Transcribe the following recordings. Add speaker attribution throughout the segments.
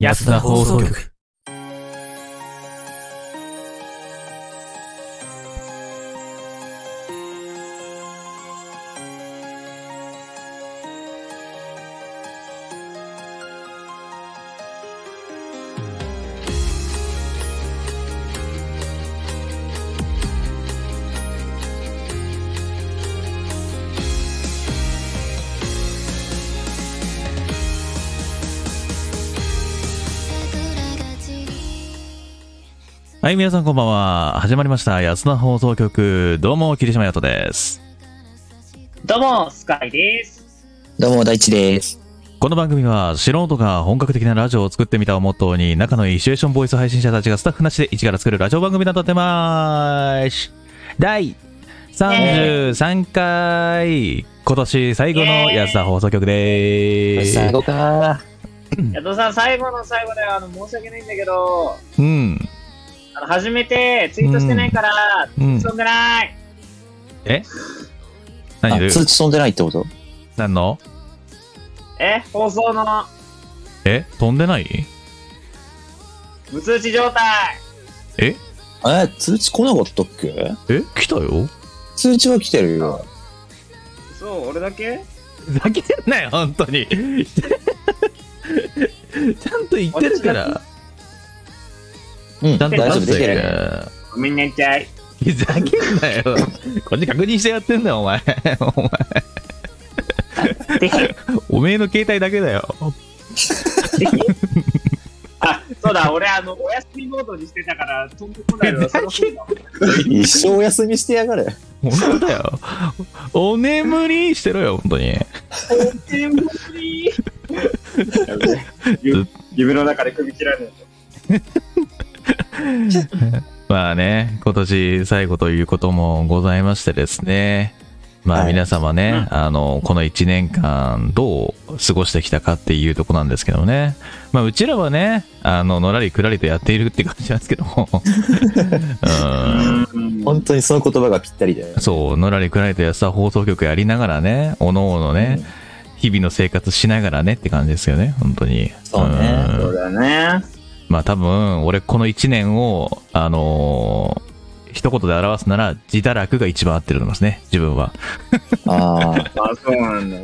Speaker 1: 安田放送局。はい、皆さんこんばんは。始まりました。安田放送局。どうも、霧島やとです。
Speaker 2: どうも、スカイです。
Speaker 3: どうも、大地です。
Speaker 1: この番組は、素人が本格的なラジオを作ってみたをモットーに、仲のいいシチュエーションボイス配信者たちがスタッフなしで一から作るラジオ番組となってまーす。第33回、今年最後の安田放送局でーす。
Speaker 3: 後か。
Speaker 2: ヤトさん、最後の最後で、あの、申し訳ないんだけど、
Speaker 1: うん。
Speaker 2: あの、初めてツイートしてないから、
Speaker 1: うん。
Speaker 2: 遊んでない。
Speaker 1: 何
Speaker 3: あ
Speaker 1: どうい、う
Speaker 3: 通知飛んでないってこと
Speaker 1: 何の
Speaker 2: え、放送の
Speaker 1: え飛んでない
Speaker 2: 無通知状態。
Speaker 3: え、通知来なかったっけ
Speaker 1: え来たよ。
Speaker 3: 通知は来てるよ。
Speaker 2: そう、俺だけ
Speaker 1: ふざけんなよ、本当に。ちゃんと言ってるから。
Speaker 3: うん、
Speaker 1: ちゃんと
Speaker 3: 大
Speaker 1: 出
Speaker 3: 丈夫、
Speaker 1: して
Speaker 3: 出て
Speaker 1: る
Speaker 3: る
Speaker 1: か
Speaker 3: よ。
Speaker 1: ら。
Speaker 2: ごめんねちゃい。
Speaker 1: ふざけんなよ。こっち確認してやってんだよ、お前。お前、
Speaker 2: ぜひ、ぜ
Speaker 1: おめえの携帯だけだよ。
Speaker 2: ひ。あ、そうだ、俺、あの、お休みモードにしてたから、飛んでこないのよ、その日の
Speaker 3: 一生お休みしてやがれ。
Speaker 1: 本当だよ。お眠りしてろよ、本当に。
Speaker 2: お眠り。やべえゆ夢の中で首切られる。
Speaker 1: まあね、今年最後ということもございましてですね。まあ
Speaker 3: はい
Speaker 1: 皆様ね、
Speaker 2: うん
Speaker 1: あの、この1年間どう過ごしてきたかっていうとこなんですけどもね。まあうちらはね、あの、のらりくらりとやっているって感じなんですけども。うん
Speaker 2: うん
Speaker 3: 本当にその言葉がぴったりだよ。
Speaker 1: そう、のらりくらりと安田放送局やりながらね、おのおのね、日々の生活しながらねって感じですよね、本当に。
Speaker 3: そうね
Speaker 1: ん
Speaker 2: そうだね。
Speaker 1: まあ多分、俺この1年を、あのー一言で表すなら、自堕落が一番合ってると思いますね、自分は。
Speaker 3: あ あ、
Speaker 2: あ、そうなんだ。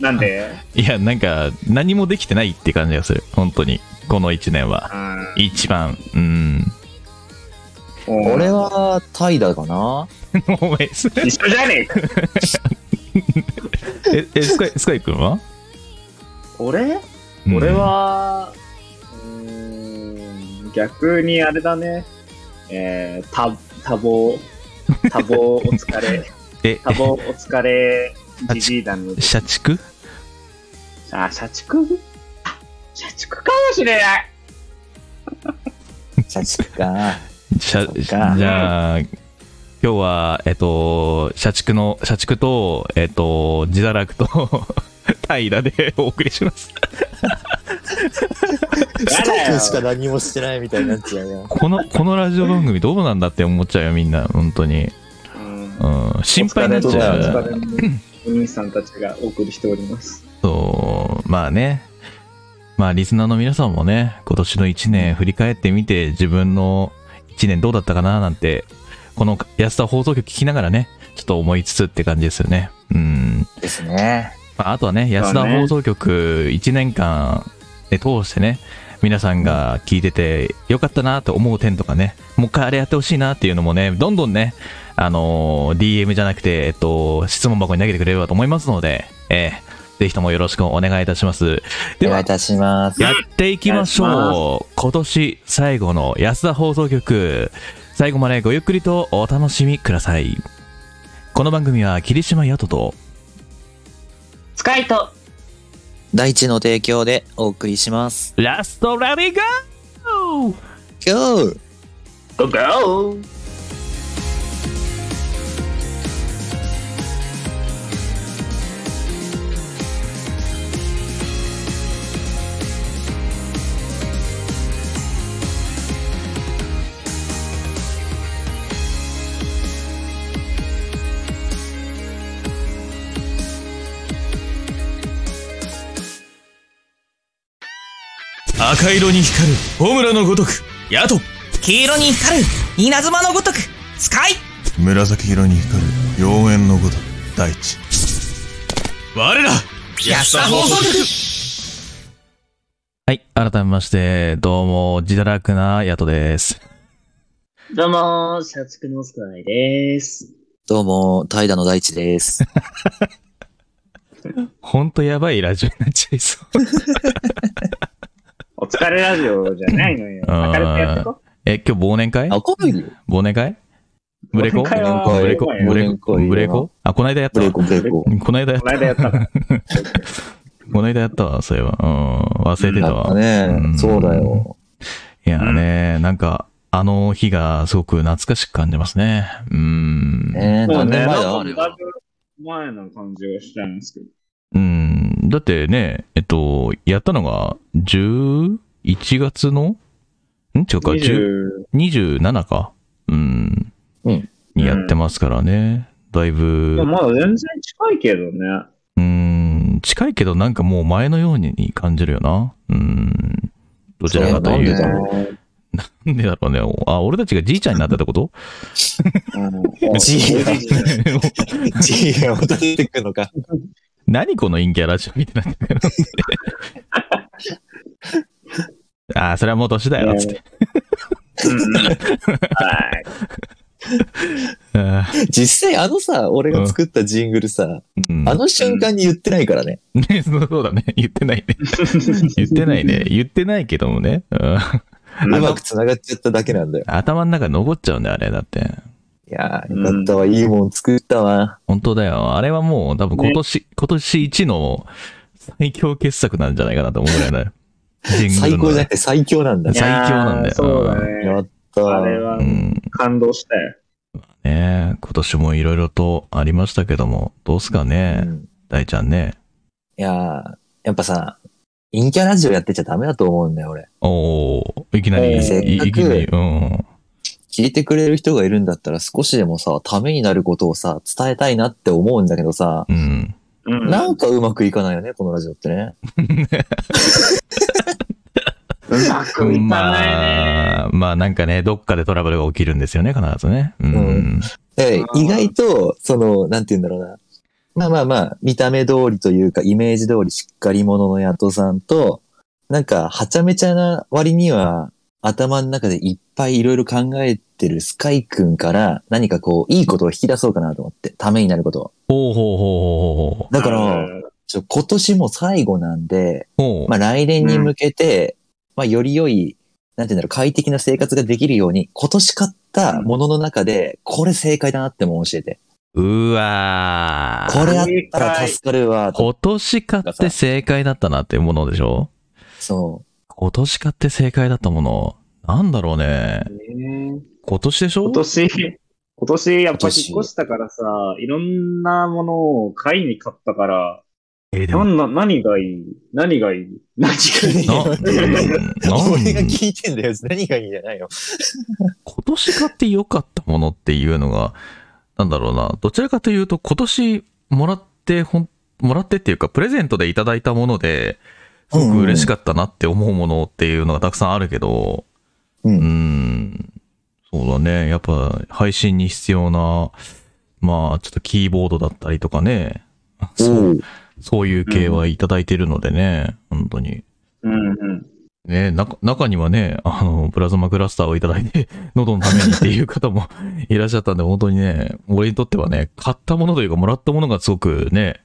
Speaker 2: なんで
Speaker 1: いや、なんか、何もできてないって感じがする、本当に。この1年は。
Speaker 2: う
Speaker 1: 一番、うん。
Speaker 2: ん。
Speaker 3: 俺は怠惰かな。
Speaker 1: お前、す
Speaker 2: 一緒じゃねえか。
Speaker 1: え、え、スカイ、スカイ君は、
Speaker 2: 俺
Speaker 1: うん
Speaker 2: 俺、は、うーん、逆にあれだね。えー、た、多忙。多忙お疲れ。
Speaker 1: え、
Speaker 2: 多忙お疲れ。
Speaker 1: あ
Speaker 2: じじいだね。
Speaker 1: 社畜
Speaker 2: あ、社畜社畜かもしれない。
Speaker 3: 社畜か。
Speaker 1: しゃ
Speaker 3: そっか
Speaker 1: じゃあ、今日は、えっと、社畜の、社畜と、えっと、自堕落と、 怠惰でお送りします。
Speaker 3: スカイ君しか何もしてないみたいになっちゃうよ。
Speaker 1: この、このラジオ番組どうなんだって思っちゃうよ、みんな、本当に。
Speaker 2: うん。
Speaker 1: うん、心配になっ
Speaker 2: お
Speaker 1: ち
Speaker 2: 疲
Speaker 1: ゃ
Speaker 2: れ様お
Speaker 1: う。
Speaker 2: 疲れのお兄さんたちがお送りしております。
Speaker 1: そう、まあね。まあ、リスナーの皆さんもね、今年の1年振り返ってみて、自分の1年どうだったかな、なんて、この安田放送局聞きながらね、ちょっと思いつつって感じですよね。うん。
Speaker 3: ですね。
Speaker 1: まあ、あとはね、安田放送局1年間で通してね、皆さんが聞いててよかったなと思う点とかね、もう一回あれやってほしいなっていうのもね、どんどんね、あのー DM じゃなくて、えっと、質問箱に投げてくれればと思いますので、えーぜひともよろしくお願いいたします。
Speaker 3: お
Speaker 1: で
Speaker 3: 願い
Speaker 1: は、
Speaker 3: いたします。
Speaker 1: やっていきまし
Speaker 2: お願い
Speaker 1: ょう。今年最後の安田放送局。最後までごゆっくりとお楽しみください。この番組は霧島ヤトと、
Speaker 2: スカイと、
Speaker 3: 大地の提供でお送りします。
Speaker 1: ラストラリーゴー
Speaker 3: Go!
Speaker 2: ゴーゴー
Speaker 4: 赤色に光るホムラのごとくヤト
Speaker 5: 黄色に光る稲妻のごとくスカイ
Speaker 6: 紫色に光る妖艶のごとく大地
Speaker 4: 我ら安田放送局
Speaker 1: はい、改めまして、どうも、自堕落なヤトです。
Speaker 2: どうもー、社畜のスクライです。
Speaker 3: どうも、怠惰の大 地です。
Speaker 1: ほんとやばいラジオになっちゃいそう。
Speaker 2: お疲れラジオじゃないのよ。
Speaker 1: うん
Speaker 2: 明るくやってこ。
Speaker 1: え、今日忘年会
Speaker 3: あ、来ないよ。
Speaker 1: 忘年会ブレ
Speaker 2: 忘
Speaker 1: コ
Speaker 2: 年会は
Speaker 1: ブレコ
Speaker 2: 忘年会
Speaker 1: ブレコ
Speaker 3: 忘年会は
Speaker 1: ブレコあ、こないだやった
Speaker 3: ブレ
Speaker 1: わ。
Speaker 3: イコブレイコ。
Speaker 1: こないだやっ
Speaker 2: この間やったから。
Speaker 1: この間やったわ、そういえば。うん、忘れてた
Speaker 3: だった
Speaker 1: わ。う
Speaker 3: ね
Speaker 1: ん。
Speaker 3: そうだよ。
Speaker 1: いやね、なんか、あの日がすごく懐かしく感じますね。うん。
Speaker 3: ねえ、
Speaker 2: そう
Speaker 3: 何
Speaker 2: ね、
Speaker 3: 年前
Speaker 2: なん
Speaker 3: だあ
Speaker 2: かだい
Speaker 3: れは。
Speaker 2: ぶ前の感じがしたんですけど。
Speaker 1: うん、だってね、えっと、やったのが11月のん違うか、10
Speaker 2: 20
Speaker 1: 27か。うん。
Speaker 3: うん
Speaker 1: にやってますからね。だいぶ
Speaker 2: まあ、まだ全然近いけどね。
Speaker 1: うん、近いけどなんかもう前のように感じるよな。うん。どちらかという
Speaker 3: そ
Speaker 1: と。
Speaker 3: うだ
Speaker 1: な
Speaker 3: よ
Speaker 1: んでだろうね。あ、俺たちがじいちゃんになったってこと
Speaker 3: G が、G が戻ってくるのか。
Speaker 1: 何この陰キャラジオみたいな。 あーそれはもう年だよ、つって。
Speaker 2: うんうんはい。
Speaker 1: あー
Speaker 3: 実際あのさ、俺が作ったジングルさ、
Speaker 1: うん
Speaker 3: あの瞬間に言ってないからね。
Speaker 1: ね、 そうそうだね。言ってないね。言ってないね。言ってないけどもね。うん
Speaker 3: う
Speaker 2: うん
Speaker 3: まく繋がっちゃっただけなんだよ。
Speaker 1: 頭の中残っちゃうんだよ、あれ。だって。
Speaker 3: いやー、よかったわ。いいもん作ったわ。
Speaker 1: 本当だよ。あれはもう多分今年、今年一の最強傑作なんじゃないかなと思うぐらいだよ。ジングル
Speaker 3: 最
Speaker 1: の
Speaker 3: 高じゃなくて最強なんだ。
Speaker 1: 最強なんだ
Speaker 2: いや
Speaker 1: よ
Speaker 2: ーそうだ
Speaker 3: や
Speaker 2: ね。
Speaker 3: った
Speaker 2: あ
Speaker 3: わ。
Speaker 2: れは
Speaker 1: うん。ね
Speaker 2: 感動したよ。
Speaker 1: え今年もいろいろとありましたけども、どうすかね、
Speaker 3: うん
Speaker 1: 大ちゃんね。
Speaker 3: いやー、やっぱさ、陰キャラジオやってちゃダメだと思うんだよ、俺。
Speaker 1: おおいきな
Speaker 2: え
Speaker 1: り、
Speaker 2: ー
Speaker 3: せっかく
Speaker 1: いいきなり、うん。
Speaker 3: 聞いてくれる人がいるんだったら少しでもさ、ためになることをさ、伝えたいなって思うんだけどさ、
Speaker 1: うん。
Speaker 2: うん
Speaker 3: なんかうまくいかないよね、このラジオってね。
Speaker 2: うまくいかないね。
Speaker 1: まあ、まあなんかね、どっかでトラブルが起きるんですよね、必ずね。うん。
Speaker 3: で
Speaker 2: あー
Speaker 3: 意外と、その、なんて言うんだろうな。まあまあまあ、見た目通りというか、イメージ通りしっかり者のヤトさんと、なんか、はちゃめちゃな割には、頭の中でいっぱいいろいろ考えてるスカイくんから、何かこう、いいことを引き出そうかなと思って、ためになることを。
Speaker 1: ほうほうほうほうほうほう。
Speaker 3: だから、
Speaker 2: うん
Speaker 3: ちょ今年も最後なんで、
Speaker 1: ほう
Speaker 3: まあ来年に向けて、まあより良い、なんて言うんだろう、快適な生活ができるように、今年買ったものの中で、これ正解だなっても教えて。
Speaker 1: うわ
Speaker 3: こ
Speaker 1: ー。
Speaker 3: れやったら助かるわ、と。
Speaker 1: 今年買って正解だったなってものでしょ
Speaker 3: そ
Speaker 1: 今年買って正解だったもの。なんだろうね。
Speaker 2: ね
Speaker 1: 今年でしょ
Speaker 2: 今年、今年やっぱ
Speaker 3: 今年
Speaker 2: 引っ越したからさ、いろんなものを買いに買ったから、
Speaker 1: えーで
Speaker 2: な
Speaker 1: も、
Speaker 2: んな何がいい何がいい何がいい
Speaker 1: な、
Speaker 3: な
Speaker 1: うん
Speaker 3: う。
Speaker 1: なん
Speaker 3: 俺が聞いてんだよ。何がいいんじゃないよ。
Speaker 1: 今年買って良かったものっていうのが、なんだろうな。どちらかというと、今年もらって、ほん、もらってっていうか、プレゼントでいただいたもので、すごく嬉しかったなって思うものっていうのがたくさんあるけど、
Speaker 3: う。
Speaker 1: うんん。そうだね。やっぱ、配信に必要な、まあ、ちょっとキーボードだったりとかね。そう、
Speaker 3: う。
Speaker 1: そういう系はいただいてるのでね。本当に。
Speaker 2: うんうん。
Speaker 1: ね中、中にはね、あの、プラズマクラスターをいただいて、 喉のためにっていう方も いらっしゃったんで、本当にね、俺にとってはね、買ったものというか、もらったものがすごくね、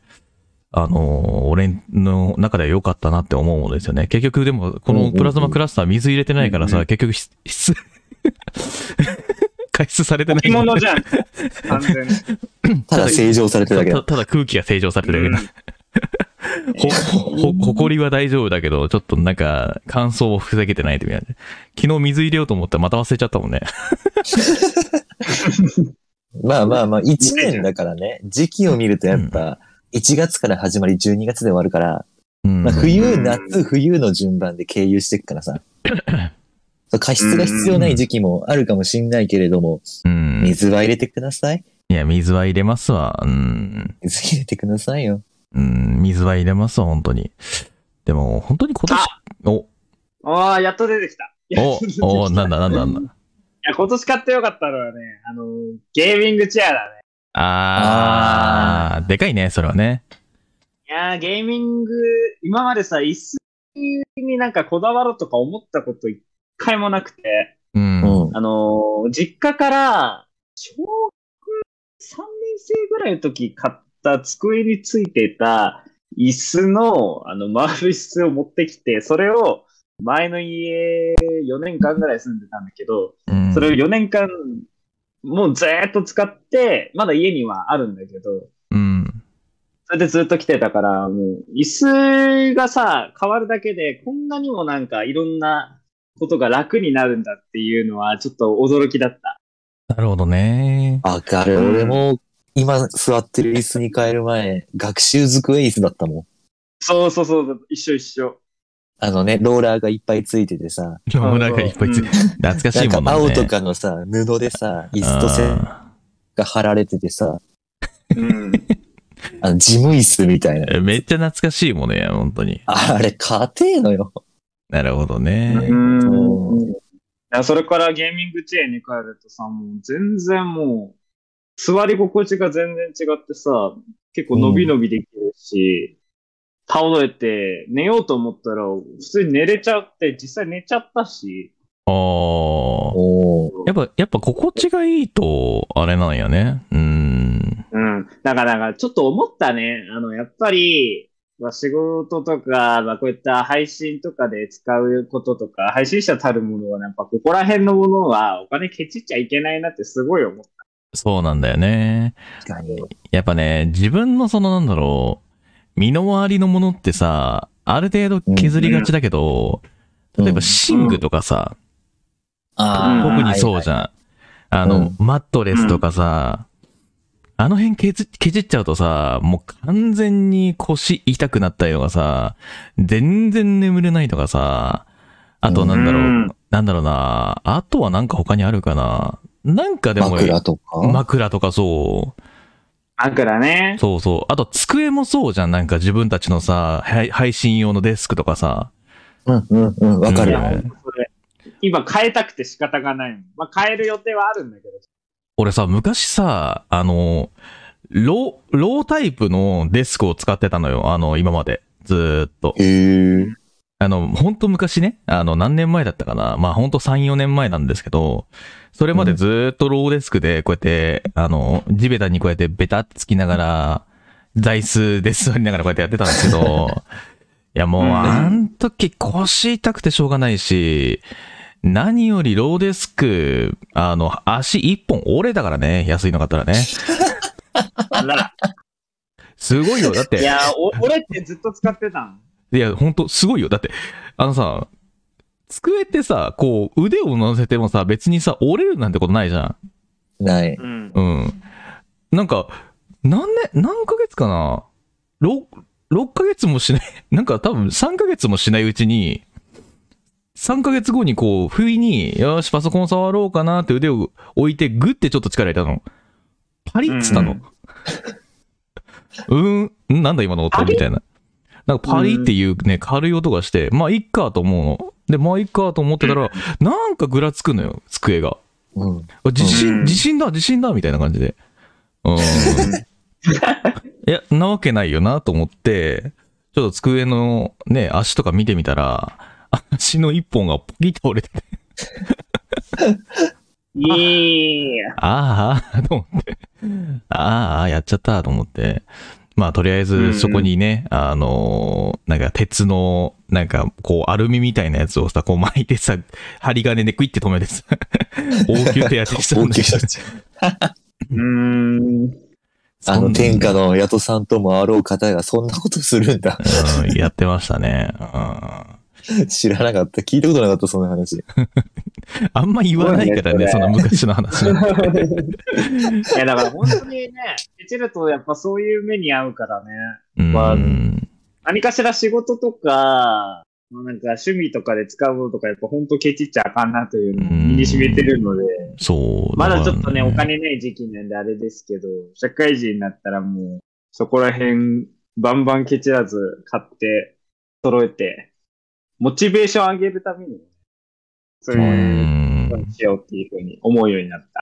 Speaker 1: あの、俺の中では良かったなって思うものですよね。結局でも、こ
Speaker 3: うんうん
Speaker 1: の
Speaker 3: うん
Speaker 1: プラズマクラスター水入れてないから
Speaker 2: うん
Speaker 1: さ、結局し、 必加湿されてない
Speaker 2: 着物じゃ ん。完全に。
Speaker 3: ただ正常されてるだけ
Speaker 1: た
Speaker 3: だ。
Speaker 1: ただ空気が正常されてるだけだほ、ほ、ほこりは大丈夫だけど、ちょっとなんか、乾燥を防げてないってみたいな。昨日水入れようと思ったらまた忘れちゃったもんね。
Speaker 3: まあまあまあ、1年だからね。時期を見るとやっぱ、1月から始まり12月で終わるから、
Speaker 1: うん
Speaker 3: まあ、冬、
Speaker 2: うん
Speaker 3: 夏、冬の順番で経由していくからさ。そう加湿が必要ない時期もあるかもしんないけれども、
Speaker 1: うん。
Speaker 3: 水は入れてください。
Speaker 1: いや、水は入れますわ。うん。
Speaker 3: 水入れてくださいよ。
Speaker 1: うん、水は入れますわ、本当に。でも、本当に今年、お、
Speaker 2: ああ、やっと出てきた。
Speaker 1: お、 お、なんだなんだなんだ。
Speaker 2: いや、今年買ってよかったのはね、あの、ゲーミングチェアだね。
Speaker 1: あー、でかいね、それはね。
Speaker 2: いやー、ゲーミング、今までさ、椅子になんかこだわろうとか思ったこと一回もなくて、
Speaker 1: うん。
Speaker 3: うん。
Speaker 2: あのー実家から、小学3年生ぐらいの時買った机についていた椅子の、あの、丸い椅子を持ってきて、それを前の家4年間ぐらい住んでたんだけど、
Speaker 1: うん
Speaker 2: それを4年間、もうずーっと使って、まだ家にはあるんだけど、
Speaker 1: うん。
Speaker 2: それでずっと来てたから、もう、椅子がさ、変わるだけで、こんなにもなんかいろんなことが楽になるんだっていうのは、ちょっと驚きだった。
Speaker 1: なるほどね。
Speaker 3: わかる。俺も、今座ってる椅子に変える前、学習机椅子だったもん。
Speaker 2: そうそうそう、一緒一緒。
Speaker 3: あのね、ローラーがいっぱいついててさ、
Speaker 1: 今日もなんかいっぱいつ、
Speaker 2: うん
Speaker 1: 懐かし
Speaker 3: ないん
Speaker 1: も
Speaker 3: か
Speaker 1: んね。
Speaker 3: 青とかのさ、布でさ、椅子と線
Speaker 1: あ
Speaker 3: が貼られててさ、
Speaker 2: うん。
Speaker 3: あの、事務椅子みたいな。
Speaker 1: ーめっちゃ懐かしいもんね、本当に。
Speaker 3: あれ、硬えのよ。
Speaker 1: なるほどね。
Speaker 2: うん。いやそれからゲーミングチェーンに変えるとさ、もう全然もう、座り心地が全然違ってさ、結構伸び伸びできるし、倒れて寝ようと思ったら、普通に寝れちゃって、実際寝ちゃったし、
Speaker 1: おー。
Speaker 3: おー
Speaker 1: やっぱ、やっぱ心地がいいと、あれなんやね。うん。
Speaker 2: うん。だから、だからちょっと思ったね。あの、やっぱり、まあ、仕事とか、まあ、こういった配信とかで使うこととか、配信者たるものは、やっぱここら辺のものはお金ケチっちゃいけないなってすごい思った。
Speaker 1: そうなんだよね。
Speaker 3: 確かに。
Speaker 1: やっぱね、自分のそのなんだろう、身の回りのものってさ、ある程度削りがちだけど、
Speaker 3: うん
Speaker 1: 例えば寝具とかさ、
Speaker 3: あ
Speaker 1: 特にそうじ
Speaker 3: ゃん。
Speaker 1: ゃん。あの、
Speaker 3: うん
Speaker 1: マットレスとかさ、あの辺削削っちゃうとさ、もう完全に腰痛くなったりとかさ、全然眠れないとかさ、あとなんだろう、
Speaker 2: うん
Speaker 1: なんだろうな、あとはなんか他にあるかな。なんかでも、
Speaker 3: 枕とか、
Speaker 1: 枕とかそう、
Speaker 2: 枕ね。
Speaker 1: そうそう。あと、机もそうじゃん。なんか自分たちのさ、はい配信用のデスクとかさ。
Speaker 3: うんうんうん、わかる
Speaker 2: い
Speaker 3: よ
Speaker 2: や
Speaker 1: う
Speaker 2: ほ
Speaker 1: ん
Speaker 2: んとそれ今変えたくて仕方がないもん。まあ、変える予定はあるんだけど。
Speaker 1: 俺さ、昔さ、あの、ロー、ロータイプのデスクを使ってたのよ。あの、今まで。ずーっと。
Speaker 3: へえ。
Speaker 1: あの、ほんと昔ね。あの、何年前だったかな。まあ、ほんと3、4年前なんですけど、それまでずーっとローデスクで、こうやって、あの、地べたにこうやってベタってつきながら、座椅子で座りながらこうやってやってたんですけど、いやもう、
Speaker 2: うん
Speaker 1: あん時腰痛くてしょうがないし、何よりローデスク、あの、足一本折れたからね、安いの買ったらね。
Speaker 2: あ らら
Speaker 1: すごいよ、だって。
Speaker 2: いや、お俺ってずっと使ってたの。
Speaker 1: いや、ほんと、すごいよ。だって、あのさ、机ってさ、こう、腕を乗せてもさ、別にさ、折れるなんてことないじゃん。
Speaker 3: ない。
Speaker 2: うん。
Speaker 1: うん。なんか、何年、何ヶ月かな ?6、6ヶ月もしない、 なんか多分3ヶ月もしないうちに、3ヶ月後にこう、不意に、よし、パソコン触ろうかなって腕を置いて、グってちょっと力入れたの。パリッつったの。 うーん、んなんだ今の音みたいな。なんかパリっていうね、軽い音がして、まあ、いっかと思うの。で、まあ、いっかと思ってた ら、なんかぐらつくのよ、机が。
Speaker 3: うん。
Speaker 1: あ地
Speaker 2: うん
Speaker 1: 震、地震だ、地震だ、みたいな感じで。 うん。いや、なわけないよなと思って、ちょっと机のね、足とか見てみたら、足の一本がポキッと折れてて、
Speaker 2: いいや。
Speaker 1: あーあー、と思って、あーあー、やっちゃった、と思って。まあ、とりあえ
Speaker 2: うんうん
Speaker 1: ず、そこにね、あのーなんか鉄の、なんか、こう、アルミみたいなやつをさ、こう巻いてさ、針金でクイって止めて さ、応急手当てしたん
Speaker 3: 大
Speaker 1: だ
Speaker 3: き
Speaker 1: け
Speaker 3: い
Speaker 1: ど
Speaker 2: うーん。
Speaker 3: あ
Speaker 1: そん
Speaker 3: の、
Speaker 1: な
Speaker 3: 天下のヤトさんと回ろう方がそんなことするんだ。
Speaker 1: うんやってましたね。うん、
Speaker 3: 知らなかった。聞いたことなかった、そんな話。
Speaker 1: あんま言わないからね、
Speaker 2: そ
Speaker 1: そうの昔の話なん て。
Speaker 2: いや、だから本当にね、ケチるとやっぱそういう目に遭うからね。
Speaker 1: うん
Speaker 2: まあ何かしら仕事とか、まあなんか趣味とかで使うものとか、やっぱ本当ケチっちゃあかんなというのを身に染めてるので、
Speaker 1: そう。
Speaker 2: まだち
Speaker 1: から
Speaker 2: ょっとね、お。金ない時期なんであれですけど、社会人になったらもう、そこら辺、バンバンケチらず買って、揃えて、モチベーション上げるために、そう
Speaker 1: う
Speaker 2: いうこ
Speaker 1: ん
Speaker 2: とにしようっていうふうに思うようになった。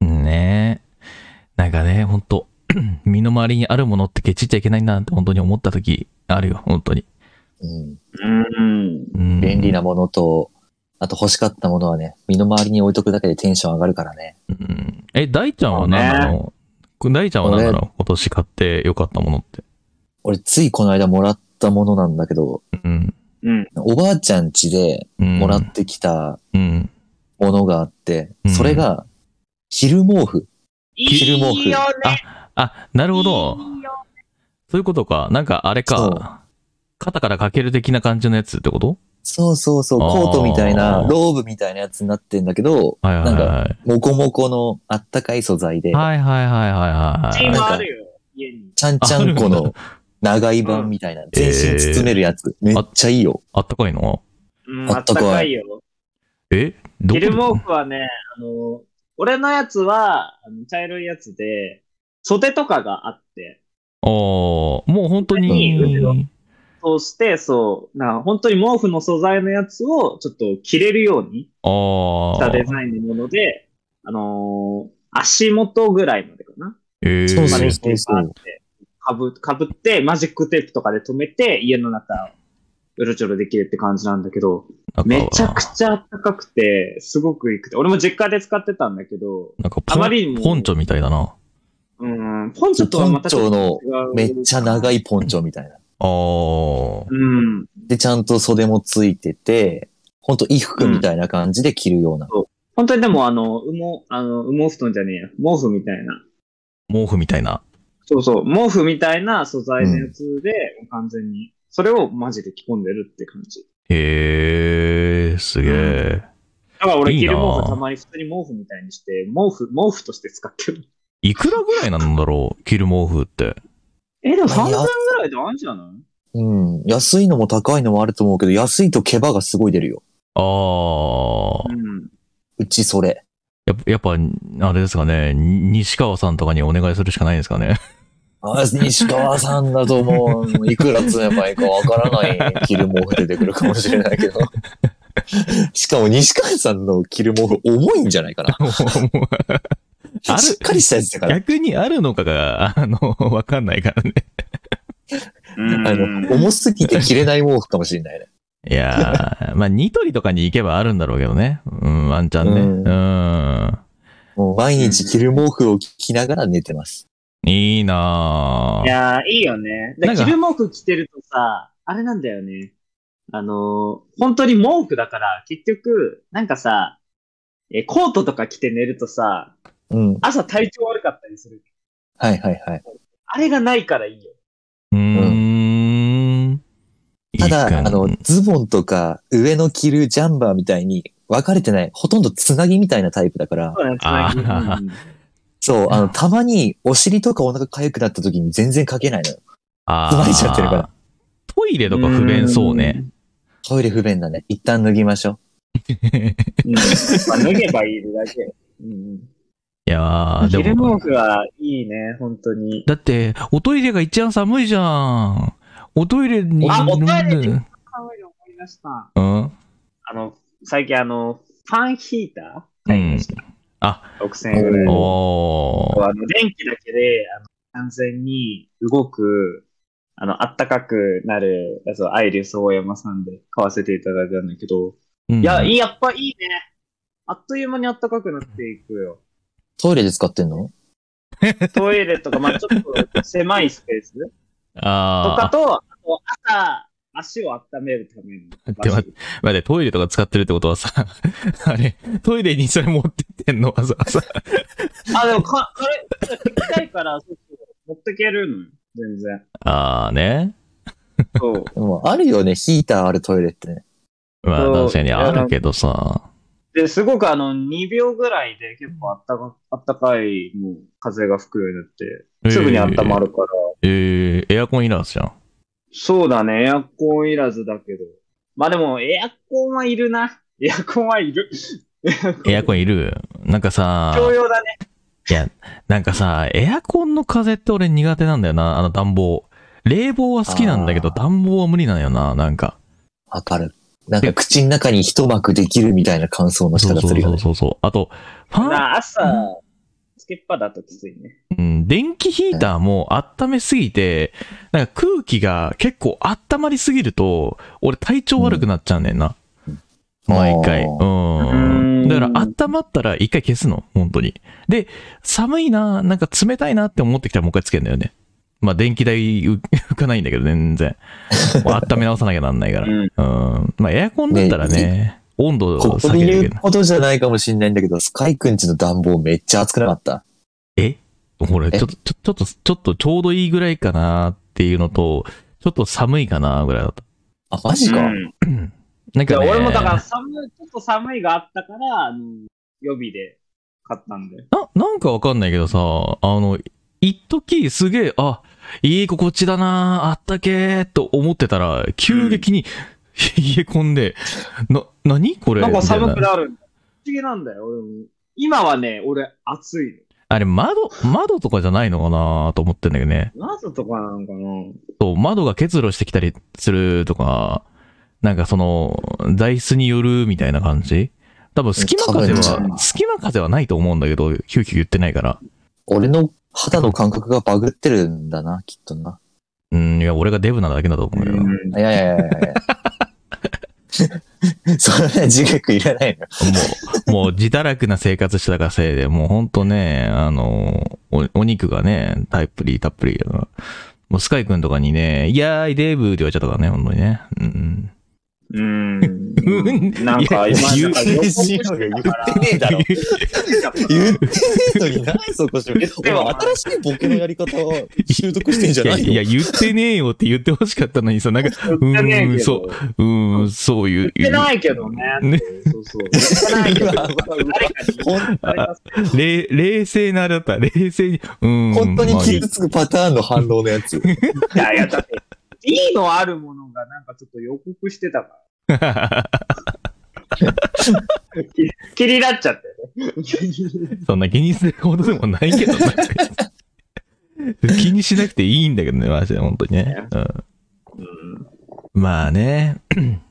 Speaker 1: ねえ。なんかね、ほんと、 身の回りにあるものってケチっちゃいけないなって本当に思った時あるよ、本当に。
Speaker 3: うん。
Speaker 2: うん。
Speaker 1: うん
Speaker 3: 便利なものと、あと欲しかったものはね、身の回りに置いとくだけでテンション上がるからね。
Speaker 1: うんえ、大ちゃんは何なの、大ちゃんは何なの今年買ってよかったものって。
Speaker 3: 俺ついこの間もらったものなんだけど、
Speaker 1: うん。
Speaker 2: うん。
Speaker 3: おばあちゃん家で
Speaker 1: うん、
Speaker 3: もらってきた
Speaker 1: うん。
Speaker 3: ものがあって、
Speaker 1: うん
Speaker 3: それが、昼毛布。昼毛布
Speaker 2: いいよね
Speaker 1: あ、なるほど。そういうことか。なんかあれ
Speaker 3: そう
Speaker 1: か。肩からかける的な感じのやつってこと
Speaker 3: そうそうそう、
Speaker 1: あー
Speaker 3: コートみたいな、ローブみたいなやつになってんだけど、
Speaker 1: はいはい
Speaker 3: な
Speaker 1: は
Speaker 3: もこもこのあったかい素材で
Speaker 1: い。、はいはいはいはい
Speaker 2: チー
Speaker 1: はい。
Speaker 2: ムあるよ、家に。
Speaker 3: ちゃんちゃんこ
Speaker 1: あるん
Speaker 3: の長い版みたいな、全身包めるやつ。めっちゃいいよ。
Speaker 1: あったかいの
Speaker 2: うん、あ
Speaker 3: あ
Speaker 2: っ
Speaker 3: ったたかい
Speaker 2: かいよ。
Speaker 1: えどこ
Speaker 2: 昼
Speaker 1: で
Speaker 2: 毛布はね、あの、俺のやつは、あの茶色いやつで、袖とかがあって、
Speaker 1: ああ、もう本当
Speaker 2: いいよ
Speaker 1: に。
Speaker 2: そうして、そう、な本当に毛布の素材のやつをちょっと着れるように
Speaker 1: あ
Speaker 2: した。
Speaker 1: あ
Speaker 2: デザインのもので、あのー足元ぐらいまでかな。
Speaker 1: ええ
Speaker 3: そう
Speaker 2: ま
Speaker 3: そ
Speaker 2: で
Speaker 3: う
Speaker 2: して
Speaker 3: そうそ
Speaker 2: バ
Speaker 3: う
Speaker 2: ーってかぶ、かぶって、マジックテープとかで止めて、家の中、うろちょろできるって感じなんだけど、めちゃくちゃ暖かくて、すごくいいくて。俺も実家で使ってたんだけど、
Speaker 1: なんか
Speaker 2: あ
Speaker 1: ポ
Speaker 2: まりに
Speaker 1: ン、
Speaker 2: も
Speaker 1: ポンチョみたいだな。
Speaker 2: うん、ポンチョとはまたちょっと違う。
Speaker 3: めっちゃ長
Speaker 2: い。
Speaker 3: いポンチョみたいな。
Speaker 1: ああ。
Speaker 2: うん。
Speaker 3: で、ちゃんと袖もついてて、ほんと衣服みたいな感じで着るような。
Speaker 2: 本当にでも、あの、羽毛、あの、羽毛布団じゃねえや。毛布みたいな。
Speaker 1: 毛布みたいな。
Speaker 2: そうそう。毛布みたいな素材のやつで、完全に。それをマジで着込んでるって感じ。
Speaker 1: へえ、すげえ。
Speaker 2: だから俺、
Speaker 1: いい
Speaker 2: 着
Speaker 1: な
Speaker 2: る
Speaker 1: ぁ
Speaker 2: 毛布たまに普通に毛布みたいにして、毛布、毛布として使ってる。
Speaker 1: いくらぐらいなんだろう着る毛布って。
Speaker 2: え、でも3000
Speaker 3: 何や
Speaker 2: ぐらいであるんじゃない
Speaker 3: うん。安いのも高いのもあると思うけど、安いと毛羽がすごい出るよ。
Speaker 1: ああ。
Speaker 2: うん。
Speaker 3: うちそれ。
Speaker 1: やっぱ、やっぱ、あれですかね。に西川さんとかにお願いするしかないんですか ね。
Speaker 3: あ西川さんだともう、 いくら詰めばいいかわからない着る毛布出てくるかもしれないけど。 しかも西川さんの着る毛布重いんじゃないかな。
Speaker 1: もうもうある
Speaker 3: しっかりしたやつだから。
Speaker 1: 逆にあるのかが、あの、わかんないからね。
Speaker 3: あの、重すぎて着れない毛布かもしれないね。
Speaker 1: いやー、まあ、ニトリとかに行けばあるんだろうけどね。うん、ワンチャンね。
Speaker 3: う
Speaker 1: う
Speaker 3: ん
Speaker 1: ん。
Speaker 3: もう毎日着る毛布を着ながら寝てます。
Speaker 1: いいなぁ
Speaker 2: いやー、いいよね。
Speaker 1: な
Speaker 2: で、
Speaker 1: んか
Speaker 2: 着る毛布着てるとさ、あれなんだよね。あのー本当に毛布だから、結局、なんかさ、えーコートとか着て寝るとさ、
Speaker 3: うん。
Speaker 2: 朝体調悪かったりする。
Speaker 3: はいはいはい。
Speaker 2: あれがないからいいよ。
Speaker 1: うーん。
Speaker 3: ただ、
Speaker 1: いいか
Speaker 3: あの、ズボンとか上の着るジャンバーみたいに分かれてない、ほとんどつなぎみたいなタイプだから、
Speaker 2: そうね、つなぎ
Speaker 1: あー
Speaker 2: うん
Speaker 3: そう、あの、たまにお尻とかお腹痒くなった時に全然かけないのよ。
Speaker 1: あ
Speaker 3: 詰まりちゃってるから。
Speaker 1: ートイレとか不便そうね。
Speaker 3: トイレ不便だね。一旦脱ぎましょ
Speaker 2: うん。まあ、脱げばいいだけ。うん
Speaker 1: いや
Speaker 2: う
Speaker 1: ー
Speaker 2: ん。着
Speaker 1: で
Speaker 2: る
Speaker 1: も
Speaker 2: 毛、布はいいね、本当に。
Speaker 1: だって、おトイレが一番寒いじゃん。おトイレに。
Speaker 2: あおトイレ
Speaker 1: うん
Speaker 2: に可愛い思い出した。
Speaker 1: うん。
Speaker 2: あの、最近あの、ファンヒーター買いました。
Speaker 1: あ、
Speaker 2: 6000円ぐらいの。
Speaker 1: おー。
Speaker 2: あの電気だけであの完全に動く、あの、あったかくなるやつをアイリス大山さんで買わせていただいたんだけど、
Speaker 1: うん
Speaker 2: いや、いいやっぱいいね。あっという間にあったかくなっていく よ。
Speaker 3: う。トイレで使ってんの
Speaker 2: トイレとか、まあちょっと狭いスペースとか
Speaker 1: あー。
Speaker 2: と、あと朝、足を温めるために。
Speaker 1: 待って待って、トイレとか使ってるってことはさ、 あれ、トイレにそれ持ってってんのわざわざ。
Speaker 2: あ、でもか、これ、聞きたいから、そうそう持ってけるのよ。全 然。
Speaker 1: あーね。
Speaker 2: そう。
Speaker 3: でもあるよね、ヒーターあるトイレってね。
Speaker 1: まあ
Speaker 2: そう
Speaker 1: 確かにあるけどさ。
Speaker 2: で、すごくあの、2秒ぐらいで結構あったか、あったかい、もう、風が吹くようになって、すぐに温まるから。
Speaker 1: えー、エアコンいらずじ ゃん。
Speaker 2: そうだね、エアコンいらずだけど。まあでも、エアコンはいるな。エアコンはいる。
Speaker 1: エアコンいるなんかさ、
Speaker 2: 共用だね。
Speaker 1: なんかさ、エアコンの風って俺苦手なんだよな、あの暖房。冷房は好きなんだけど、
Speaker 3: あー
Speaker 1: 暖房は無理なんだよな、なんか。
Speaker 3: わかる。なんか口の中に一幕できるみたいな感想の仕
Speaker 1: そう
Speaker 3: 方
Speaker 1: そ
Speaker 3: す
Speaker 1: う
Speaker 3: るよ
Speaker 1: そ
Speaker 3: ね
Speaker 1: う。そうそう。あと、ファン
Speaker 2: な朝、つけっぱだときついね。
Speaker 1: うん、電気ヒーターも温めすぎて、なんか空気が結構温まりすぎると、俺体調悪くなっちゃうねんな。毎回。
Speaker 3: あ
Speaker 1: う。
Speaker 2: うんん
Speaker 1: だから温まったら一回消すの、本当に。で、寒いな、なんか冷たいなって思ってきたらもう一回つけるんだよね。まあ電気代浮 浮かないんだけど、全然。もう温め直さなきゃなんないから。
Speaker 2: うん
Speaker 1: うん。まあエアコンだったらね、温度
Speaker 3: こ
Speaker 1: を
Speaker 3: こ
Speaker 1: 下
Speaker 3: で
Speaker 1: げる
Speaker 3: 言
Speaker 1: け
Speaker 3: う
Speaker 1: ど。
Speaker 3: ほどじゃないかもしんないんだけど、スカイくんちの暖房めっちゃ熱くなかった。
Speaker 1: えほら、ちょっと、ちょちょっと、ちょっとちょうどいいぐらいかなっていうのと、ちょっと寒いかなぐらいだった。
Speaker 3: あ、マジか。
Speaker 2: うん
Speaker 1: なん
Speaker 2: い
Speaker 1: か、
Speaker 2: や
Speaker 1: ね、
Speaker 2: 俺もだから寒い、ちょっと寒いがあったから、あの予備で買ったんで。
Speaker 1: な、なんかわかんないけどさ、あの、一時すげえ、あ、いい心地だなあったけーと思ってたら、急激に、冷え込んで、な、何これ
Speaker 2: なんか寒
Speaker 1: みた
Speaker 2: く
Speaker 1: いな
Speaker 2: なるんだ。不思議なんだよ、俺も。今はね、俺暑い
Speaker 1: あれ、窓、窓とかじゃないのかなと思ってんだけどね。
Speaker 2: の。なぜとかなのかな
Speaker 1: そう窓が結露してきたりするとか、なんかその、材質によるみたいな感じ多分、隙間風
Speaker 3: 多分
Speaker 1: は、隙間風はないと思うんだけど、キューキュー言ってないから。
Speaker 3: 俺の肌の感覚がバグってるんだな、きっとな。
Speaker 1: うん、いや、俺がデブなだけだと思うよ。も
Speaker 3: いやいやいやい やいや。そんな自覚いらないの。
Speaker 1: う、もう自堕落な生活してたからせいで、もうほんとね、あの、おお肉がね、たっぷりたっぷりな。もうスカイ君とかにね、いやーい、デブって言われちゃったからね、本当にね。うん。
Speaker 2: うん。
Speaker 1: うん
Speaker 2: なんか今、な
Speaker 1: いや
Speaker 2: んか予告してたから
Speaker 3: 言ってねえだろ。言ってねえのに な、そこし
Speaker 2: 言ってよ
Speaker 3: 新しいボケのやり方を習得してんじゃ
Speaker 1: いや、
Speaker 3: ない
Speaker 1: いや
Speaker 3: よ。
Speaker 1: 言ってねえよって言ってほしかったのにさ、なんか、う
Speaker 2: 言ってねえ
Speaker 1: ー
Speaker 2: け
Speaker 1: ん、
Speaker 2: ど
Speaker 1: そう、うーん、そういう。
Speaker 2: 言ってないけどね。
Speaker 1: ね
Speaker 2: そうそう。言ってないけど。
Speaker 3: 今
Speaker 2: 誰かに言う誰か
Speaker 1: れ冷静なあれだった。冷静に。うん。
Speaker 3: 本当に
Speaker 1: まあいい
Speaker 3: 傷つくパターンの反応のやつ。
Speaker 2: いやいや、だって、いいのあるものがなんかちょっと予告してたか ら。気気になっちゃってね。
Speaker 1: そんな気にするほどでもないけど な気にしなくていいんだけどね、マジで、本当にね。うん、まあね、 今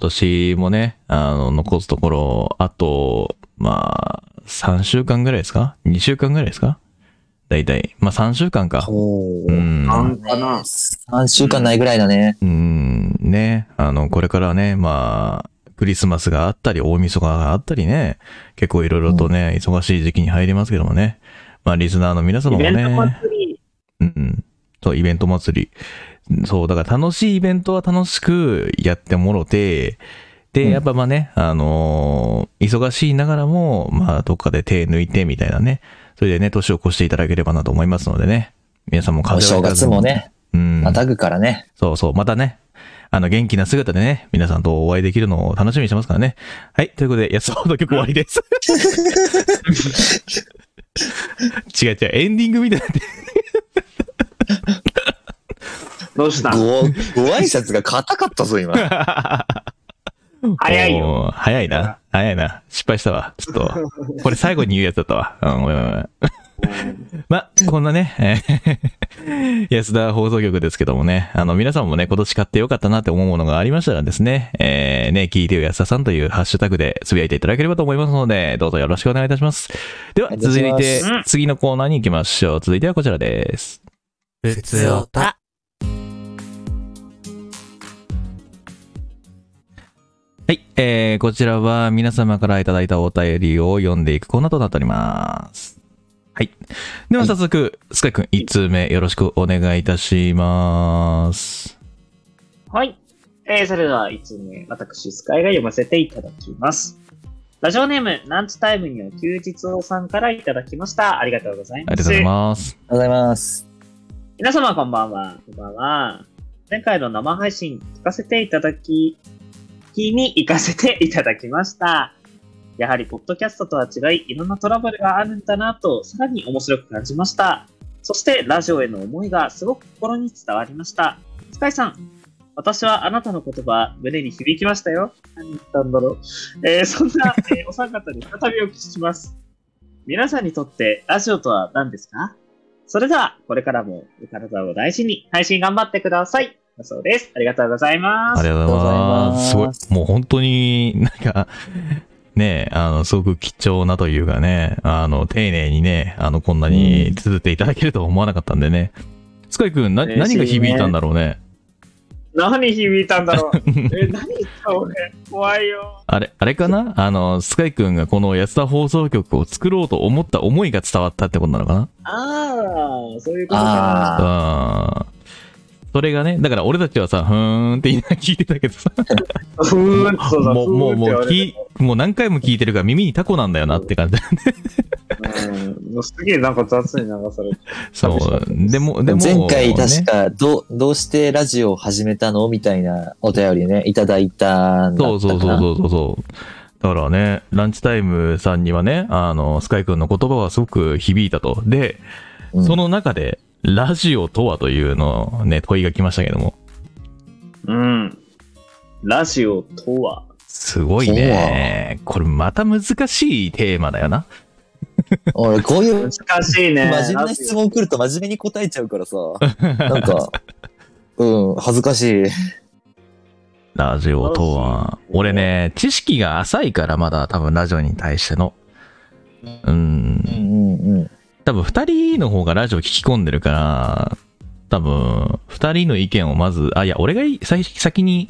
Speaker 1: 年もね、あの、残すところ、あと、まあ、3週間ぐらいですか ?2 週間ぐらいですか大体。まあ3週間か。
Speaker 3: お
Speaker 1: う
Speaker 3: ー
Speaker 1: ん。
Speaker 2: なんかな。
Speaker 3: 3週間ないぐらいだね。
Speaker 1: うん、ね、あの、これからね、まあ、クリスマスがあったり、大晦日があったりね、結構いろいろとね、忙しい時期に入りますけどもね、まあ、リスナーの皆様
Speaker 2: イ
Speaker 1: も
Speaker 2: ベント
Speaker 1: ね、
Speaker 2: 祭り。
Speaker 1: うん、そう、イベント祭り、そう、だから楽しいイベントは楽しくやってもろて、で、
Speaker 3: うん
Speaker 1: やっぱまあね、あのー忙しいながらも、まあ、どっかで手抜いてみたいなね、それでね、年を越していただければなと思いますのでね、皆さんも
Speaker 3: お正月もね、
Speaker 1: うん、
Speaker 3: またぐからね。
Speaker 1: そうそう、またね、あの、元気な姿でね、皆さんとお会いできるのを楽しみにしてますからね。はい、ということで、安ほど曲終わりです。 違う違う、エンディングみたいになって。
Speaker 2: どうした
Speaker 3: ご、ご挨拶が硬かったぞ、今。
Speaker 2: 早いよ。
Speaker 1: よ。早いな。早いな。失敗したわ。ちょっと、これ最後に言うやつだったわ。うん、ごめんごめんごめん。 ま、こんなね、 えー安田放送局ですけどもね、あの、皆さんもね、今年買ってよかったなって思うものがありましたらですね、えー、ね、聞いてよ安田さんというハッシュタグでつぶやいていただければと思いますので、どうぞよろしくお願いいたします。では、
Speaker 3: お願いします
Speaker 1: 続いて
Speaker 2: うん、
Speaker 1: 次のコーナーに行きましょう。続いてはこちらです。
Speaker 4: 普通をた。
Speaker 1: はい、えー、こちらは皆様からいただいたお便りを読んでいくコーナーとなっております。はい。では早速、スカイくん1通目よろしくお願いいたします。
Speaker 2: はい。えー、それでは、いつも私、スカイが読ませていただきます。ラジオネーム、ランチタイムには休日王さんからいただきました。ありがとうござい
Speaker 1: あ
Speaker 2: ま
Speaker 1: りがとう
Speaker 2: す。
Speaker 1: ございます。
Speaker 3: ありがとうございます。
Speaker 2: 皆様こんばんは。こんばんは。前回の生配信聞かせていただき、日に行かせていただきました。やはり、ポッドキャストとは違い、いろんなトラブルがあるんだなと、さらに面白く感じました。そして、ラジオへの思いがすごく心に伝わりました。スカイさん、私はあなたの言葉、胸に響きましたよ。何言ったんだろう。えーそんな、えーお三方に再びお聞きします。皆さんにとって、ラジオとは何ですかそれでは、これからもお体を大事に配信頑張ってください。だそうです。ありがとうございま
Speaker 1: あ
Speaker 2: す
Speaker 1: り。がとうございます。すごい。もう本当になんか、ねあの、すごく貴重なというかね、あの、丁寧にね、あの、こんなに綴っていただけるとは思わなかったんでね。スカイ君、な、
Speaker 2: 嬉しいね
Speaker 1: 何が響いたんだろうね。
Speaker 2: 何響いたんだろう。え、何言った俺。怖いよ。
Speaker 1: あれ、あれかなあの、スカイ君がこの安田放送局を作ろうと思った思いが伝わったってことなのかな
Speaker 2: ああ、そういうことか。
Speaker 3: ああ、
Speaker 1: あーそれがね、だから俺たちはさ、ふーんって言いながら聞いてたけどさ、
Speaker 2: ふーんとそうだ。
Speaker 1: もう、もう、も
Speaker 2: ふーん
Speaker 1: う、
Speaker 2: って言われ
Speaker 1: きもう何回も聞いてるから耳にタコなんだよなっ て感じ。
Speaker 2: たうんもうすげえなんか雑に流されて。
Speaker 1: そう。でも、でも、
Speaker 3: 前回確
Speaker 1: ね
Speaker 3: か、ど、どうしてラジオを始めたのみたいなお便りね、いただいたんだ
Speaker 1: そ
Speaker 3: っ
Speaker 1: うそ
Speaker 3: た
Speaker 1: う
Speaker 3: か
Speaker 1: そう
Speaker 3: な。
Speaker 1: そうそうそう。だからね、ランチタイムさんにはね、あの、スカイ君の言葉はすごく響いたと。で、
Speaker 3: うん
Speaker 1: その中で、ラジオとはというのをね、問いが来ましたけども。
Speaker 2: うん。ラジオとは。
Speaker 1: すごいね。これまた難しいテーマだよな。
Speaker 3: 俺、こういう
Speaker 2: 難しいね。
Speaker 3: 真面目な質問来ると真面目に答えちゃうか らさ。なんか、うん、恥ずかしい。
Speaker 1: ラジオとは。俺ね、知識が浅いからまだ多分ラジオに対しての。うん
Speaker 3: う。んうんうん。
Speaker 1: 多分二人の方がラジオ聞き込んでるから、多分二人の意見をまず、あ、いや、俺がい最先に、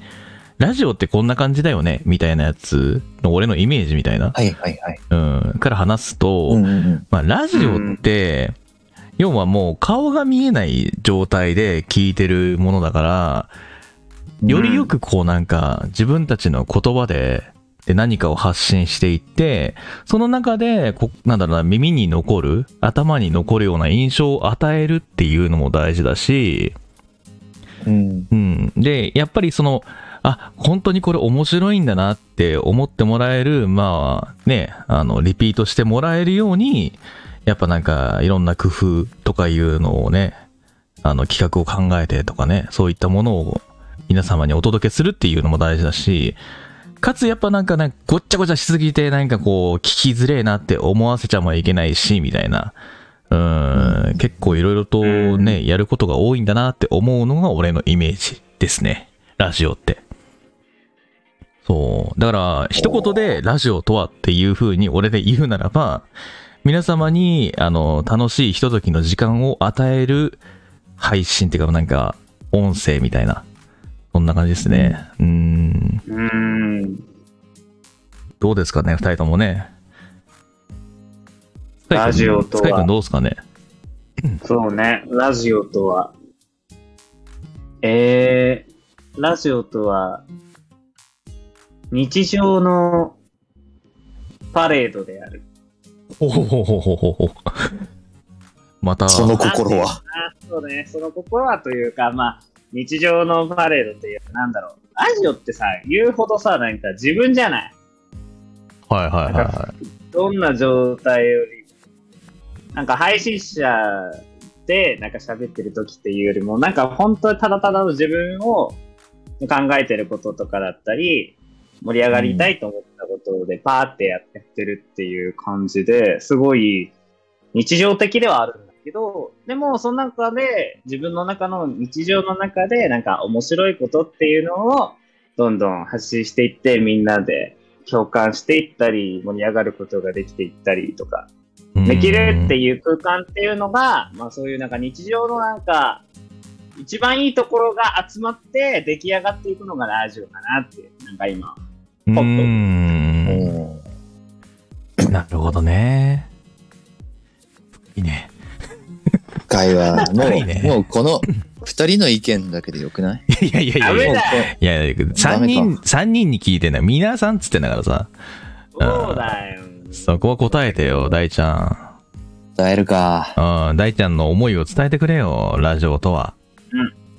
Speaker 1: ラジオってこんな感じだよね、みたいなやつの俺のイメージみたいな、
Speaker 3: はいはいはい。
Speaker 1: うん、から話すと、
Speaker 3: うんうん
Speaker 1: まあ、ラジオって、要はもう顔が見えない状態で聞いてるものだから、
Speaker 3: うん
Speaker 1: よりよくこうなんか自分たちの言葉で、で何かを発信していって、その中でこ、なんだろうな、耳に残る、頭に残るような印象を与えるっていうのも大事だし、
Speaker 3: うん。うん
Speaker 1: うん。で、やっぱりその、あ、本当にこれ面白いんだなって思ってもらえる、まあね、あの、リピートしてもらえるように、やっぱなんかいろんな工夫とかいうのをね、あの企画を考えてとかね、そういったものを皆様にお届けするっていうのも大事だし、かつやっぱなんかね、ごっちゃごちゃしすぎてなんかこう、聞きづれえなって思わせちゃもいけないし、みたいな。うん、結構いろいろとね、やることが多いんだなって思うのが俺のイメージですね。ラジオって。そう。だから、一言でラジオとはっていう風に俺で言うならば、皆様に、あの、楽しいひとときの時間を与える配信っていうか、なんか、音声みたいな、そんな感じですね。うん。
Speaker 2: うん。
Speaker 1: どうですかね、二人ともね。
Speaker 2: ラジオとは
Speaker 1: スカイ君どうですかね。
Speaker 2: そうね。ラジオとは。えー、ラジオとは、日常のパレードである。
Speaker 1: ほほほほほほほ。 また、
Speaker 3: その心は。
Speaker 2: あそうね、その心はというか、まあ、日常のパレードっていうか、なんだろう、ラジオってさ、言うほどさ、なんか自分じゃない。
Speaker 1: はいはいはいは
Speaker 2: どんな状態より、なんか配信者で、なんか喋ってる時っていうよりも、なんか本当にただただの自分を考えてることとかだったり、盛り上がりたいと思ったことで、パーってやってるっていう感じですごい日常的ではあるんだけど、でもその中で、自分の中の日常の中で、なんか面白いことっていうのを、どんどん発信していって、みんなで共感していったり、盛り上がることができていったりとか、
Speaker 1: い。
Speaker 2: できるって
Speaker 1: うん。
Speaker 2: いう空間っていうのが、まあそういうなんか日常のなんか、一番いいところが集まって出来上がっていくのがラジオかなって、なんか今。ポッと
Speaker 1: うん
Speaker 3: うん
Speaker 1: なるほどね。いいね。
Speaker 3: 会話
Speaker 1: 深いね
Speaker 3: もう、もうこの二人の意見だけでよくない
Speaker 1: いやいやい
Speaker 2: ダ
Speaker 1: やい
Speaker 2: メ
Speaker 1: や。
Speaker 2: だ
Speaker 1: いやいや、3
Speaker 3: ダメ
Speaker 1: 人、
Speaker 3: か
Speaker 1: 三人に聞いてんだよ。皆さんっつってんだからさ。
Speaker 2: そうだよ。
Speaker 1: そこは答えてよ、大ちゃ
Speaker 3: 伝えるか。
Speaker 1: ん。うん、大ちゃんの思いを伝えてくれよ、ラジオとは。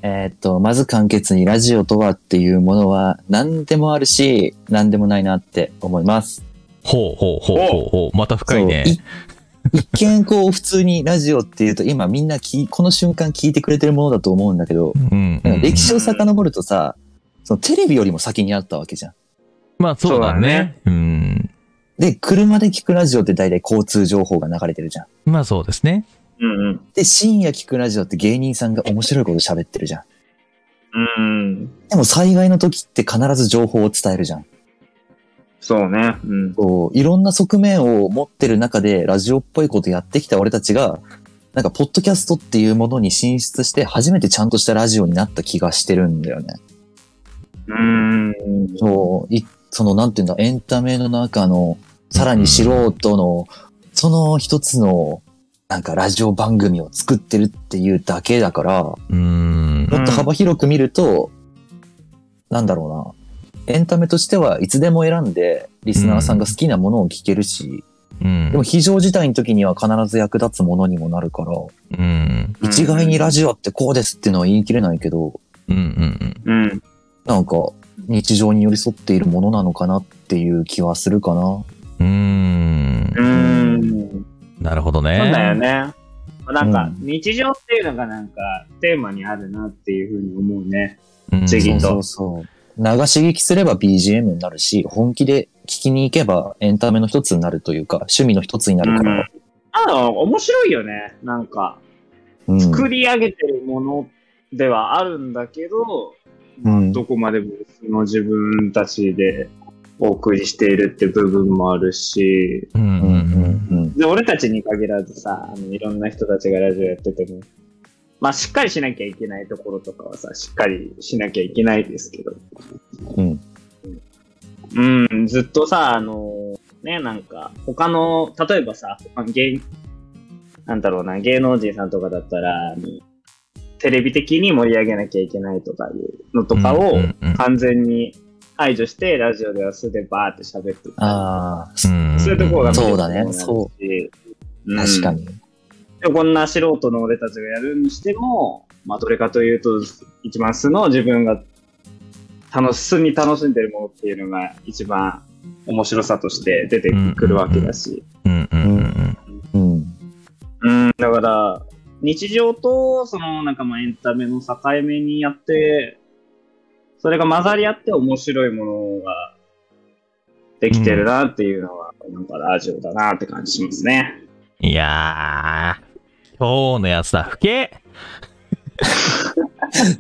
Speaker 3: えーっと、まず簡潔にラジオとはっていうものは何でもあるし、何でもないなって思います。
Speaker 1: ほうほうほうほうほう。また深いね
Speaker 3: そう。い 一見こう普通にラジオっていうと今みんなきこの瞬間聞いてくれてるものだと思うんだけど、
Speaker 1: うん、う
Speaker 3: なん
Speaker 1: ん
Speaker 3: か。歴史を遡るとさ、そのテレビよりも先にあったわけじゃん。
Speaker 1: まあそうだね。うん。
Speaker 3: で、車で聞くラジオって大体交通情報が流れてるじゃん。
Speaker 1: まあそうですね。
Speaker 2: うんうん。
Speaker 3: で、深夜聞くラジオって芸人さんが面白いこと喋ってるじゃん。
Speaker 2: うん。
Speaker 3: でも災害の時って必ず情報を伝えるじゃん。
Speaker 2: そうね。うん。
Speaker 3: こう、いろんな側面を持ってる中でラジオっぽいことやってきた俺たちが、なんかポッドキャストっていうものに進出して初めてちゃんとしたラジオになった気がしてるんだよね。
Speaker 2: うん。
Speaker 3: そう、い、その、なんていうんだ、エンタメの中の、さらに素人の、その一つの、なんかラジオ番組を作ってるっていうだけだから、も
Speaker 1: うーん。
Speaker 3: っと幅広く見ると、なんだろうな、エンタメとしてはいつでも選んで、リスナーさんが好きなものを聞けるし、
Speaker 1: うん
Speaker 3: でも。非常事態の時には必ず役立つものにもなるから、
Speaker 1: うん。
Speaker 3: 一概にラジオってこうですっていうのは言い切れないけど、
Speaker 1: うん。うん。
Speaker 2: うん。
Speaker 3: なんか日常に寄り添っているものなのかなっていう気はするかな。
Speaker 1: うん。うん
Speaker 2: うん。
Speaker 1: なるほどね。
Speaker 2: そうだよね。なんか、
Speaker 3: う
Speaker 2: 日常っていうのがなんか、テーマにあるなっていうふうに思うね。
Speaker 1: うん。
Speaker 2: ぜひ
Speaker 3: そう
Speaker 2: と
Speaker 3: そうそう。流し聞きすれば BGM になるし、本気で聞きに行けばエンタメの一つになるというか、趣味の一つになるから。
Speaker 2: あの、面白いよね。なんか、
Speaker 3: うん。
Speaker 2: 作り上げてるものではあるんだけど、
Speaker 3: うん
Speaker 2: どこまでもその自分たちでお送りしているって部分もあるし、
Speaker 1: うん
Speaker 3: う
Speaker 1: うんん
Speaker 3: うんうん
Speaker 2: で俺たちに限らずさ、あのいろんな人たちがラジオやってても、まあしっかりしなきゃいけないところとかはさ、しっかりしなきゃいけないですけど。
Speaker 3: うん。
Speaker 2: うん、ずっとさ、あの、ね、なんか、他の、例えばさ、他の芸、なんだろうな、芸能人さんとかだったら、あのテレビ的に盛り上げなきゃいけないとかいうのとかを
Speaker 1: うんうんうん
Speaker 2: 完全に排除して、ラジオでは素でバーって喋ってた
Speaker 3: ああ、
Speaker 1: うん。
Speaker 2: そういうところが
Speaker 3: そうだね
Speaker 2: う
Speaker 3: 確か
Speaker 2: に
Speaker 3: に。
Speaker 2: でもこんな素人の俺たちがやるにしても、まあ、どれかというと、一番素の自分が楽し、素に楽しんでるものっていうのが一番面白さとして出てくるわけだし。
Speaker 1: うんうんうん
Speaker 3: うん。
Speaker 2: うん、だから、日常と、その、なんかまあエンタメの境目にやって、それが混ざり合って面白いものができてるなっていうのは、なんかラジオだなって感じしますね。
Speaker 1: うん。いやー、今日のやつだ、ふけ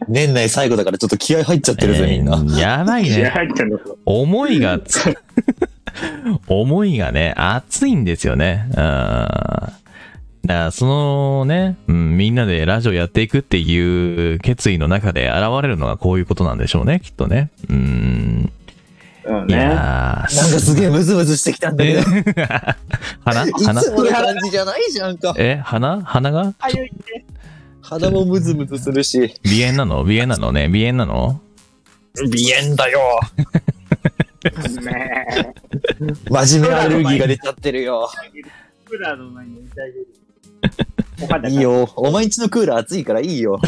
Speaker 3: 年内最後だからちょっと気合入っちゃってるぜ、みん
Speaker 1: え
Speaker 3: な。
Speaker 1: ーやばい
Speaker 2: 気合
Speaker 1: ね。
Speaker 2: 入ってんのか
Speaker 1: 思いがつ、思いがね、熱いんですよね。うん。だからそのね、うん、みんなでラジオやっていくっていう決意の中で現れるのがこういうことなんでしょうね、きっとね。うん。
Speaker 2: うんね。
Speaker 1: いやー、
Speaker 3: なんかすげえムズムズしてきたんだけど。い
Speaker 1: え鼻鼻
Speaker 3: つもの感じじゃないじゃんか。
Speaker 1: え鼻鼻が
Speaker 2: あゆい
Speaker 3: 肌もムズムズするし。
Speaker 1: 鼻炎なの鼻炎なのね鼻炎なの
Speaker 3: 鼻炎だよ。
Speaker 2: ね
Speaker 3: 真面目アレルギーが出ちゃってるよ。
Speaker 2: クーラーの前に置いてあげる。お肌が
Speaker 3: いい。よ。お前んちのクーラー暑いからいいよ。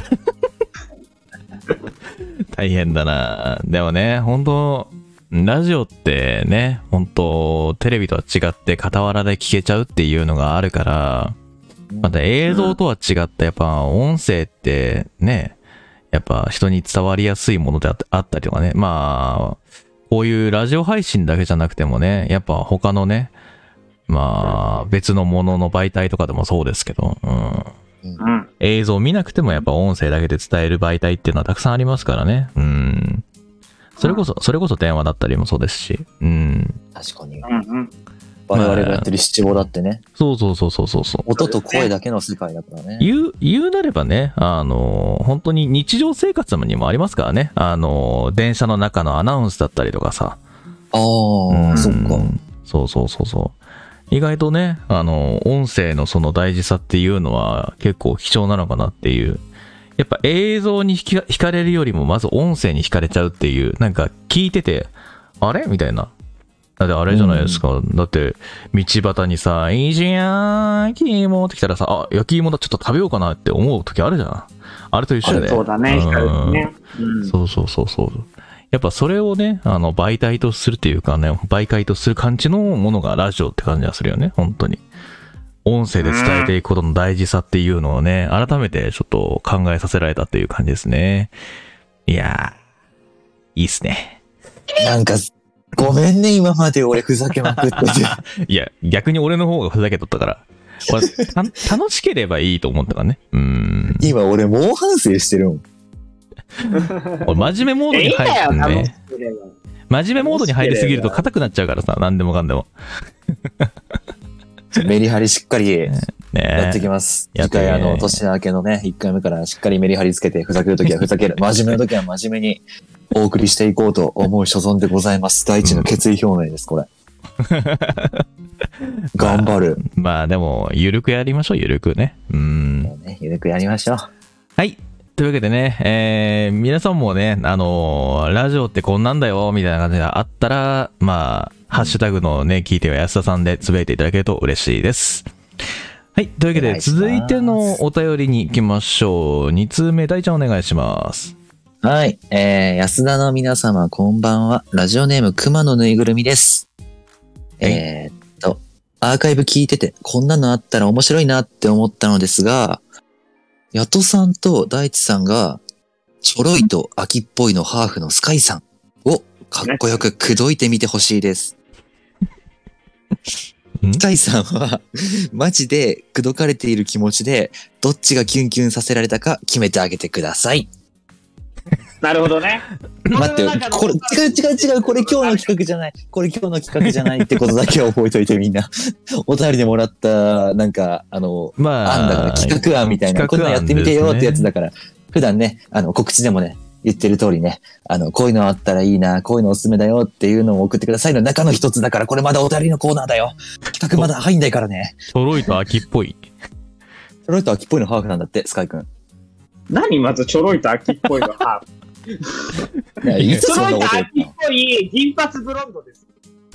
Speaker 1: 大変だなでもね本当ラジオってね本当テレビとは違って傍らで聞けちゃうっていうのがあるからまた映像とは違ったやっぱ音声ってねやっぱ人に伝わりやすいものであっあったりとかねまあこういうラジオ配信だけじゃなくてもねやっぱ他のねまあ別のものの媒体とかでもそうですけど、うん、
Speaker 2: うん。
Speaker 1: 映像見なくてもやっぱ音声だけで伝える媒体っていうのはたくさんありますからね。うん。それこそ、それこそ電話だったりもそうですし。うん。
Speaker 3: 確かに。
Speaker 2: うんうん。
Speaker 3: 我々がやってる七五だってね、
Speaker 1: そうそうそうそうそうそう。
Speaker 3: 音と声だけの世界だからね。
Speaker 1: 言う、言うなればね、あの、本当に日常生活にもありますからね。あの、電車の中のアナウンスだったりとかさ。
Speaker 3: ああ、
Speaker 1: うん
Speaker 3: そっか。
Speaker 1: そうそうそうそう。意外とね、あの、音声のその大事さっていうのは結構貴重なのかなっていう。やっぱ映像に惹か惹かれるよりもまず音声に惹かれちゃうっていう、なんか聞いてて、あれみたいな。だってあれじゃないですか。だって、道端にさ、いいじゃん、焼き芋って来たらさ、あ、焼き芋だ、ちょっと食べようかなって思う時あるじゃん。あれと一緒
Speaker 2: あ
Speaker 1: で。
Speaker 2: れそうだね、光るね。うん。
Speaker 1: そうそうそうそう。やっぱそれをね、あの媒体とするというかね、媒介とする感じのものがラジオって感じがするよね、本当に。音声で伝えていくことの大事さっていうのをね、改めてちょっと考えさせられたっていう感じですね。いやー、いいっすね。
Speaker 3: なんか、ごめんね、今まで俺ふざけまく ってて。
Speaker 1: いや、逆に俺の方がふざけとったから。俺た 楽しければいいと思ったからね。うーん。
Speaker 3: 今俺猛反省してるもん。
Speaker 1: 俺真面目モードに入るん
Speaker 2: 楽し
Speaker 1: ね。
Speaker 2: ければ
Speaker 1: 真面目モードに入りすぎると硬くなっちゃうからさ、何でもかんでも。
Speaker 3: メリハリしっかりや
Speaker 1: ね
Speaker 3: ってきます。
Speaker 1: やって
Speaker 3: 次回、あの、年明けのね、1回目からしっかりメリハリつけて、ふざけると きはふざける、真面目なときは真面目にお送りしていこうと思う所存でございます。第一の決意表明で す、これ。頑張る。
Speaker 1: まあでも、ゆるくやりましょう、ゆるくね。うん。
Speaker 3: もうね、ゆるくやりましょう。
Speaker 1: はい。というわけでね、えー皆さんもね、あのーラジオってこんなんだよ、みたいな感じがあったら、まあ、ハッシュタグのね、聞いては安田さんでつぶやいていただけると嬉しいです。はい。というわけ
Speaker 3: お
Speaker 1: で、
Speaker 3: 願いします
Speaker 1: 続いてのお便りに行きましょう。2通目、大ちゃんお願いします。
Speaker 3: はい。えー、安田の皆様、こんばんは。ラジオネーム、熊のぬいぐるみです。
Speaker 1: はい
Speaker 3: えーっと、アーカイブ聞いてて、こんなのあったら面白いなって思ったのですが、ヤトさんと大地さんが、ちょろいと秋っぽいのハーフのスカイさんを、かっこよく口説いてみてほしいです。
Speaker 1: ん
Speaker 3: スカイさんは、マジで口説かれている気持ちで、どっちがキュンキュンさせられたか決めてあげてください。
Speaker 2: なるほどね。
Speaker 3: 待ってよ
Speaker 2: 俺の中、の
Speaker 3: これ、違う違う違う、これ今日の企画じゃない。これ今日の企画じゃないってことだけは覚えといてみんな。 お便りでもらった、なんか、あの、
Speaker 1: まあ、
Speaker 3: 案だから企画案みたいな、こん
Speaker 1: 企画
Speaker 3: なんや
Speaker 1: 案です
Speaker 3: って
Speaker 1: ね
Speaker 3: みてよってやつだから、普段ね、あの、告知でもね、言ってる通りね、あの、こういうのあったらいいな、こういうのおすすめだよっていうのを送ってくださいの中の一つだから、これまだお便りのコーナーだよ。企画まだ入んないからね。
Speaker 1: ちょろいと秋っぽい。
Speaker 3: その人は秋っぽいのハーフなんだって、スカイ君。
Speaker 2: 何まずちょろいと秋っぽいの。あ
Speaker 3: いやいつ
Speaker 2: ちょ
Speaker 3: そん
Speaker 2: ろ
Speaker 3: ないことと
Speaker 2: 秋
Speaker 3: 言っ
Speaker 2: った
Speaker 3: の
Speaker 2: ぽい銀髪ブロンドです。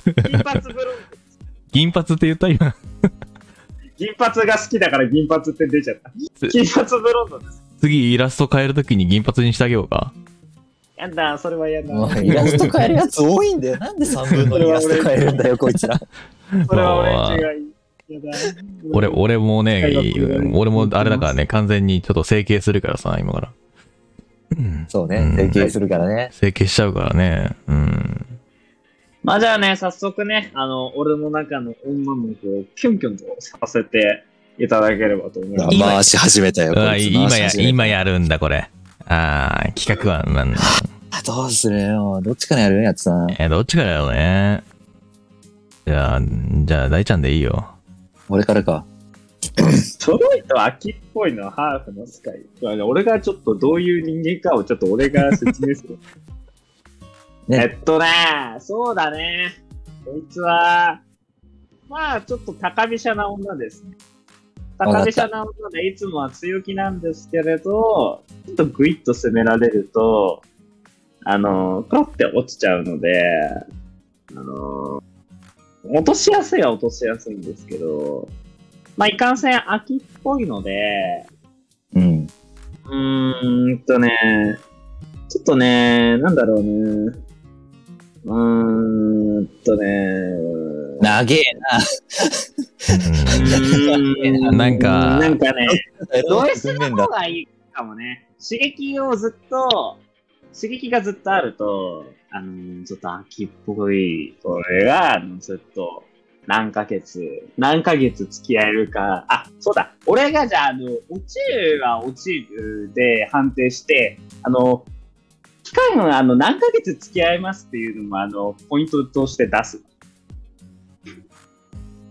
Speaker 2: 銀髪ブロンド。
Speaker 1: 銀髪って言った今。
Speaker 2: 銀髪が好きだから銀髪って出ちゃった。金髪ブロンドです。
Speaker 1: 次イラスト変えるときに銀髪にしてあげようか。
Speaker 2: やだ、それはやだ。
Speaker 3: もうイラスト変えるやつ多いんだよ。なんで3分のイラスト変えるんだよ、こいつら。
Speaker 2: それは俺違い。やだ。
Speaker 1: 俺、俺もね
Speaker 2: 大学、
Speaker 1: 俺もあれだからね、完全にちょっと整形するからさ、今から。うん
Speaker 3: そう
Speaker 1: うん
Speaker 3: ね、提携するからね。
Speaker 1: 整形しちゃうからね。うん。
Speaker 2: まあじゃあね、早速ね、あの、俺の中の女の子をキュンキュンとさせていただければと思います。
Speaker 3: 回し始めたよ、
Speaker 1: うわ
Speaker 3: こいつ
Speaker 1: 今
Speaker 3: 回し
Speaker 1: や、
Speaker 3: 始めた
Speaker 1: 今やるんだ、これ。ああ、企画は、なん
Speaker 3: あどうするよ。どっちからやるやつさん。
Speaker 1: えーどっちからやろうね。じゃあ、じゃあ、大ちゃんでいいよ。
Speaker 3: 俺からか。
Speaker 2: ちょろいと秋っぽいのはハーフのスカイ。俺がちょっとどういう人間かをちょっと俺が説明する。
Speaker 3: ね
Speaker 2: えっとね、そうだね。こいつは、まあちょっと高飛車な女ですね。高飛車な女でいつもは強気なんですけれど、ちょっとグイッと攻められると、あの、コロって落ちちゃうので、あの、落としやすいは落としやすいんですけど、まあいかんせん秋っぽいので、
Speaker 3: うん。
Speaker 2: うーんとね、ちょっとね、なんだろうね。うーんとね。
Speaker 3: 長え
Speaker 1: うん
Speaker 2: うー
Speaker 1: なんか
Speaker 2: なんかね、
Speaker 3: な。
Speaker 2: ド S
Speaker 3: 文面
Speaker 2: の
Speaker 3: だ
Speaker 2: 方。がいいかもね。刺激をずっと、刺激がずっとあると、あの、ちょっと秋っぽい、これが、あのずっと、何ヶ月、何ヶ月付き合えるか、あ、そうだ、俺がじゃあ、あの、落ちるは落ちるで判定して、あの、機械のあの、何ヶ月付き合いますっていうのも、あの、ポイントとして出す。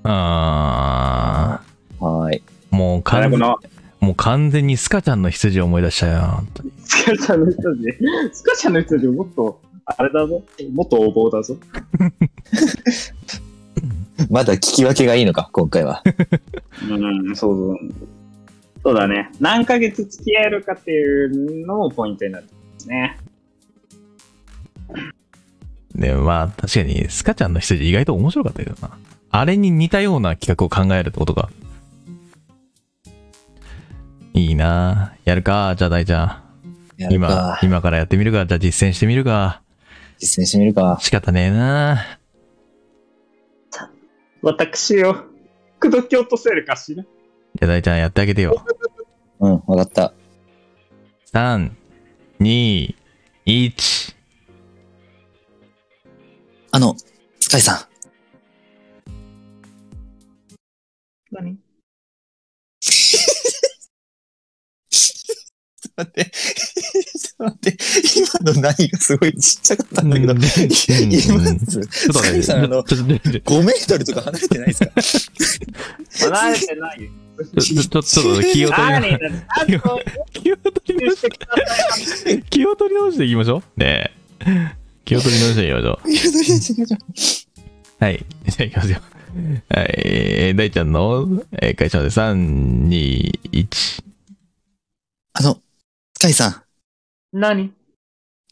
Speaker 1: あ
Speaker 3: はい。
Speaker 1: ーもう
Speaker 2: あ
Speaker 1: 完
Speaker 2: こ、の、
Speaker 1: もう完全にスカちゃんの羊を思い出したよ。本当に
Speaker 2: スカちゃんの人たち、スカちゃんの人たちもっと、あれだぞ、もっと横暴だぞ。
Speaker 3: まだ聞き分けがいいのか、今回は。
Speaker 2: うん、そうそう。そうだね。何ヶ月付き合えるかっていうのもポイントになってますね。
Speaker 1: で、まあ、確かに、スカちゃんの羊意外と面白かったけどな。あれに似たような企画を考えるってことか。いいなやるか。じゃあ、大ちゃん。
Speaker 3: や る
Speaker 1: 今
Speaker 3: か、。
Speaker 1: 今からやってみるか。じゃあ、実践してみるか。
Speaker 3: 実践してみるか。
Speaker 1: 仕方ねえな
Speaker 2: 私を、口説き落とせるかしら。
Speaker 1: じゃあ、大ちゃんやってあげてよ。
Speaker 3: うん、わかった。
Speaker 1: 3、2、1。
Speaker 3: あの、スカイさん。
Speaker 2: 何
Speaker 3: 待って。待って、 今の何がすごいちっちゃかったんだけど、
Speaker 1: うん
Speaker 3: い 今のやつ、
Speaker 1: ちょっと
Speaker 3: スカイさん、あの、
Speaker 1: ちょっと待って
Speaker 3: 5メートルとか離れてないですか
Speaker 2: 離れてない よ。
Speaker 1: ちょっとちょっと気を取り直
Speaker 2: 何だ
Speaker 1: し
Speaker 2: ちゃんと
Speaker 1: 気を取り
Speaker 2: 練習
Speaker 1: 直し
Speaker 2: してください。
Speaker 1: て気を取り直していきましょうねえ気を取り直していきましょ
Speaker 3: いやどうしようどうしよう
Speaker 1: うはい じゃあいきますよはいえー大ちゃんのえー会社まで321
Speaker 3: あの、スカイさん、
Speaker 2: 何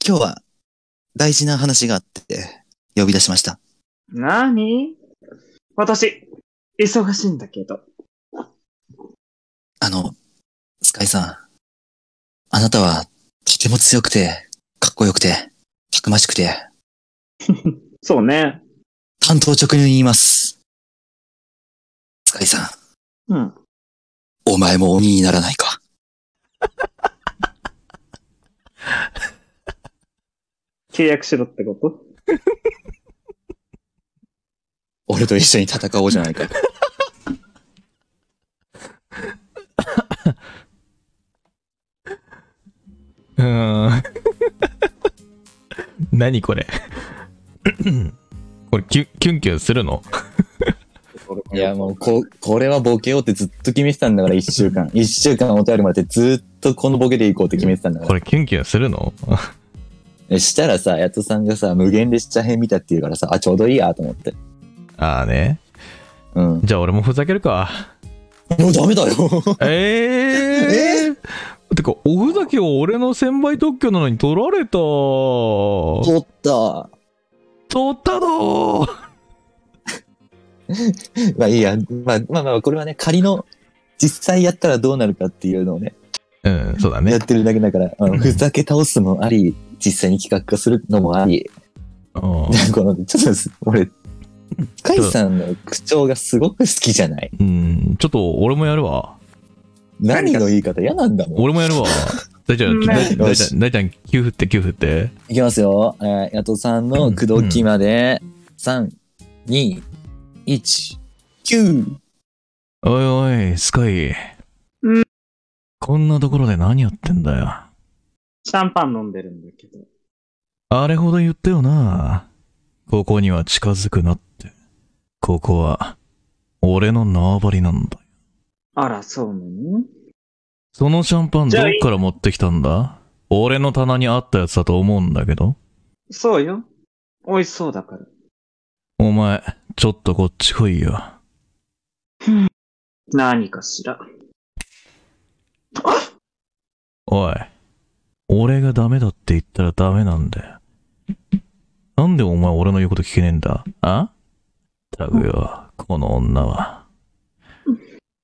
Speaker 3: 今日は大事な話があって、呼び出しました。
Speaker 2: 何私、忙しいんだけど。
Speaker 3: あの、スカイさん、あなたはとても強くて、かっこよくて、たくましくて、
Speaker 2: そうね。
Speaker 3: 担当直入に言います。スカイさん、
Speaker 2: うん。
Speaker 3: お前も鬼にならないか。
Speaker 2: 契約しろってこと
Speaker 3: 俺と一緒に戦おうじゃないか。
Speaker 1: うーん 何これ これキュキュンキュンするの
Speaker 3: いや、もう、こ、これはボケようってずっと決めてたんだから、一週間。一週間お便りもらって、ずっとこのボケでいこうって決めてたんだか
Speaker 1: これキュンキュンするの
Speaker 3: ら。したらさ、やっとさんがさ、無限列車編見たって言うからさ、あ、ちょうどいいやと思って。
Speaker 1: ああね
Speaker 3: うん。
Speaker 1: じゃあ俺もふざけるか
Speaker 3: もうダメだよ。
Speaker 1: ええてか、おふざけを俺の専売特許なのに取られた。取
Speaker 3: 取った。
Speaker 1: ったの
Speaker 3: まあいいや。まあまあまあ、これはね、仮の、実際やったらどうなるかっていうのをね、
Speaker 1: うん、そうだ
Speaker 3: や
Speaker 1: ね
Speaker 3: っ。てるだけだから、あのふざけ倒すのもあり、実際に企画化するのもあり、
Speaker 1: うん
Speaker 3: でこの、ちょっと、俺、カイさんの口調がすごく好きじゃない
Speaker 1: うん、ちょっと俺もやるわ。
Speaker 3: 何の言い方嫌なんだもん。
Speaker 1: 俺もやる わ。大ちゃん、
Speaker 2: ね
Speaker 1: 大大
Speaker 3: よ
Speaker 1: ちゃ
Speaker 3: し
Speaker 1: ん、大ちゃん、給付って、給付って。
Speaker 3: いきますよ。えー、ヤトさんの口説きまで、3、2、1、9。
Speaker 1: おいおい、スカイ
Speaker 2: うん。
Speaker 1: こんなところで何やってんだよ。
Speaker 2: シャンパン飲んでるんだけど。
Speaker 1: あれほど言ったよな。ここには近づくなって。ここは、俺の縄張りなんだ。
Speaker 2: あら、そうなの
Speaker 1: そのシャンパン
Speaker 2: じ
Speaker 1: ど
Speaker 2: ゃ
Speaker 1: っ
Speaker 2: あ
Speaker 1: から持ってきたんだ俺の棚にあったやつだと思うんだけど。
Speaker 2: そうよ。美味しそうだから。
Speaker 1: お前、ちょっとこっち来いよ。
Speaker 2: 何かしら。
Speaker 1: おい。俺がダメだって言ったらダメなんだよ。なんでお前俺の言うこと聞けねえんだあったくよ、この女は。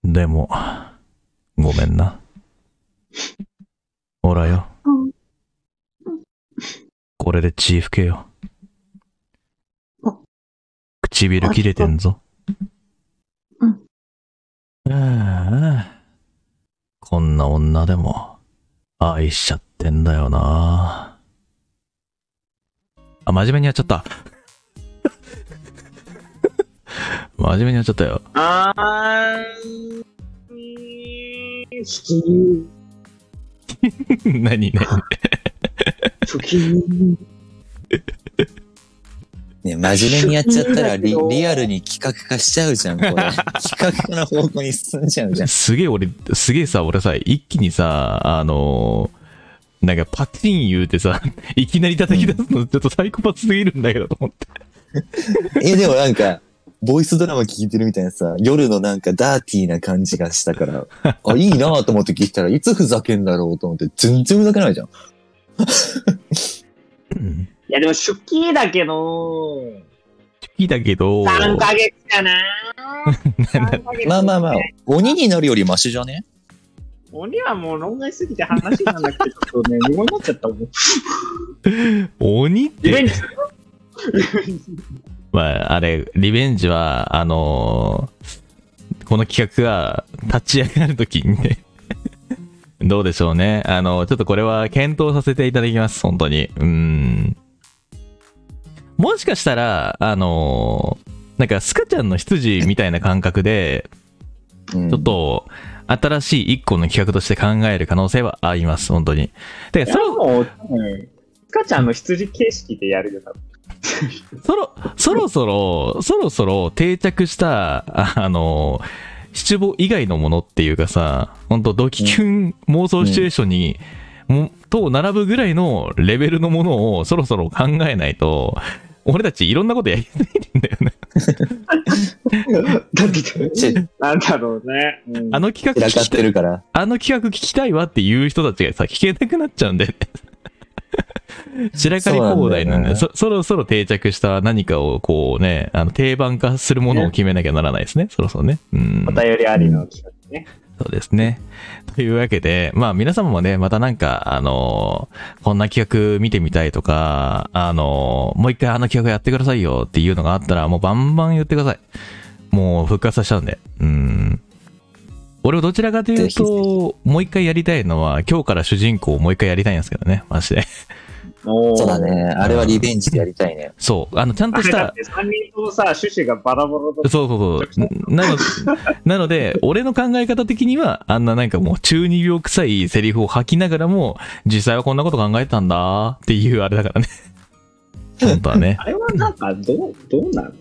Speaker 1: でも、ごめんな。ほらよ。これで血吹けよ。唇切れてんぞ。
Speaker 2: うん
Speaker 1: ああ、こんな女でも愛しちゃってんだよな。あ、真面目にやっちゃった。 真面目にやっちゃったよ。
Speaker 2: あー、時に、
Speaker 1: 何ね。
Speaker 2: 時に、
Speaker 3: ね、真面目にやっちゃったらリ、リアルに企画化しちゃうじゃん、これ。企画化の方向に進んじゃうじゃん。
Speaker 1: すげえ俺、すげえさ、俺さ、一気にさ、あのーなんかパチン言うてさ、 いきなり叩き出すのちょっとサイコパスすぎるんだけどと思って。
Speaker 3: え、でもなんか、ボイスドラマ聞いてるみたいなさ、夜のなんかダーティーな感じがしたから、あ、いいなぁと思って聞いたらいつふざけんだろうと思って、全然ふざけないじゃん。
Speaker 1: うん。
Speaker 2: いやでも、初期だけど、
Speaker 1: いいだけど、
Speaker 2: 3ヶ月かな三ヶ月
Speaker 3: まあまあまあ、鬼になるよりマシじゃね
Speaker 2: 鬼はもう論外すぎて話なんだけど、ちょっとね、無言になっちゃった もん。
Speaker 1: 鬼っ
Speaker 2: リベン
Speaker 1: て、
Speaker 2: ジする
Speaker 1: まあ、あれ、リベンジは、あのーこの企画が立ち上がるときにね、 どうでしょうね。あの、ちょっとこれは検討させていただきます、本当に。うん。もしかしたら、あのーなんか、スカちゃんの羊みたいな感覚で、
Speaker 3: ち
Speaker 1: ちょっ、と、新しい一個の企画として考える可能性はあります、本当に。で、
Speaker 2: そ
Speaker 1: そ
Speaker 2: れ
Speaker 1: ろ、
Speaker 2: もう、うんスカちゃんの羊形式でやるよ、多分。
Speaker 1: そろ、そろそろ、そろそろ定着した、ああの、七五以外のものっていうかさ、本当ドキキュン妄想シチュエーションに、もと並ぶぐらいのレベルのものをそろそろ考えないと、俺たちいろんなことやりすぎてんだよね。
Speaker 2: だって、
Speaker 3: ち
Speaker 2: なんだろうね。うん
Speaker 1: あの企
Speaker 3: 散
Speaker 1: 画
Speaker 3: ら
Speaker 1: 聞
Speaker 3: か
Speaker 1: き
Speaker 3: ったて
Speaker 1: い、
Speaker 3: るから。
Speaker 1: あの企画聞きたいわっていう人たちがさ、聞けなくなっちゃうんだよね。散らかり放題なん
Speaker 3: そうなん
Speaker 1: で、
Speaker 3: だよね
Speaker 1: そそろそろ定着した何かをこうね、あの定番化するものを決めなきゃならないですね、そろそろね。うん
Speaker 2: お。便りありの企画ね。
Speaker 1: そうですね。 というわけで、まあ皆様もね、またなんか、あのーこんな企画見てみたいとか、あのーもう一回あの企画やってくださいよっていうのがあったら、もうバンバン言ってください。もう復活させちゃうんで。うん。俺はどちらかという
Speaker 3: ぜひぜ
Speaker 1: と、もう一回やりたいのは、今日から主人公をもう一回やりたいんですけどね、マジで。
Speaker 2: おー
Speaker 3: そうだ。ね。あれはリベンジでやりたいね。
Speaker 1: そう。あの、ちゃん
Speaker 2: あ
Speaker 1: とし
Speaker 2: れだ
Speaker 1: た
Speaker 2: っ、て3人ともさ、趣旨がバラバラだった
Speaker 1: そうそうそう。なのなので、俺の考え方的には、あんななんかもう中二病臭いセリフを吐きながらも、実際はこんなこと考えてたんだっていうあれだから ね。本当はね。
Speaker 2: あれはなんか、どう、どうなん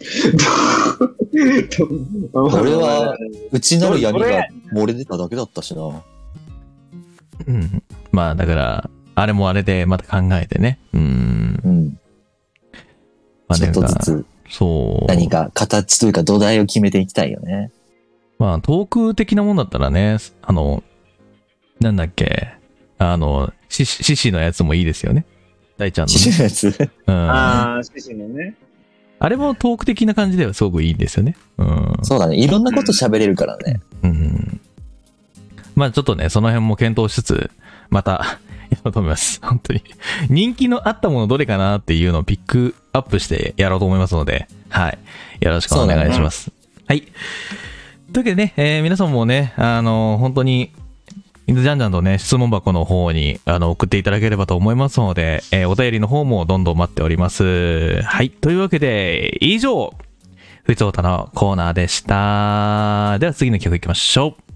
Speaker 2: どう
Speaker 3: 俺は、うちなる闇
Speaker 2: それ
Speaker 3: が漏れ出ただけだったしな。
Speaker 1: うん。まあだから、あれもあれでまた考えてね。うん。
Speaker 3: うん。
Speaker 1: まあ
Speaker 3: ちょっと
Speaker 1: なん
Speaker 3: ず
Speaker 1: か
Speaker 3: つ
Speaker 1: そう。
Speaker 3: 何か形というか土台を決めていきたいよね。
Speaker 1: まあ、トーク的なもんだったらね、あの、なんだっけ、あの、獅子獅子のやつもいいですよね。大ちゃんの、
Speaker 3: 刺
Speaker 1: ね。
Speaker 3: 繍のやつ。
Speaker 1: うん。あ
Speaker 2: ああ、趣旨のね。
Speaker 1: れもトーク的な感じではすごくいいんですよね。うん。
Speaker 3: そうだね。いろんなこと喋れるからね。
Speaker 1: うん。まあちょっとね、その辺も検討しつつ、また、 やろうと思います。本当に。人気のあったものどれかなっていうのをピックアップしてやろうと思いますので、はい。よろしくお願いします。はい。というわけでね、えー皆さんもね、あの本当に、じゃんじゃんとね、質問箱の方にあの送っていただければと思いますので、えーお便りの方もどんどん待っております。はい。というわけで、以上、ふつおたのコーナーでした。では次の曲いきましょう。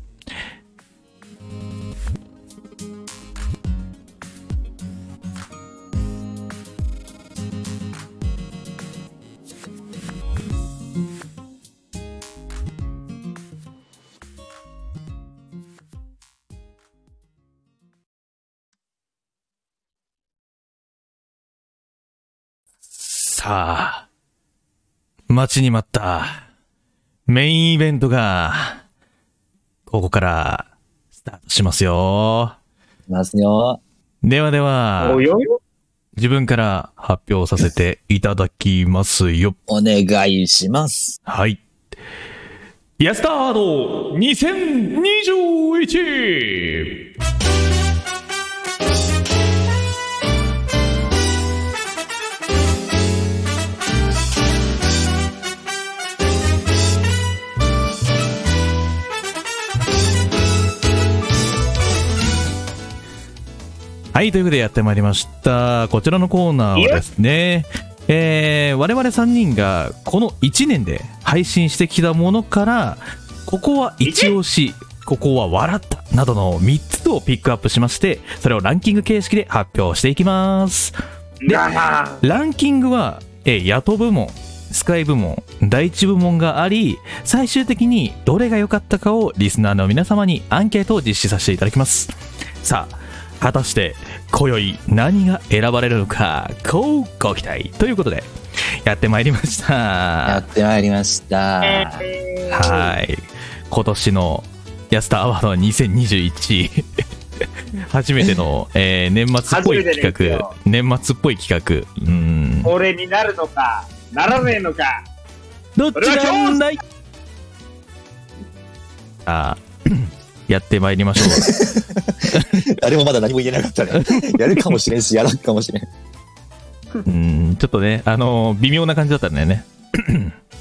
Speaker 1: さあ、待ちに待ったメインイベントが、ここからスタートしますよ。
Speaker 3: いますよ。
Speaker 1: ではでは、
Speaker 2: およよ
Speaker 1: 自分から発表させていただきますよ。
Speaker 3: お願いします。
Speaker 1: はい。ヤスタード2021はい、ということでやってまいりました。こちらのコーナーはですね、えー我々3人がこの1年で配信してきたものから、ここは一押し、ここは笑った、などの3つをピックアップしまして、それをランキング形式で発表していきます。で
Speaker 2: あ
Speaker 1: ランキングは、えー、野党部門、スカイ部門、第一部門があり、最終的にどれが良かったかをリスナーの皆様にアンケートを実施させていただきます。さあ、果たして、今宵何が選ばれるのか、こうご期待ということで、やってまいりました。
Speaker 3: やってまいりました。
Speaker 1: はい。今年のヤスターアワード2021。初めての、えー年末っぽい
Speaker 2: 初めてです
Speaker 1: 企画
Speaker 2: よ、
Speaker 1: 年末っぽい企画、うん、
Speaker 2: 俺になるのか、ならねえのか。
Speaker 1: どっちなんだいあ ーやってまいりましょう。
Speaker 3: 誰もまだ何も言えなかったね。やるかもしれんし、やらんかもしれん。
Speaker 1: うん、ちょっとね、あのー微妙な感じだったんだよね。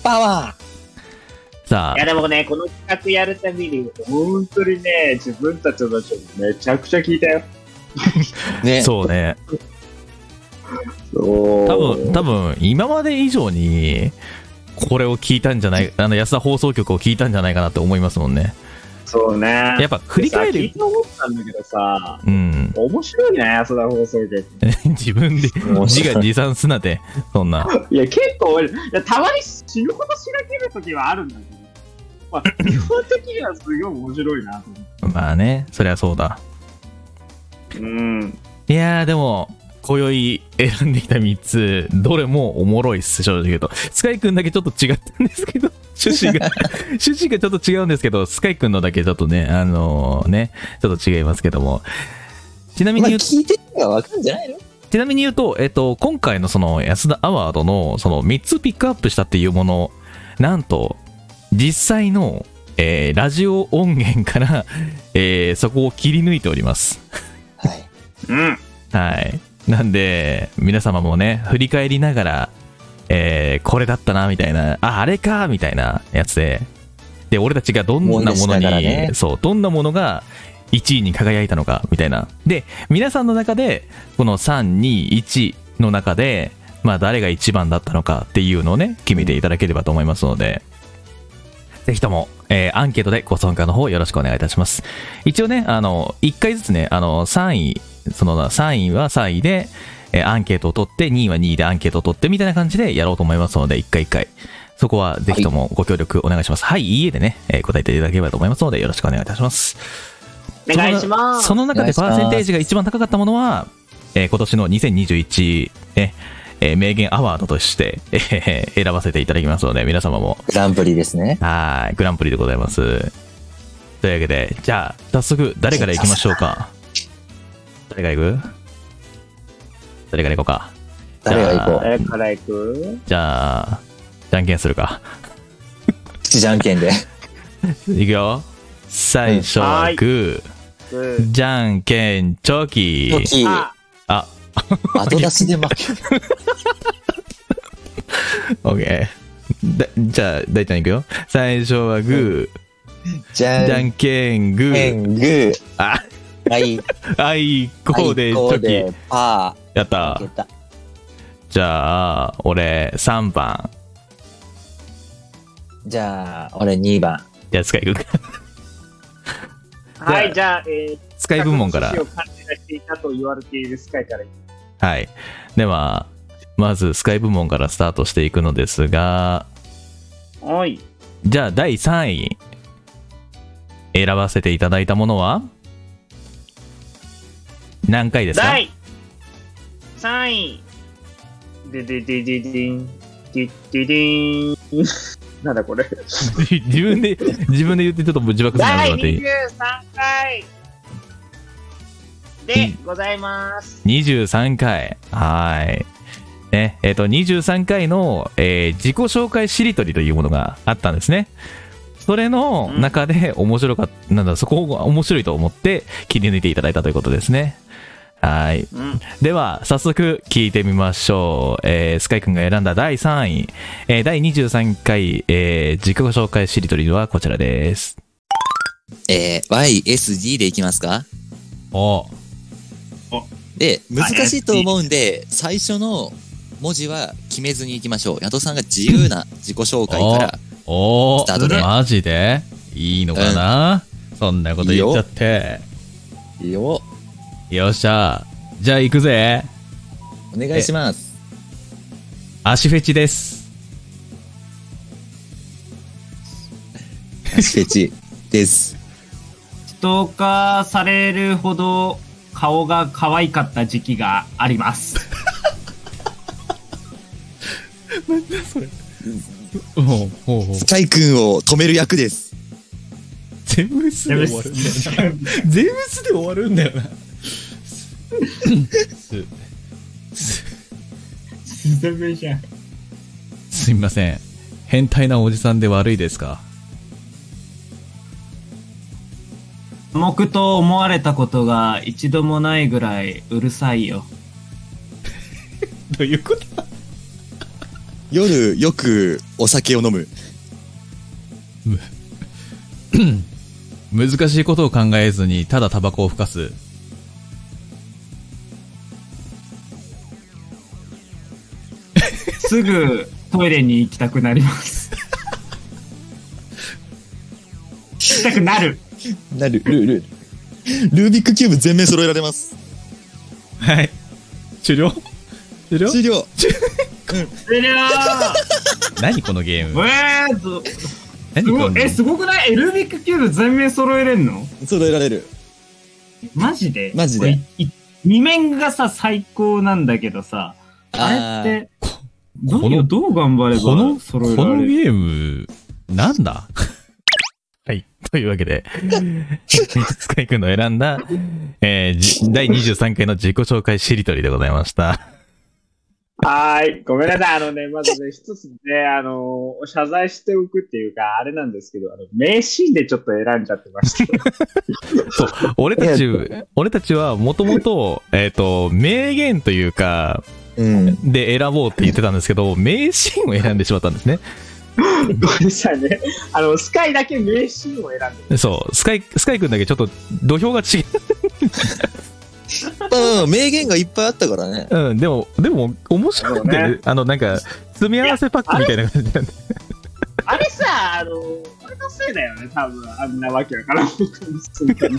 Speaker 3: パワ
Speaker 1: さ
Speaker 2: いやでもね、この企画やるたびに、本当にね、自分たちの話をめちゃくちゃ聞いたよ。
Speaker 3: ー
Speaker 1: あ、
Speaker 3: ね。
Speaker 1: そうね、
Speaker 2: そう
Speaker 1: 多分、多分、今まで以上に、これを聞いたんじゃない、あの、安田放送局を聞いたんじゃないかなって思いますもんね。
Speaker 2: そうね。
Speaker 1: やっぱ振り返
Speaker 2: でさ聞
Speaker 1: る
Speaker 2: いて思ったんだけどさ、
Speaker 1: うん、
Speaker 2: 面白いね、安田放送局。
Speaker 1: 自分で
Speaker 3: 面
Speaker 1: 自
Speaker 3: 白い
Speaker 1: 画自賛すなでそんない
Speaker 2: や、結構俺、いやたまに死ぬほどしらける時はあるんだけど、まあ、 基本的にはすごい面白いなと思
Speaker 1: まあねそりゃそうだ
Speaker 2: って。うん。
Speaker 1: いやーでも今宵選んできた3つどれもおもろいっす正直言うとスカイくんだけちょっと違ったんですけど趣旨が趣旨がちょっと違うんですけどスカイくんのだけちょっとねあのーねちょっと違いますけどもちなみに
Speaker 3: まあ
Speaker 1: 言うと
Speaker 3: 聞いてるのがわかるんじゃないの
Speaker 1: ちなみに言うと、えっと、今回のその安田アワードのその3つピックアップしたっていうもの、なんと、実際の、えーラジオ音源から、えーそこを切り抜いております。
Speaker 3: はい。
Speaker 2: うん。
Speaker 1: はい。なんで、皆様もね、振り返りながら、えーこれだったな、みたいな、あ、あれか、みたいなやつで、で、俺たちがどんなも
Speaker 3: 思
Speaker 1: の
Speaker 3: い出し
Speaker 1: に、
Speaker 3: ながらね
Speaker 1: そう、どんなものが1位に輝いたのか、みたいな。で、皆さんの中で、この3、2、1の中で、まあ、誰が1番だったのかっていうのをね、決めていただければと思いますので、ぜひとも、えーアンケートでご参加の方よろしくお願いいたします。一応ね、あの、1回ずつね、あの、3位、その3位は3位で、えーアンケートを取って、2位は2位でアンケートを取ってみたいな感じでやろうと思いますので、1回1回。そこはぜひともご協力お願いします。はい、いいえでね、えー答えていただければと思いますので、よろしくお願いいたします。
Speaker 2: お願いします。
Speaker 1: その中で
Speaker 3: お
Speaker 1: パ
Speaker 3: 願い
Speaker 1: ー
Speaker 3: します
Speaker 1: センテージが一番高かったものは、えー今年の2021、ねえー名言アワードとして、えー選ばせていただきますので、皆様も
Speaker 3: グランプリですね。
Speaker 1: はい、グランプリでございます。というわけで、じゃあ、早速、誰から行きましょうか。誰から行く誰から行こうか。
Speaker 3: 誰が行こう。
Speaker 2: え、からいく
Speaker 1: じゃあ、じゃんけんするか。
Speaker 3: 口じゃんけんで。
Speaker 1: いくよ。最初
Speaker 2: うんは
Speaker 1: は
Speaker 2: ーい
Speaker 1: グー、じゃんけん、チョキ。
Speaker 3: トキ、後
Speaker 2: あ、
Speaker 1: あ、
Speaker 3: 出しで負け。
Speaker 1: オッケー。だじゃあ、大ちゃん行くよ。最初はグ
Speaker 3: じ
Speaker 1: ー、じ
Speaker 3: ゃ
Speaker 1: ゃ
Speaker 3: ん
Speaker 1: んけん、グ
Speaker 3: け
Speaker 1: ー。
Speaker 3: ん、グー。
Speaker 1: あ、
Speaker 3: はい。
Speaker 1: あい、 こうで、チ
Speaker 3: はいこう
Speaker 1: ョ
Speaker 3: で
Speaker 1: キ。、
Speaker 3: パ
Speaker 1: やった
Speaker 3: ー。負け。た。
Speaker 1: じゃあ、俺、3番。
Speaker 3: じゃあ、俺2番。
Speaker 1: じゃあ、スカイくんか。
Speaker 2: はい、じゃあ、えー、
Speaker 1: スカイ部門から
Speaker 2: 各。種種を勘違いしていたと言われているスカイからいく
Speaker 1: はい。では、まず、スカイ部門からスタートしていくのですが、
Speaker 2: おい。
Speaker 1: じゃあ、第3位。選ばせていただいたものは何回ですか
Speaker 2: 第3位。でででででん。でででん。 なんだこれ。
Speaker 1: 自分で、自分で言ってちょっと自爆するのやめ
Speaker 2: 第
Speaker 1: てもらっていい
Speaker 2: 23回でございます。
Speaker 1: 23回。はい。ね、えっ、と、23回の、えー自己紹介しりとりというものがあったんですね。それの中で面白かった、なんだ、そこが面白いと思って切り抜いていただいたということですね。はい。
Speaker 2: うん、
Speaker 1: では、早速聞いてみましょう。えースカイくんが選んだ第3位。えー第23回、えー自己紹介しりとりはこちらです。
Speaker 3: えー、YSD でいきますか
Speaker 1: お
Speaker 3: で、難しいと思うんで、最初の文字は決めずにいきましょう。ヤトさんが自由な自己紹介から。
Speaker 1: お
Speaker 3: スタートね
Speaker 1: マジでいいのかな、そんなこと言っちゃって。
Speaker 3: いいよ。
Speaker 1: よっしゃ。じゃあ行くぜ。
Speaker 3: お願いします。
Speaker 1: 足フェチです。
Speaker 3: 足フェチ です。
Speaker 7: ストーカーされるほど顔が可愛かった時期があります。
Speaker 1: ほうほうほう。
Speaker 3: スカイ君を止める役です。
Speaker 1: 全部すで終わるんだよな。全部すで終わるんだよ な。す、
Speaker 2: 全然じゃん。
Speaker 1: すみません。変態なおじさんで悪いですか
Speaker 7: 僕と思われたことが一度もないぐらいうるさいよ。
Speaker 1: どういうこと
Speaker 3: 夜よくお酒を飲む。
Speaker 8: 難しいことを考えずにただタバコをふかす
Speaker 7: すぐトイレに行 きたくなります。行きたくなる。
Speaker 3: なる、ルール。ルービックキューブ全面揃えられます。
Speaker 8: はい。終了終了
Speaker 3: 終了。
Speaker 7: 終 了
Speaker 8: 何このゲーム
Speaker 7: えーっと
Speaker 8: 何
Speaker 7: す
Speaker 8: こ
Speaker 7: ご
Speaker 8: の
Speaker 7: え、すごくないエルビックキューブ全面揃えれんの
Speaker 3: 揃えられる。
Speaker 7: マジで
Speaker 3: マジで
Speaker 7: これい二面がさ、最高なんだけどさ、あれって、ど
Speaker 8: こ
Speaker 7: う
Speaker 8: の
Speaker 7: どう頑張れ
Speaker 8: こ
Speaker 7: ば
Speaker 8: の、こ
Speaker 7: 揃えら
Speaker 8: の
Speaker 7: れる
Speaker 8: ゲーム、なんだ
Speaker 1: はい。というわけで、使いくんの選んだ、えーじ第23回の自己紹介しりとりでございました。
Speaker 2: はーい。ごめんなさい。あのね、まずね、一つね、あのー謝罪しておくっていうか、あれなんですけど、あの、名シーンでちょっと選んじゃって ました。
Speaker 1: そう。俺たち、俺たちはもともと、えっ、と、名言というか、
Speaker 3: うん。
Speaker 1: で選ぼうって言ってたんですけど、名シーンを選んでしまったんですね。
Speaker 2: ごめんなさいね。あの、スカイだけ名シーンを選んで。
Speaker 1: そう。スカイ、スカイくんだけちょっと土俵が違う。
Speaker 3: まあ、名言がいっぱいあったからね。
Speaker 1: うん、でも、でも、面白いんだよね。あの、なんか、詰め合わせパックみたいな感じなんで。
Speaker 2: あれさ、あのー俺のせいだよね、多分。あんなわけわからん。
Speaker 3: い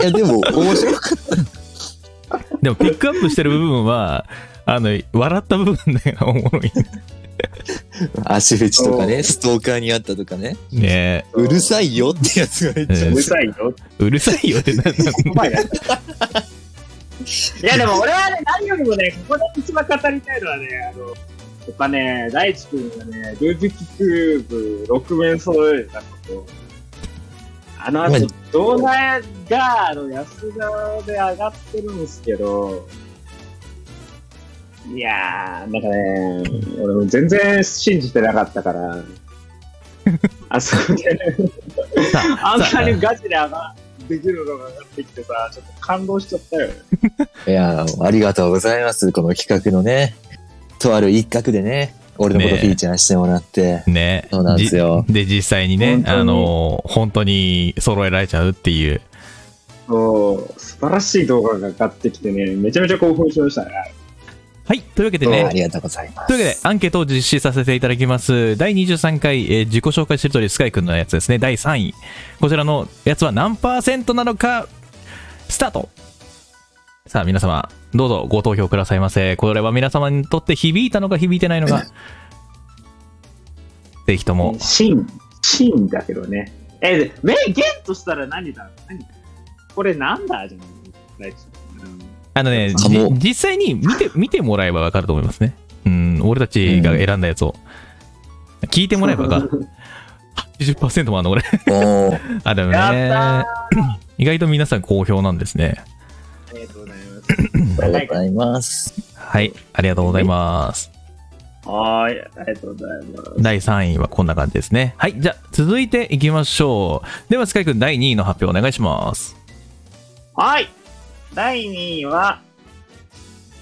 Speaker 3: や、でも、面白かっ
Speaker 1: でも、ピックアップしてる部分は、あの、笑った部分がおもろい。
Speaker 3: た。 足フェチとかね、ストーカーにあったとかね。
Speaker 1: ね
Speaker 3: うるさいよってやつがめっちゃ
Speaker 2: う
Speaker 1: う
Speaker 3: 面
Speaker 2: るさ
Speaker 3: 白い。
Speaker 2: いよ。
Speaker 1: えうるさいよってなる
Speaker 2: お前ら。いや、でも俺はね、何よりもね、ここで一番語りたいのはね、あの、やっぱね、大地君がね、ルービックキューブ6面揃えたこと、あの後、動画が、あの、安田で上がってるんですけど、いやー、なんかね、俺も全然信じてなかった から、あそこで、ね、
Speaker 1: さ
Speaker 2: あん
Speaker 1: さ
Speaker 2: なにガチで上ができるのが上がってきてさ、ちょっと感動しちゃったよ。
Speaker 3: いや、ありがとうございます。この企画のね、とある一角でね、俺のこと
Speaker 1: ね
Speaker 3: フィーチャーしてもらって。
Speaker 1: ね
Speaker 3: そうなんですよ
Speaker 1: じで、実際にね
Speaker 2: 本、当に
Speaker 1: あの、本当に揃えられちゃうっていう。
Speaker 2: そう、素晴らしい動画が上がってきてね、めちゃめちゃ興奮しましたね。
Speaker 1: はい、というわけで
Speaker 3: そう
Speaker 1: ね
Speaker 3: あ、りがとうございます。
Speaker 1: というわけで、アンケートを実施させていただきます。第23回、えー自己紹介してるとりスカイくんのやつですね。第3位。こちらのやつは何パーセントなのか、スタートさあ、皆様、どうぞご投票くださいませ。これは皆様にとって響いたのか響いてないのか、ぜひとも。
Speaker 2: シーン、シーンだけどね。え、で名言としたら何だ何これなんだじゃない
Speaker 1: あのね、
Speaker 3: あ
Speaker 1: じ
Speaker 3: もう
Speaker 1: 実際に見て、見てもらえばわかると思いますね。うん、俺たちが選んだやつを。聞いてもらえばわか る。80%もあんの、俺。
Speaker 3: おー
Speaker 1: あ、でもね。
Speaker 2: やった
Speaker 1: 意外と皆さん好評なんですね。
Speaker 2: ーありがとうございます。
Speaker 3: ありがとうございます。
Speaker 1: はい、ありがとうございます。
Speaker 2: はーい、ありがとうございます。
Speaker 1: 第3位はこんな感じですね。はい、じゃあ続いていきましょう。では、スカイくん第2位の発表お願いします。
Speaker 2: はい。第2位は、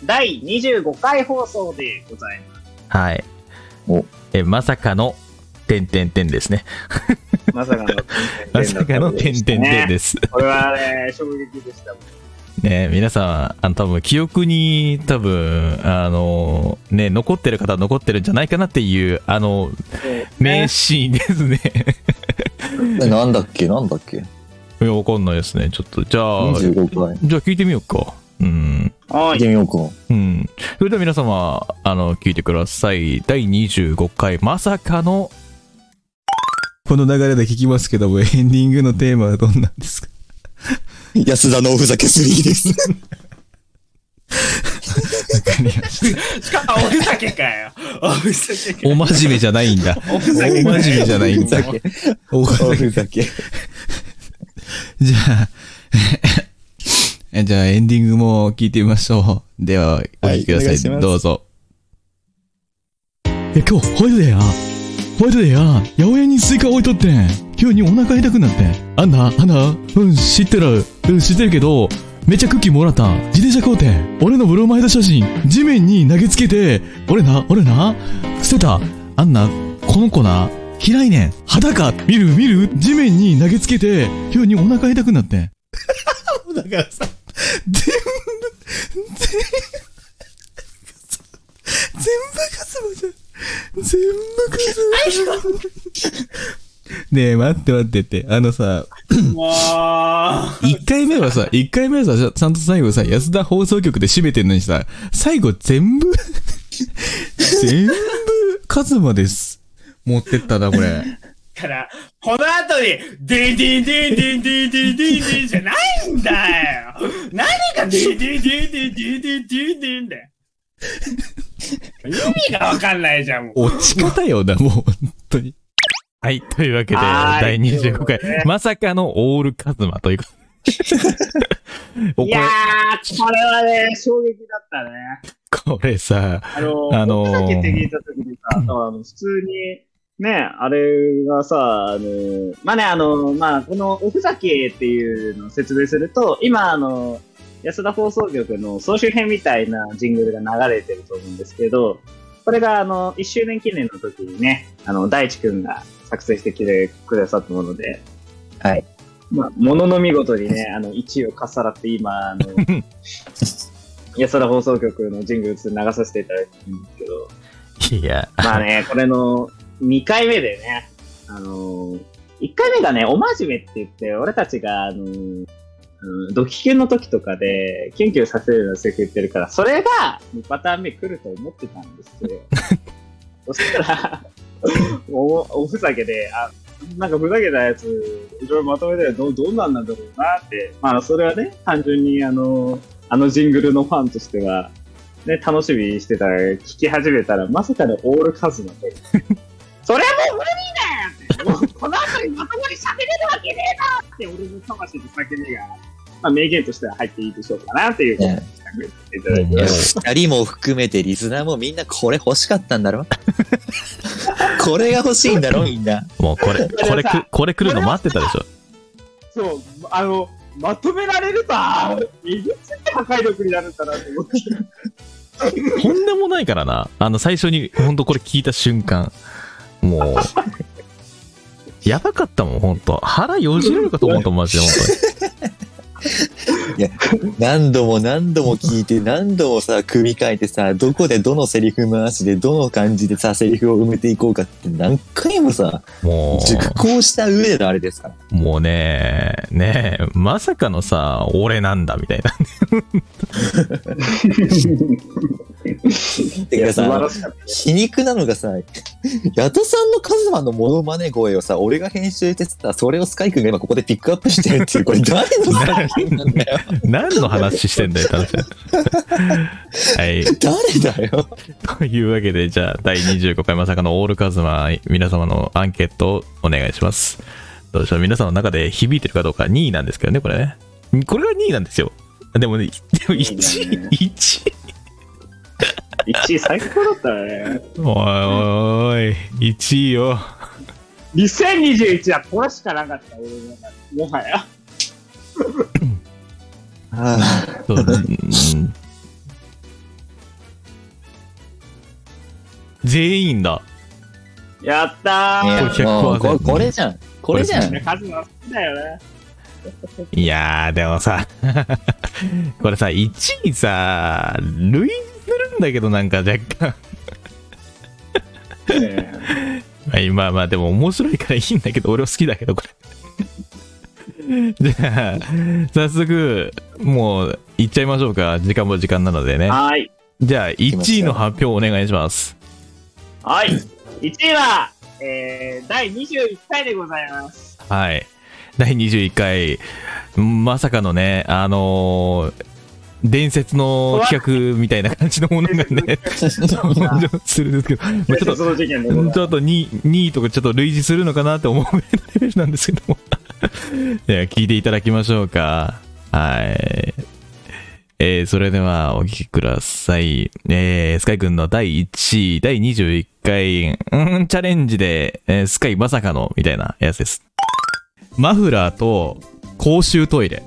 Speaker 2: 第25回放送でございます。
Speaker 1: はい。
Speaker 3: お
Speaker 1: え、まさかの、点点点ですね。、
Speaker 2: まさかの
Speaker 1: まさかの点点点
Speaker 2: す。
Speaker 1: です。
Speaker 2: これはね、衝撃でした。
Speaker 1: ね皆さん、あの、多分記憶に、多分あの、ね、残ってる方は残ってるんじゃないかなっていう、あの、名シーンですね。
Speaker 3: えなんだっけなんだっけ
Speaker 1: いや、わかんないですね。ちょっと、じゃあ、
Speaker 3: ?25 回。
Speaker 1: じゃあ聞いてみようか。うん。
Speaker 2: は
Speaker 3: 見
Speaker 2: い。
Speaker 3: てみようか。
Speaker 1: うん。それでは皆様、あの、聞いてください。第25回、まさかの、
Speaker 8: この流れで聞きますけども、エンディングのテーマはどんなんですか
Speaker 3: 安田のおふざけ3です。
Speaker 7: しかも、おふざけかよ。おふざけ。
Speaker 8: お真面目じゃないんだ。
Speaker 7: おふ
Speaker 8: お
Speaker 7: ざ
Speaker 8: 真
Speaker 7: けか
Speaker 8: 面
Speaker 7: よ。
Speaker 8: 目じゃないんだ。お
Speaker 3: おふざけ。
Speaker 8: じゃあ、えじゃあエ ンディングも聞いてみましょう。では、お聴きください。どうぞ。
Speaker 9: いや今日ホイルデーやホイルデーや八百屋にスイカ置いとってん急にお腹痛くなってんあんなあんなうん知ってるうん知ってるけどめっちゃクッキーもらったん自転車買うてん俺のブロマイド写真地面に投げつけて俺な俺な捨てたあんなこの子な嫌いねん裸見る見る地面に投げつけて急にお腹痛くなってん
Speaker 8: だからさ、全部、全部、全部かすまじゃん。全部かすまじゃん。ねえ、待って待ってって。あのさ、
Speaker 2: わ
Speaker 8: 1回目は さ、1回目はさ、ちゃんと最後さ、安田放送局で締めてんのにさ、最後全 部、全部、カズマです。持ってったな、これ。
Speaker 10: から、この後に、ディディディディディディディディじゃないんだよ何がディディディディディディディディだよ意味がわかんないじゃん、もう。
Speaker 8: 落ち方よな、もう、本当に。
Speaker 1: はい、というわけで、
Speaker 10: はー
Speaker 1: 第
Speaker 10: い
Speaker 1: 25回
Speaker 10: ということでね、
Speaker 1: まさかのオールカズマ ということ。お
Speaker 10: い
Speaker 1: これ
Speaker 10: やー、これはね、衝撃だったね。
Speaker 1: これさ、
Speaker 2: あの、
Speaker 1: あのー
Speaker 2: さっきって聞いた時にさ、あの普通に、ね、あれがさ、あのまあね、あのまあ、このおふざけっていうのを説明すると、今、あの安田放送局の総集編みたいなジングルが流れてると思うんですけど、これが、あの、1周年記念の時にね、あの、大地くんが作成してきてくださったもので、
Speaker 3: はい。
Speaker 2: まあ、ものの見事にね、あの、1位をかっさらって今、あの、安田放送局のジングル2流させていただいてるんですけど、
Speaker 1: いや、
Speaker 2: まあね、これの2回目でね、あのー、1回目がね、お真面目って言って、俺たちが、あのー、うんドキキュンの時とかで、キュンキュンさせるようなセリフ言ってるから、それが2パターン目来ると思ってたんですけど、そしたら、おおふざけで、あ、なんかふざけたやつ、いろいろまとめてどどんなんなんだろうなって、まあそれはね、単純にあの、あのジングルのファンとしては、ね、楽しみにしてたら、聞き始めたら、まさかのオールカズマという。 それはもう無理だよってもうこの後にまともに喋れるわけねえだろって、俺の魂の叫びが、まあ名言としては入っていいでしょうかなっていうことを言っていただいてます。
Speaker 3: 二人も含めてリスナーもみんなこれ欲しかったんだろ これが欲しいんだろみんな。
Speaker 1: もうこれ、これく、これ来るの待ってたでしょ。
Speaker 2: そう、あの、まとめられると、えぐつって破壊力になるんだなって思って。
Speaker 1: とんでもないからな。あの、最初に、ほんとこれ聞いた瞬間、もう、やばかったもん、ほんと。腹よじれるかと思ったもん、マジで、ほんとに。
Speaker 3: 何度も何度も聞いて、何度もさ、組み替えてさ、どこでどのセリフ回しで、どの感じでさ、セリフを埋めていこうかって何回もさ、
Speaker 1: も
Speaker 3: 熟考した上でのあれですから。
Speaker 1: う、もうね、ねえ、まさかのさ、俺なんだ、みたいな。
Speaker 3: て
Speaker 2: 素晴
Speaker 3: かさ
Speaker 2: ら、しかった。
Speaker 3: 皮肉なのがさ、 ヤトさんのカズマのモノマネ声をさ、俺が編集してさ、それをスカイ君が今ここでピックアップしてるっていう、これ誰の 作品なんだよ。
Speaker 1: 何の話してんだよ、楽しい。はい。
Speaker 3: 誰だよ。
Speaker 1: というわけで、じゃあ、第25回まさかのオールカズマ、皆様のアンケートをお願いします。どうでしょう皆さんの中で響いてるかどうか2位なんですけどね、これね。これが2位なんですよ。でもね、でも
Speaker 2: いいね
Speaker 1: 1位、1
Speaker 2: 1位最高だったね。
Speaker 1: 位。おいおい、1位よ。
Speaker 2: 2021はこれしかなかった、俺の中でもはや。
Speaker 3: ああ
Speaker 1: そううん全員だ。
Speaker 2: やったー。
Speaker 1: これ100%
Speaker 3: もうここれじゃん。これじゃん。
Speaker 2: カズマ好きだよね。
Speaker 1: いやー、でもさ、これさ、1位さ、類似するんだけど、なんか若干。はい、まあまあ、でも面白いからいいんだけど、俺は好きだけど、これ。 じゃあ、早速、もう、行っちゃいましょうか。時間も時間なのでね。
Speaker 2: はい。
Speaker 1: じゃあ、
Speaker 3: きますよ
Speaker 1: 1位の発表お願いします。
Speaker 2: はい。1位は、えー、第21回でございます。
Speaker 1: はい。第21回、まさかのね、あのー伝説の企画みたいな感じのものがね、登場するんですけど、もうちょっと
Speaker 2: その事件でござい
Speaker 1: うん
Speaker 2: ます
Speaker 1: ち。ょっと 2, 位とかちょっと類似するのかなって思うレベルなんですけども では聞いていただきましょうかはいえーそれではお聞きくださいえースカイくんの第1位第21回うんチャレンジで、えースカイまさかのみたいなやつですマフラーと公衆トイレ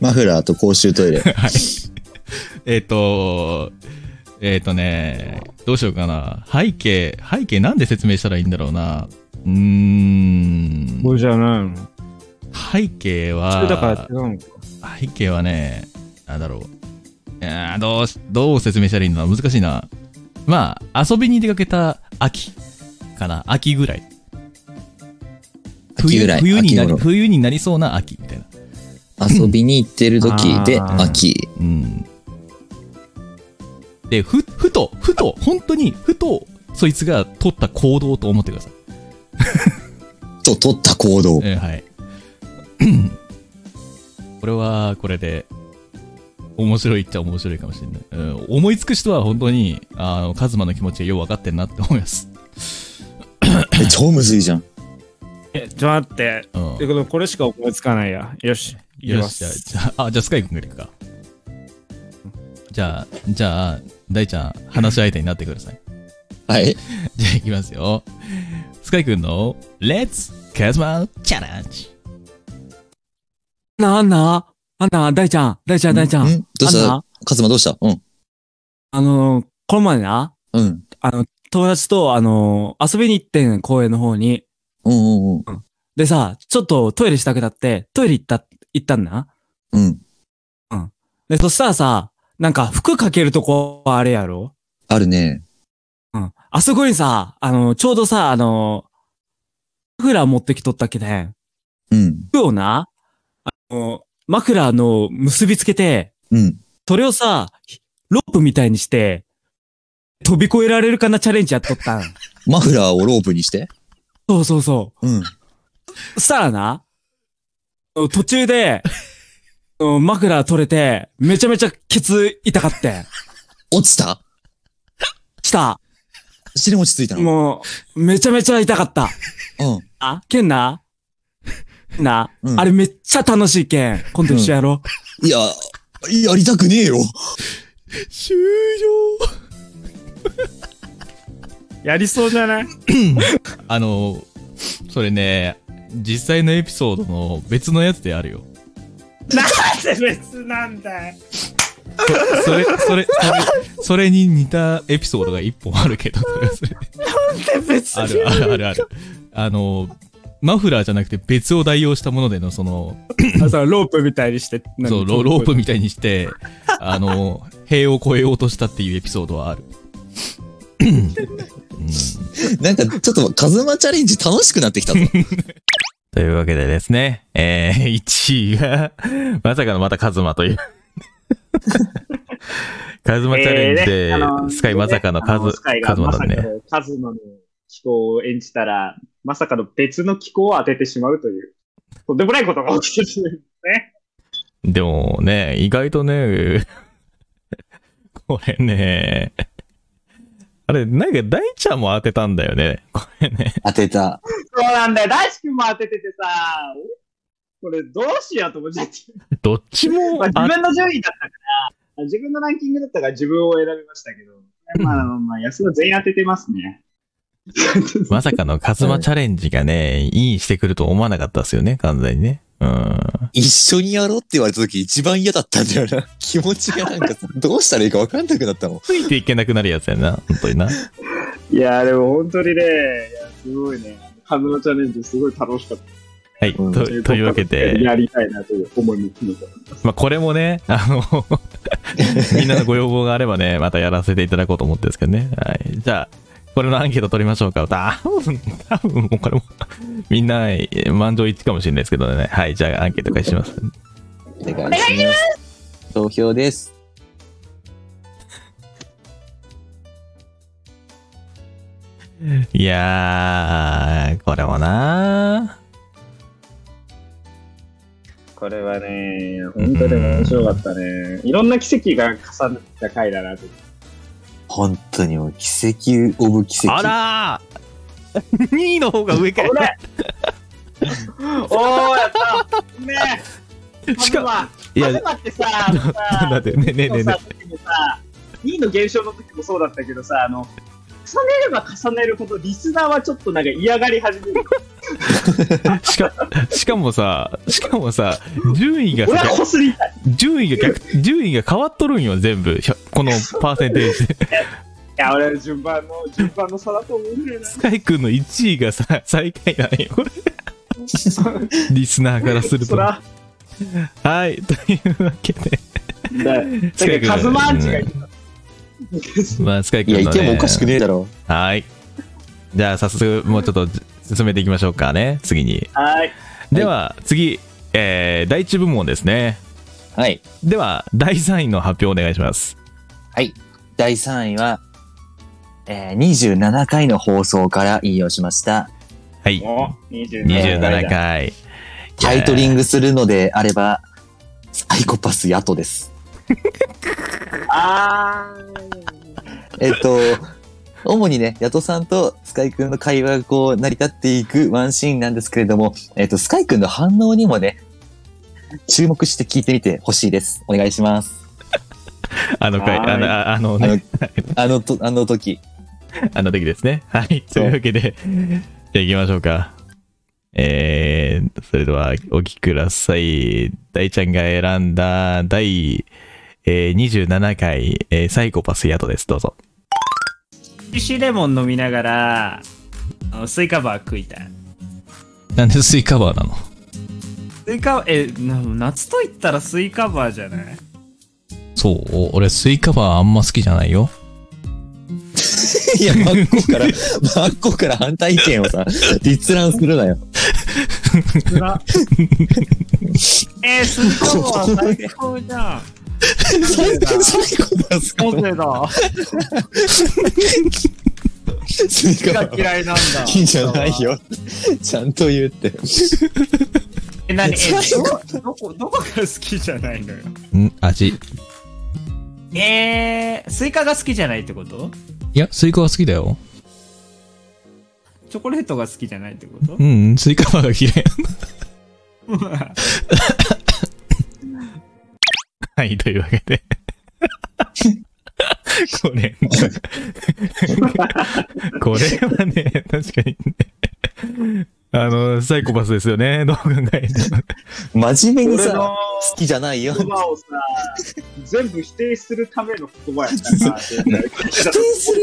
Speaker 3: マフラーと公衆トイレ。
Speaker 8: えっ、と、えっ、とね、どうしようかな。背景、背景なんで説明したらいいんだろうな。うーん。
Speaker 7: これじゃないの
Speaker 8: 背景
Speaker 7: だから
Speaker 8: は
Speaker 7: 違、うのか
Speaker 8: 背景はね、なんだろう。いやーどうし、どう説明したらいいんだろう。難しいな。まあ、遊びに出かけた秋。
Speaker 1: かな秋ぐらい
Speaker 11: 秋ぐらい
Speaker 1: 冬冬にな
Speaker 11: 秋
Speaker 1: り
Speaker 11: 頃
Speaker 1: 冬になりそうな秋みたいな
Speaker 11: 遊びに行ってる時で
Speaker 1: あー
Speaker 11: 秋。
Speaker 1: うん。でふふとふと本当にふとそいつが取った行動と思ってください
Speaker 11: と取った行動。
Speaker 1: えーはい これはこれで面白いっちゃ面白いかもしれない、うん思いつく人は本当にあのカズマの気持ちがよう分かってんなって思います
Speaker 11: え超むずいじゃん。
Speaker 10: えちょっと待って。
Speaker 1: うん
Speaker 10: てことこれしか思いつかないや。よし。いき
Speaker 1: よ
Speaker 10: ま
Speaker 1: しじゃあ
Speaker 10: す。
Speaker 1: じゃああじゃあスカイ君がいくかじゃあじゃあ大ちゃん話し相手になってください
Speaker 11: はい
Speaker 1: じゃあいきますよスカイ君の「レッツカズマチャレンジ
Speaker 12: な、あんな、あんな、大ちゃん、大ちゃん、大ちゃん。
Speaker 11: どうし
Speaker 12: あん
Speaker 11: た
Speaker 12: な
Speaker 11: カズマどうしたうん。
Speaker 12: あのー、この前な、
Speaker 11: うん。
Speaker 12: あの、友達と、あのー、遊びに行ってん、公園の方に。
Speaker 11: うんうんうん。
Speaker 12: でさ、ちょっとトイレしたくなって、トイレ行った、行ったんだ。
Speaker 11: うん。
Speaker 12: うん。で、そしたらさ、なんか服かけるとこあれやろ
Speaker 11: あるね。
Speaker 12: うん。あそこにさ、あのー、ちょうどさ、あのー、マフラー持ってきとったっけね。
Speaker 11: うん。
Speaker 12: 服をな、あのー、マフラーの結びつけて、
Speaker 11: うん。
Speaker 12: それをさ、ロープみたいにして、飛び越えられるかなチャレンジやっとったん。
Speaker 11: マフラーをロープにして
Speaker 12: そうそうそう。
Speaker 11: うん。
Speaker 12: そしたらな、途中で、あのマフラー取れて、めちゃめちゃケツ痛かって。
Speaker 11: 落ちた
Speaker 12: した。
Speaker 11: 尻落ち着いたの
Speaker 12: もう、めちゃめちゃ痛かった。
Speaker 11: うん。
Speaker 12: あ、けんなけんな、
Speaker 11: うん
Speaker 12: あれめっちゃ楽しいけん。今度一緒やろ。
Speaker 11: いや、やりたくねえよ。
Speaker 12: 終了
Speaker 10: やりそうじゃない」
Speaker 1: あのそれね実際のエピソードの別のやつであるよ
Speaker 10: なんで別なんだよ。
Speaker 1: それそれそれそれに似たエピソードが一本あ るけどそれはそれで
Speaker 10: なんで別
Speaker 1: あるあるあるある。あの、マフラーじゃなくて別を代用したものでの、その、
Speaker 10: あそうロープみたいにして。
Speaker 1: そうロロープみたいにして、あの、塀を越えようとしたっていうエピソードはある。
Speaker 11: なんか、ちょっと、カズマチャレンジ楽しくなってきたぞ。
Speaker 1: というわけでですね、えー、1位が、まさかのまたカズマ という。カズマチャレンジで、
Speaker 2: えーねあの
Speaker 1: スカイまさかのカ
Speaker 2: あの
Speaker 1: ズ
Speaker 2: スカイ、が
Speaker 1: カズマ
Speaker 2: まさ
Speaker 1: だ
Speaker 2: か
Speaker 1: ね。
Speaker 2: のカズマの気候を演じたら、まさかの別の気候を当ててしまうという、とんでもないことが起きてしまう。
Speaker 1: でもね、意外とね、 これね、あれ、なんか大ちゃんも当てたんだよね。これね。
Speaker 11: 当てた。
Speaker 2: そうなんだよ。大志くんも当てててさ、これどうしようと思っちゃ って。
Speaker 1: どっち も、
Speaker 2: まあ、自分の順位だったから、自分のランキングだったから自分を選びましたけど、まあまあ、安田全員当ててますね。
Speaker 1: まさかのカズマチャレンジがね、インしてくると思わなかったですよね、完全にね。うん。
Speaker 11: 一緒にやろうって言われた時一番嫌だったんだよな。 気持ちがなんか、どうしたらいいか分かんなくなったもん。
Speaker 1: ついていけなくなるやつやな、本当にな。
Speaker 2: いやーでも本当にね、いやすごいね。カズマチャレンジすごい楽しかった。
Speaker 1: はい、とというわけで、
Speaker 2: やりたいなという思いも込めて。
Speaker 1: まあ、これもね、あの、みんなのご要望があればね、またやらせていただこうと思ってるんですけどね。はい。じゃあ、これのアンケート取りましょうか。多分、多分、もうこれも、みんな、えー満場一致かもしれないですけどね。はい。じゃあ、アンケート開始します。
Speaker 11: お願いします。投票です。
Speaker 1: いやー、これもな
Speaker 2: これはね、本当でも面白かったね。いろんな奇跡が重なった回だ なと。
Speaker 11: 本当にもう奇跡オブ奇跡。
Speaker 1: あらー !2 位の方が上かよ。
Speaker 2: おー、やったねえ
Speaker 1: しか
Speaker 2: も、カ
Speaker 1: いや
Speaker 2: ズマってさ、
Speaker 1: ちょっと待ってねねねね
Speaker 2: さでもさ、2位の減少の時もそうだったけどさ、あの、重ねれば重ねるほどリスナーはちょっとなんか嫌がり始める。
Speaker 1: しか、しかもさ、しかもさ、順位が
Speaker 2: 俺はこすりたい。
Speaker 1: 順位が逆、順位が変わっとるんよ、全部。ひゃこのパーセンテージで。
Speaker 2: いや、俺順番の、順番の差だと思うんだよな。
Speaker 1: スカイ君の1位がさ、最下位なんよ、これ。リスナーからすると。
Speaker 2: そら
Speaker 1: はい、というわけで。スカイ
Speaker 2: だか
Speaker 1: 君
Speaker 2: らカズマアンチがいる
Speaker 1: まあ、スカイ君の、
Speaker 11: い
Speaker 1: ね、
Speaker 11: やいてもおかしくねえだろ。
Speaker 1: はい。じゃあ早速もうちょっと進めていきましょうかね次に
Speaker 2: はい。
Speaker 1: では次、えー第1部門ですね
Speaker 3: はい
Speaker 1: では第3位の発表お願いします
Speaker 3: はい第3位は、えー、27回の放送から引用しました。
Speaker 1: はい。
Speaker 2: 27
Speaker 3: 27
Speaker 1: 回。
Speaker 3: タイトリングするのであれば、サイコパスヤトです。えっ と、主にね、ヤトさんとスカイくんの会話がこう成り立っていくワンシーンなんですけれども、えっと、スカイくんの反応にもね、注目して聞いてみてほしいです。お願いします。
Speaker 1: あの回
Speaker 3: はーい
Speaker 1: あのああ のね
Speaker 3: あのと、あの時。
Speaker 1: あの時ですね はいというわけでじゃあ行きましょうかえー、それではお聞きください大ちゃんが選んだ第、えー27回、えーサイコパス宿ですどうぞ
Speaker 10: 美味しいレモン飲みながら、あのスイカバー食いたい。
Speaker 1: なんでスイカバーなの
Speaker 10: スイカ、え、な夏と言ったらスイカバーじゃない
Speaker 8: そう、俺スイカバーあんま好きじゃないよ。
Speaker 3: いや、真っ向 から、真っ向から反対意見をさ、立覧する なよ。
Speaker 10: えー、スイカバー最高じゃん。
Speaker 3: 最高最高だ、
Speaker 10: イ
Speaker 3: ス
Speaker 10: カバ
Speaker 3: スイカバー
Speaker 10: が嫌いなんだ。
Speaker 3: いいんじゃないよ。ちゃんと言うって。
Speaker 10: え、何え
Speaker 3: 最高、
Speaker 10: ど、どこ、どこが好きじゃないのよ。
Speaker 8: ん味。
Speaker 10: えー、スイカが好きじゃないってこと
Speaker 8: いや、スイカは好きだよ。
Speaker 10: チョコレートが好きじゃないってこと
Speaker 8: うん、スイカバーが嫌い。
Speaker 1: はい、というわけで。これ、これはね、確かにね、あの、サイコパスですよね、どう考えても。
Speaker 3: 真面目に
Speaker 2: 俺
Speaker 3: さ、
Speaker 2: の
Speaker 3: 好きじゃな いよ。
Speaker 2: 言葉をさ、全部否定するための言葉やからさ。
Speaker 3: 否定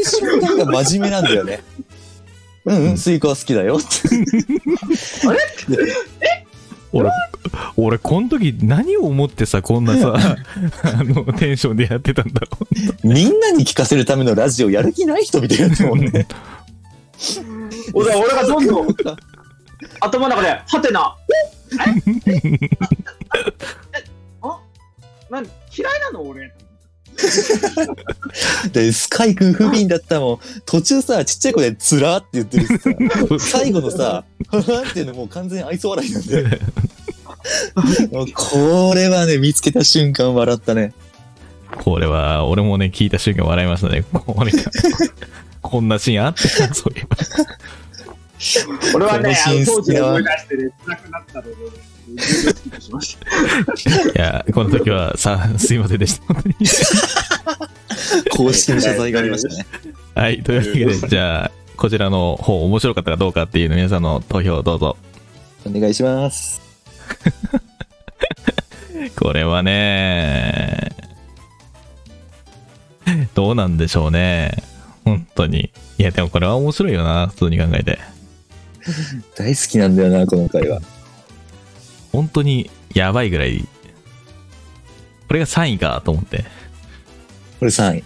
Speaker 3: する瞬間が真面目なんだよね。うんうん、スイカは好きだよ
Speaker 1: 俺、俺、この時何を思ってさ、こんなさ、あの、テンションでやってたんだろ
Speaker 3: みんなに聞かせるためのラジオやる気ない人みたいなもんね。
Speaker 2: 俺、俺がどんどん、頭の中で、はてな。 ええええあなん嫌いなの俺。
Speaker 3: で、スカイ君不憫だったもん。途中さ、ちっちゃい子でつらって言ってるしさ、最後のさ、ははっていうのもう完全に愛想笑いなんだよ。もうこれはね、見つけた瞬間笑ったね。
Speaker 1: う。これは、俺もね、聞いた瞬間笑いましたね。これが、こんなシーンあったなそういえば。
Speaker 2: 俺はね、あの
Speaker 3: こ
Speaker 2: 当
Speaker 3: の
Speaker 2: 時
Speaker 3: 新
Speaker 2: を
Speaker 3: 鮮
Speaker 2: 思い出してね、辛くなったので、ね、し ました。
Speaker 1: いや、この時は、さ、すいませんでした。
Speaker 3: 公式の謝罪がありましたね。
Speaker 1: はい、というわけで、じゃあ、こちらの方、面白かったかどうかっていうの、皆さんの投票をどうぞ。
Speaker 3: お願いします。
Speaker 1: これはね、どうなんでしょうね。本当に。いや、でもこれは面白いよな、普通に考えて。
Speaker 3: 大好きなんだよな、この回は。
Speaker 1: 本当にやばいぐらい。これが3位かと思って。
Speaker 3: これ3位。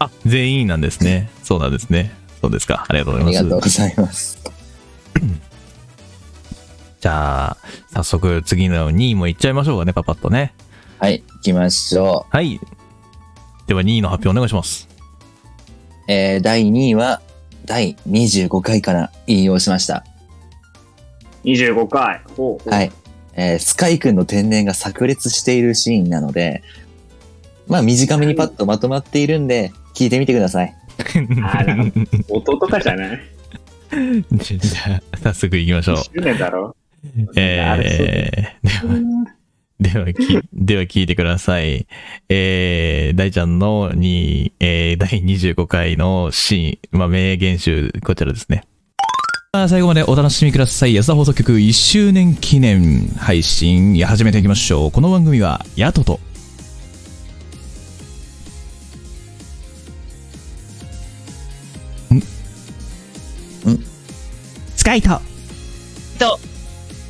Speaker 1: あ、全員なんですね。そうなんですね。そうですか。ありがとうご
Speaker 3: あ
Speaker 1: ざいま
Speaker 3: り
Speaker 1: す。
Speaker 3: がとうございます。
Speaker 1: じゃあ、早速次の2位もいっちゃいましょうかね、パパッとね。
Speaker 3: はい、行きましょ
Speaker 1: う。はい。では2位の発表お願い します。
Speaker 3: えー、第2位は、第25回から引用しました。
Speaker 2: 25回。ほう
Speaker 3: はい。えースカイくんの天然が炸裂しているシーンなので、まあ短めにパッとまとまっているんで、聞いてみてください。
Speaker 2: 弟かじゃない
Speaker 1: じゃあ、早速行きましょう。
Speaker 2: ?10 年だろ
Speaker 1: えー、では、ではき、 では聞いてください。えー、大ちゃんの2位、えー、第25回のシーン、まあ、名言集、こちらですね。
Speaker 8: あー最後までお楽しみください。安田放送局1周年記念配信始めていきましょう。この番組は、ヤトと、
Speaker 5: スカイと
Speaker 3: と、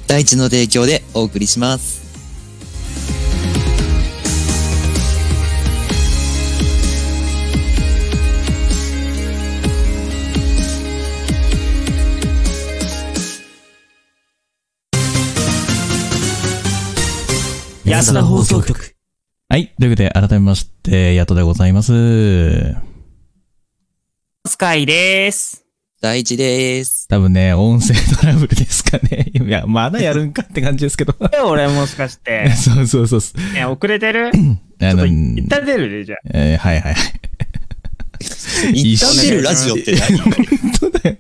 Speaker 3: 大地の提供でお送りします。
Speaker 13: 「
Speaker 1: 安田放送局。はい。ということで、改めまして、ヤトでございます。
Speaker 13: スカイです。
Speaker 11: 第一です。
Speaker 1: 多分ね、音声トラブルですかね。 いや、まだやるんかって感じですけ ど。
Speaker 13: 俺もしかして。
Speaker 1: そうそうそうそう。
Speaker 13: ね、遅れてる
Speaker 1: あの、
Speaker 13: 一旦出るで、じゃあ。
Speaker 1: えーはい はいはい。
Speaker 13: 一旦出るラジオって何
Speaker 1: 本当だよ。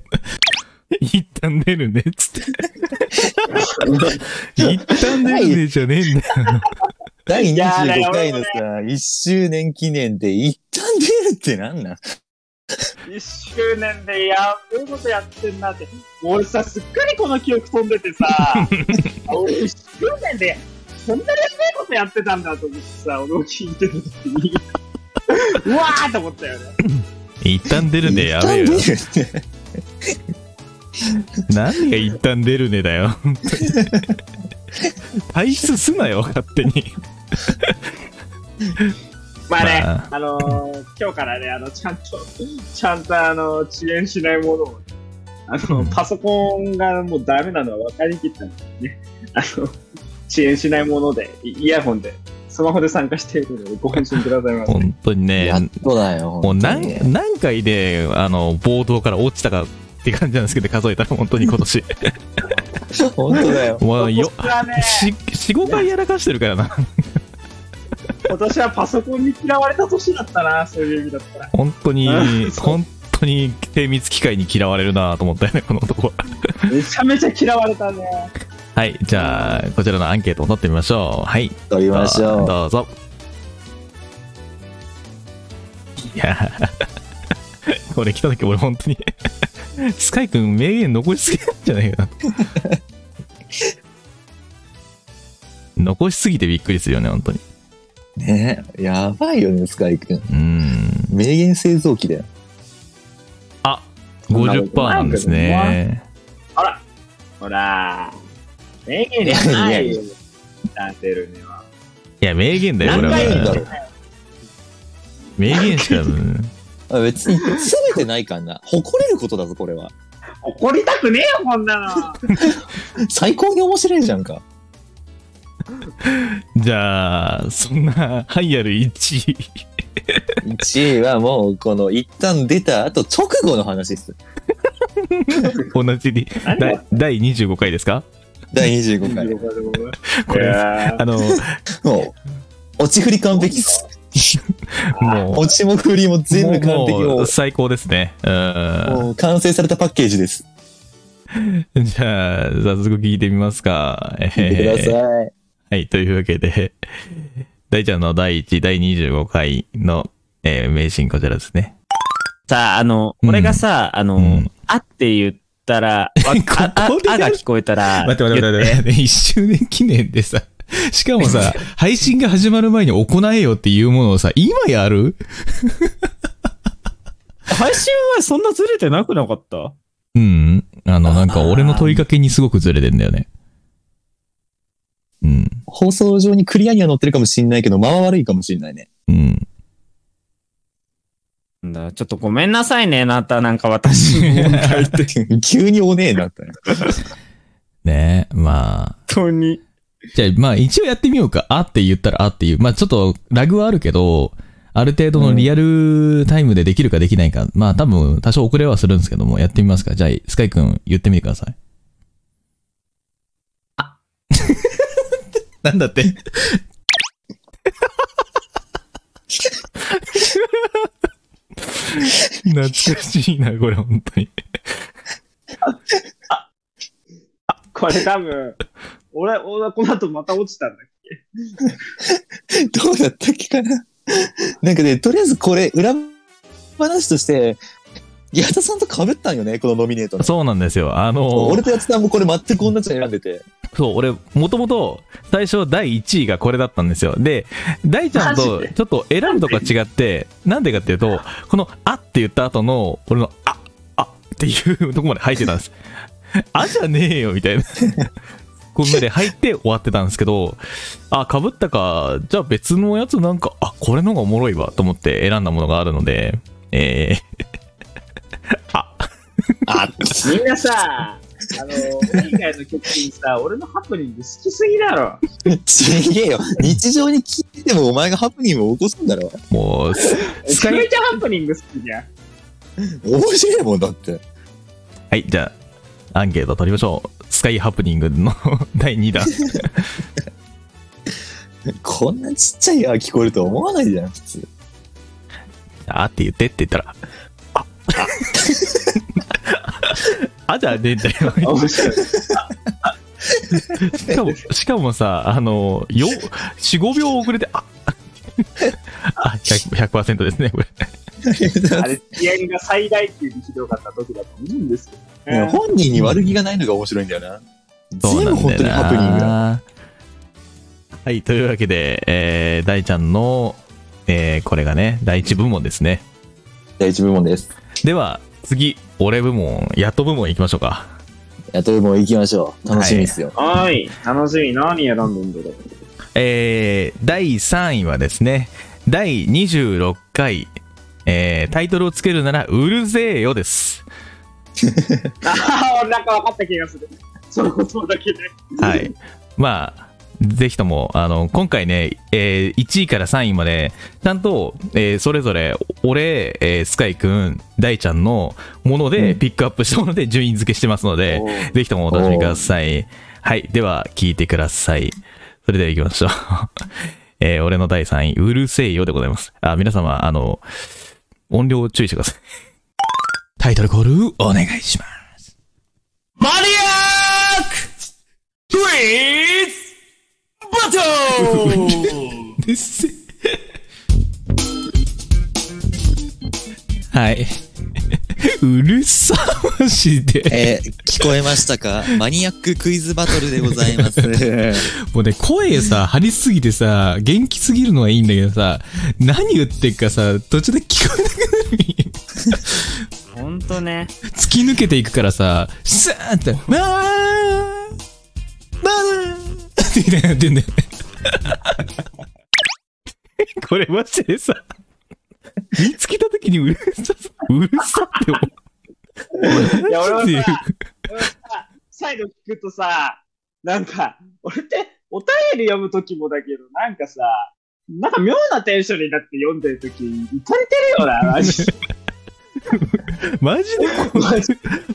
Speaker 1: 一旦出るね、つって。一旦出るねじゃねえんだよ。
Speaker 3: 第
Speaker 11: いやーだよ
Speaker 3: 25回のさ、1周年記念で一旦出るってなんなん
Speaker 2: 1周年でやべえことやってんなって。俺さ、すっかりこの記憶飛んで てさ、俺1周年でそんなにやべえことやってたんだと思ってさ、俺を聞いてる時に、うわーと思ったよね。
Speaker 1: 一旦出るね、やべえよ。何が一旦出るねだよ。本当に退出すなよ、勝手に。
Speaker 2: まあね、
Speaker 1: ま
Speaker 2: あ、のー、今日からね、あの、ちゃんと、ちゃんとあの、遅延しないものを、あの、パソコンがもうダメなのは分かりきったのでね、あの、遅延しないもので、イイヤホンで、スマホで参加しているので、ご安心くださいませ。
Speaker 1: 本当にね。やっ
Speaker 3: とだよ。
Speaker 1: もう何何回で、あの、冒頭から落ちたかって感じなんですけど、数えたら本当に今 年。
Speaker 3: 本当だよ。
Speaker 1: もうよ
Speaker 2: ここは ね、
Speaker 1: し4、5回やらかしてるからな。
Speaker 2: 今年はパソコンに嫌われた年だったな、そういう意味だったら。
Speaker 1: 本当に、本当に精密機械に嫌われるなと思ったよね、 この男は。
Speaker 2: めちゃめちゃ嫌われたね。
Speaker 1: はい、じゃあ、こちらのアンケートを取ってみましょう。はい。
Speaker 3: 取りましょう
Speaker 1: どうぞ。いや ーこれ来た時俺本当に、 スカイ君名言残しすぎなんじゃないかな。残しすぎてびっくりするよね、本当に。
Speaker 3: ねやばいよね、スカイくん。
Speaker 1: うん。
Speaker 3: 名言製造機だよ。
Speaker 1: あ、50%なんですね。
Speaker 2: あら、ほら、名言じゃないよ。ダンテルには。
Speaker 1: いや、名言だよ、これは。
Speaker 2: 何回言うんだろ
Speaker 1: 名言しか、
Speaker 3: あ別に、すべてないからな。誇れることだぞ、これは。
Speaker 2: 怒りたくねえよ、こんな
Speaker 3: 最高に面白いじゃんか。
Speaker 1: じゃあ、そんな、ハイアル1位。
Speaker 3: 1位はもう、この、一旦出た後、直後の話っす。
Speaker 1: 同じに、だ第25回ですか
Speaker 3: 第25回。
Speaker 1: これ、
Speaker 3: や
Speaker 1: あの、
Speaker 3: もう、落ち振り完璧っす。
Speaker 1: もう、
Speaker 3: 落ちも振りも全部完璧
Speaker 1: も
Speaker 3: も
Speaker 1: う最高ですね。う
Speaker 3: う、も
Speaker 1: ん。
Speaker 3: う完成されたパッケージです。
Speaker 1: じゃあ、早速聞いてみますか。え
Speaker 3: 見てください。
Speaker 1: はい、というわけで、大ちゃんの第1、第25回の、えー名シーンこちらですね。
Speaker 13: さあ、あの、俺がさ、あの、あって言ったら、わあああが聞こえたら、
Speaker 8: 待って待って待って待って、1周年記念で さ、しかも さ、配信が始まる前に行えよっていうものをさ、今やる
Speaker 13: 配信はそんなずれてなくなかった
Speaker 1: うん。あの、なんか俺の問いかけにすごくずれてんだよね。うん。
Speaker 3: 放送上にクリアには載ってるかもしんないけど、間は悪いかもしんないね。
Speaker 1: うん。
Speaker 13: なんだ、ちょっとごめんなさいね、なた、なんか私 の問題って。
Speaker 3: 急におねえなったよ。
Speaker 1: ねえ、まあ。
Speaker 13: 本当に。
Speaker 1: じゃあ、まあ一応やってみようか。あって言ったらあっていう。まあちょっとラグはあるけど、ある程度のリアルタイムでできるかできないか。まあ多分多少遅れはするんですけども、やってみますか。じゃあ、スカイ君言ってみてください。あ なんだって。懐かしいな、これ、本当に。
Speaker 2: これ多分、俺、俺はこの後また落ちたんだっ
Speaker 3: どうだったっけかな。 なんかね、とりあえずこれ、裏話として、矢田さんと被ったんよね、このノミネートの。
Speaker 1: そうなんですよ。あのー
Speaker 3: 俺と矢田さんもこれ全く同じの選んでて。
Speaker 1: そう、俺、もともと、最初第1位がこれだったんですよ。で、大ちゃんと、ちょっと選ぶとか違って、なんでかっていうと、この、あって言った後の、俺の、あ、あっていうとこまで入ってたんです。あじゃねえよ、みたいな。 ここまで入って終わってたんですけど、あ、かぶったか、じゃあ別のやつなんか、あ、これの方がおもろいわ、と思って選んだものがあるので、えー、
Speaker 2: け。みんなさ、あの、海外の曲にさ、俺のハプニング好きすぎだろ。
Speaker 3: ちげえよ。日常に聞いてもお前がハプニングを起こすんだろ。
Speaker 1: もう、
Speaker 2: めちゃめちゃハプニング好きじゃん。
Speaker 3: 面白いもんだって。
Speaker 1: はい、じゃあ、アンケート取りましょう。スカイハプニングの 第2弾。
Speaker 3: こんなちっちゃい「あ」聞こえると思わないじゃん、普通。
Speaker 1: あーって言ってって言ったら、あ、あ、あじゃねえんだよ。しかも、しかもさ、あの、よ、4、5秒遅れて、あ、あ、100%, 100ですね、これ。
Speaker 2: あれ、気合が最大級にひどかった時だと思うんですけど、ね。
Speaker 3: 本人に悪気がないのが面白いんだよな。
Speaker 1: そうなんだよな
Speaker 3: 全部本当にハプニングだ。
Speaker 1: はい、というわけで、えー、大ちゃんの、えーこれがね、第一部門ですね。
Speaker 3: 第一部門です。
Speaker 1: では、次、俺部門、やっと部門行きましょうか。
Speaker 3: やとも行きましょう。楽しみですよ。
Speaker 2: はい、楽しみ。何選んでんだろう。
Speaker 1: えー第3位はですね、第26回、えータイトルをつけるなら、うるぜえよです。
Speaker 2: ああ、なんか分かった気がする。そのことだけで。
Speaker 1: はい。まあ、ぜひとも、あの、今回ね、えー1位から3位まで、ちゃんと、えーそれぞれ、俺、えースカイくん、大ちゃんのもので、ピックアップしたもので順位付けしてますので、ぜひともお楽しみください。はい。では、聞いてください。それでは行きましょう。 えー俺の第3位、うるせえよでございます。あ、皆様、あの、音量を注意してください。タイトルコール、お願いします。
Speaker 10: マニアッククイズバトル
Speaker 1: ですはい。うるさましで。
Speaker 3: えー聞こえましたかマニアッククイズバトルでござい ます。
Speaker 8: もうね、声さ、張りすぎてさ、元気すぎるのはいいんだけどさ、何言ってっかさ、途中で聞こえなくな
Speaker 13: ほんとね。
Speaker 8: る。突き抜けていくからさ、スーンって、なあーなあーって言いながらやってんだよね。
Speaker 1: これマジでさ、見つけた時にうるさ、うるさって思う。
Speaker 2: いや、俺
Speaker 1: マジで
Speaker 2: はさ、俺はさ最後聞くとさ、なんか、俺ってお便り読む時もだけど、なんかさ、なんか妙なテンションになって読んでる時、いかれてるよな、マ ジで。
Speaker 1: マジでこれ、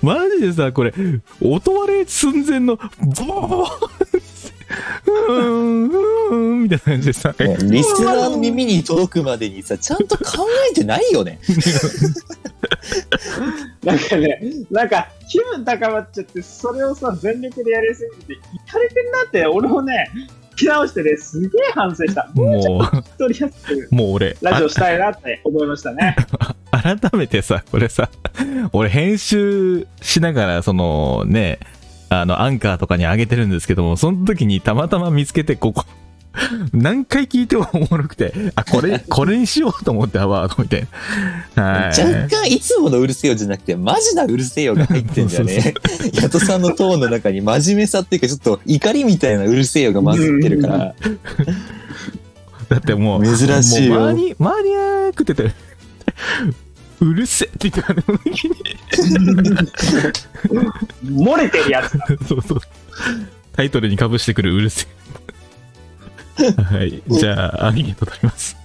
Speaker 1: マジでさ、これ、音割れ寸前の、ボーボーうーん、うーん、みたいな感じでさ、
Speaker 3: リスナーの耳に届くまでにさ、ちゃんと考えてないよね。
Speaker 2: なんかね、なんか気分高まっちゃって、それをさ、全力でやりすぎて、いかれてんなって、俺もね、聞き直してね、すげえ反省した。
Speaker 1: も
Speaker 2: とりあえず
Speaker 1: う、、もう俺、
Speaker 2: ラジオしたいなって思いましたね。
Speaker 1: 改めてさ、これさ、俺編集しながら、そのね、あの、アンカーとかに上げてるんですけども、その時にたまたま見つけて、ここ、何回聞いてもおもろくて、あ、これ、これにしようと思って、アワードみたいな。はい。
Speaker 3: 若干いつものうるせえよじゃなくて、マジなうるせえよが入ってんだよね。ヤトさんのトーンの中に真面目さっていうか、ちょっと怒りみたいなうるせえよが混ざってるから。
Speaker 1: だってもう、
Speaker 3: 珍しいよ
Speaker 1: もうマニマニアークって言ってうるせえって言ったから、
Speaker 2: 漏れてるやつだ。
Speaker 1: そうそう。タイトルにかぶしてくるうるせえ。はい。じゃあ、アンケート取ります。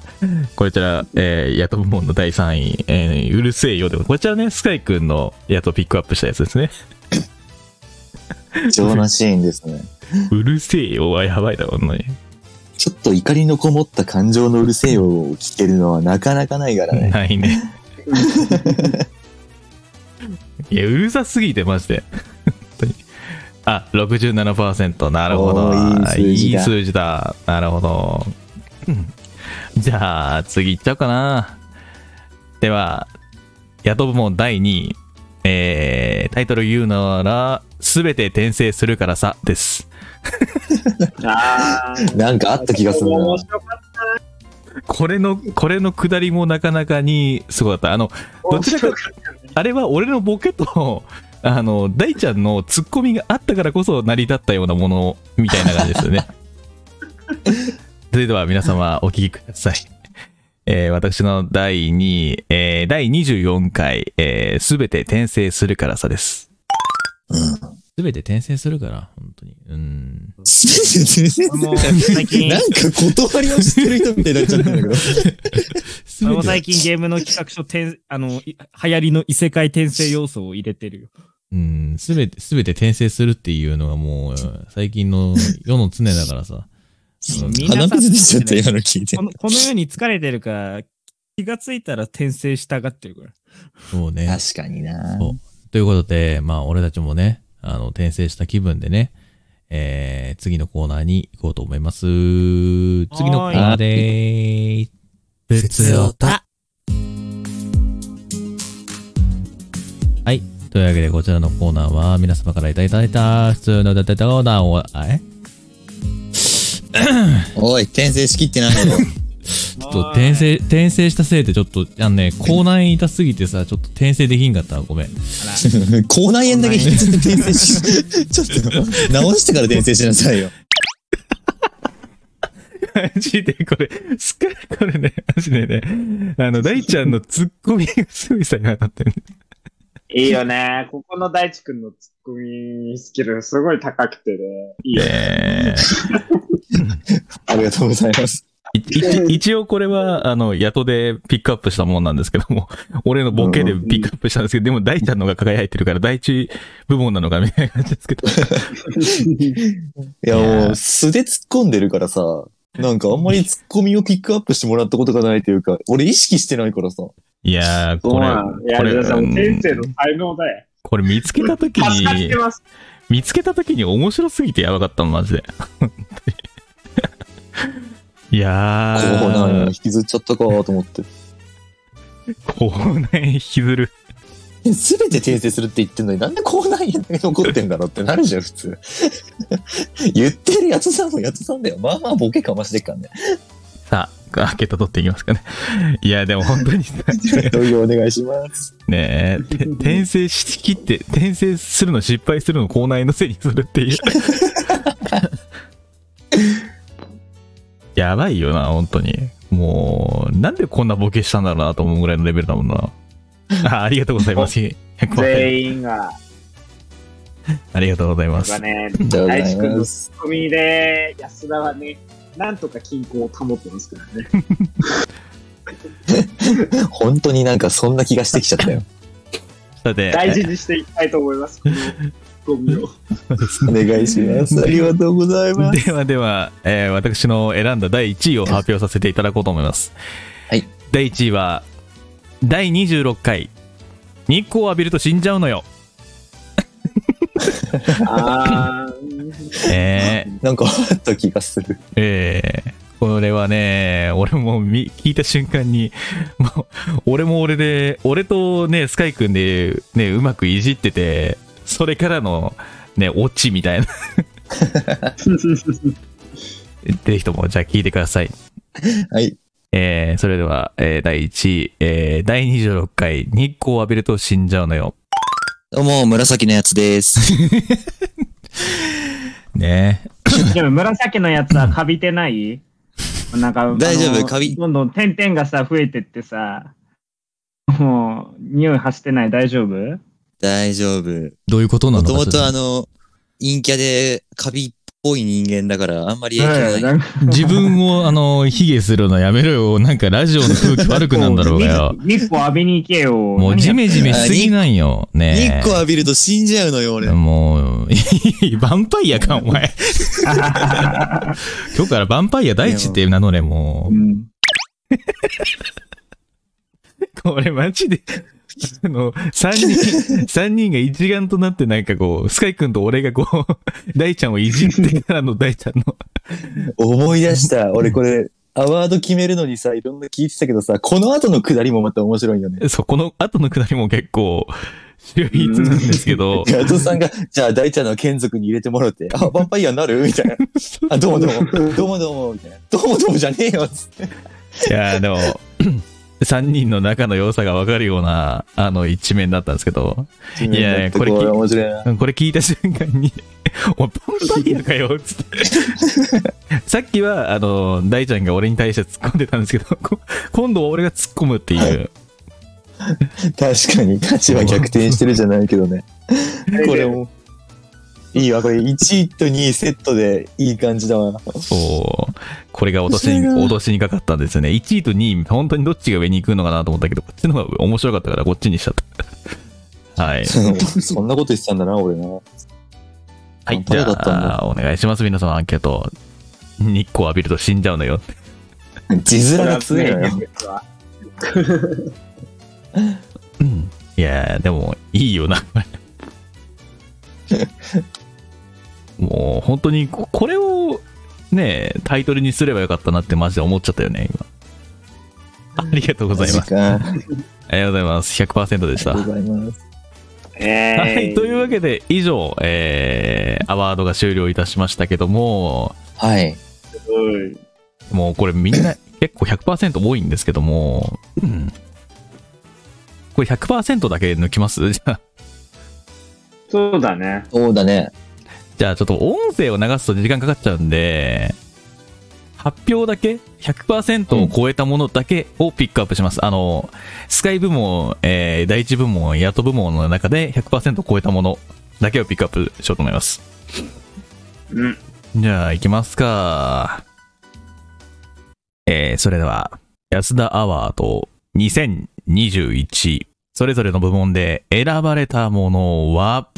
Speaker 1: こちら、えー、ヤト部門の第3位、えーうるせえよでも、こちらね、スカイくんのヤトピックアップしたやつですね。
Speaker 3: 情なシーンですね。
Speaker 1: うるせえよはやばいだろ、ほんまに。
Speaker 3: ちょっと怒りのこもった感情のうるせえよを聞けるのはなかなかないからね。
Speaker 1: ない ね。いや、うるさすぎて、マジで。本当に。あ、67%。なるほど
Speaker 3: おー。いい数字だ
Speaker 1: い数字だ。なるほど。うんじゃあ、次いっちゃおうかな。では、宿部門第2位。えー、タイトル言うなら、すべて転生するからさ、です。
Speaker 2: あー
Speaker 3: なんかあった気がするな
Speaker 2: 面白かっ
Speaker 1: これの、これの下りもなかなかにすごかった。あの、どちらか、あれは俺のボケと、あの、大ちゃんのツッコミがあったからこそ成り立ったようなものみたいな感じですよね。それでは皆様お聞きください。えー私の第2位、えー第24回、す、べ、て転生するからさです。すべて転生するから、本当に。うん。
Speaker 3: もう
Speaker 1: 最近
Speaker 3: なんか断りをしてる人みたいになっちゃってるんだけど。
Speaker 13: 俺も最近ゲームの企画書転、あの、い流行りの異世界転生要素を入れてるよ。
Speaker 1: うん、すべて、すべて転生するっていうのがもう、最近の世の常だから さ。
Speaker 13: みんなさ鼻水出ちゃった今の
Speaker 3: 聞い
Speaker 13: このこの世に疲れてるから、気がついたら転生したがってるから。
Speaker 1: そうね。
Speaker 3: 確かにな
Speaker 1: そう。ということで、まあ、俺たちもね、あの、転生した気分でね、えー、次のコーナーに行こうと思います。次のコーナーでーす。ふつおた。はい。というわけで、こちらのコーナーは、皆様からいただいた、普通の歌ってたコーナーを、あえ
Speaker 3: おい、転生しきってないよ。
Speaker 1: ちょっと転生、転生したせいでちょっと、あのね、口内炎痛すぎてさ、ちょっと転生できんかったわごめん。
Speaker 3: 口内炎だけ引きずって転生し、ちょっと、直してから転生しなさいよ。
Speaker 1: マジでこれ、すっかりこれね、マジでね、あの、大ちゃんのツッコミがすごいさ、今なってる。
Speaker 2: いいよね。ここの大地くんのツッコミスキルすごい高くてね。いいよね。
Speaker 3: ありがとうございます。
Speaker 1: 一応これは、あの、雇でピックアップしたもんなんですけども、俺のボケでピックアップしたんですけど、でも大ちゃんの方が輝いてるから、第一部門なのかみたいな感じですけど。
Speaker 3: いや、もう、素で突っ込んでるからさ、なんかあんまり突っ込みをピックアップしてもらったことがないというか、俺意識してないからさ。
Speaker 1: いやー、
Speaker 2: そう
Speaker 1: これ
Speaker 2: なの、いや、
Speaker 1: これ、
Speaker 2: 皆さん、
Speaker 1: う
Speaker 2: 天
Speaker 1: ん
Speaker 2: 性の才能だよ。
Speaker 1: これ見つけたとき
Speaker 2: 助かっ
Speaker 1: に
Speaker 2: て、ます。
Speaker 1: 見つけたときに面白すぎてやばかったの、マジで。 いやー、
Speaker 3: こうなんや引きずっちゃったかと思って。
Speaker 1: 口内炎引きずる。
Speaker 3: すべて訂正するって言ってんのになんで口内炎だけ残ってんだろうってなるじゃん、普通。 言ってるやつさんもやつさんだよ。まあまあボケかましてっからね。
Speaker 1: さあ、開けた取っていきますかね。 いや、でも本当にさ、
Speaker 3: 投票お願いします。
Speaker 1: ねえ、て転生しきって、転生するの失敗するの口内炎のせいにするっていう。 やばいよな、本当に。もう、なんでこんなボケしたんだろうなと思うぐらいのレベルだもんな。あありがとうございます。100万円
Speaker 2: 全員が。
Speaker 1: ありがとうございま
Speaker 2: だ
Speaker 1: す。
Speaker 2: ね、
Speaker 1: りがとうござい
Speaker 2: 大
Speaker 1: ます
Speaker 2: 地君のツッコミで、安田はね、なんとか均衡を保ってますからね。
Speaker 3: 本当になんかそんな気がしてきちゃったよ。
Speaker 1: さて
Speaker 2: 大事にしていきたいと思います、 このツッコミを。
Speaker 3: お願いします。 ありがとうございます。
Speaker 1: ではでは、えー私の選んだ第1位を発表させていただこうと思います。
Speaker 3: はい。
Speaker 1: 第1位は、第26回、日光を浴びると死んじゃうのよ。
Speaker 2: あ
Speaker 1: え
Speaker 3: なんかあった気がする。
Speaker 1: えーこれはね、俺もみ聞いた瞬間に、もう、俺も俺で、俺とね、スカイくんで、ね、うまくいじってて、それからの、ね、オチみたいな。ぜひとも、じゃあ聞いてください。
Speaker 3: はい。
Speaker 1: えーそれでは、えー第1位、えー第26回、日光を浴びると死んじゃうのよ。
Speaker 3: どうも、紫のやつです。
Speaker 1: ね
Speaker 7: でも紫のやつはカビてないなんか、
Speaker 3: 大丈夫
Speaker 7: あの
Speaker 3: カビ
Speaker 7: どんどん点々がさ、増えてってさ、もう、匂い発してない、大丈夫
Speaker 3: 大丈夫。
Speaker 1: どういうこと
Speaker 3: も
Speaker 1: なの
Speaker 3: とも
Speaker 1: それ
Speaker 3: とあの、陰キャでカビっぽい人間だから、あんまり影響ない。
Speaker 1: 自分を、あの、卑下するのやめろよ。なんかラジオの空気悪くなんだろうが よ。
Speaker 7: 日光浴びに行けよ。
Speaker 1: もうジメジメしすぎなんよ。
Speaker 3: 日
Speaker 1: ね
Speaker 3: 光浴びると死んじゃうのよ、俺。
Speaker 1: もう、いいヴァンパイアか、お 前。今日からヴァンパイア大地って名乗れ、もう。これマジで、あの、三人、三人が一丸となってなんかこう、スカイ君と俺がこう、 大ちゃんをいじってからの大ちゃんの。
Speaker 3: 思い出した。俺これ、アワード決めるのにさ、いろんな聞いてたけどさ、この後のくだりもまた面白いよね。
Speaker 1: そう、この後のくだりも結構、秀逸なんですけど。
Speaker 3: ガ トさんが、じゃあ大ちゃんの眷属に入れてもらって、あ、ヴァンパイアになるみたいな。あ、どうもど うも、どうもどうも、みたいな。どうもどうもじゃねえよ、つって。
Speaker 1: いやーでも、3人の仲の良さが分かるような、あの、一面だったんですけど。い
Speaker 3: 一面だった
Speaker 1: やいや、これ
Speaker 3: これ
Speaker 1: 聞
Speaker 3: 面
Speaker 1: い
Speaker 3: 白いな
Speaker 1: うんこれ聞いた瞬間に、 おい、パンパイヤかよ、つって。さっきは、あの、大ちゃんが俺に対して突っ込んでたんですけど、こ今度は俺が突っ込むっていう。
Speaker 3: 確かに、価値は逆転してるじゃないけどね。これも。いいわ、これ1位と2位セットでいい感じ だ
Speaker 1: お
Speaker 3: わ。
Speaker 1: ーこれが落としに、
Speaker 3: 面白いな
Speaker 1: 落としにかかったんですよね。1位と2位、本当にどっちが上に行くのかなと思ったけど、こっちの方が面白かったから、こっちにしちゃっ た。はい。
Speaker 3: そんなこと言ってたんだな、俺な。
Speaker 1: はい、じゃあ、お願いします、皆様、アンケート。日光浴びると死んじゃうのよ。
Speaker 3: 字面が強いのよ。
Speaker 1: いやー、でも、いいよ な。もう、本当に、ここれを、ねえ、タイトルにすればよかったなって、マジで思っちゃったよね、今。ありがとうございます。あ
Speaker 3: マ
Speaker 1: りがとうございます。100%でした。
Speaker 3: ございます。
Speaker 1: はい、というわけで、以上、えー、アワードが終了いたしましたけども、
Speaker 3: はい。
Speaker 1: もうこれみん な結構100%多いんですけども、うんこれ100%だけ抜きますじ ゃあ、
Speaker 2: そうだね。
Speaker 3: そうだね。
Speaker 1: じゃあちょっと音声を流すと時間かかっちゃうんで、発表だけ、100%を超えたものだけをピックアップします。あの、スカイ部門、えー第一部門、ヤト部門の中で100%超えたものだけをピックアップしようと思います。
Speaker 2: うん。
Speaker 1: じゃあ、行きますか。えー、それでは、安田アワード2021、それぞれの部門で選ばれたものは、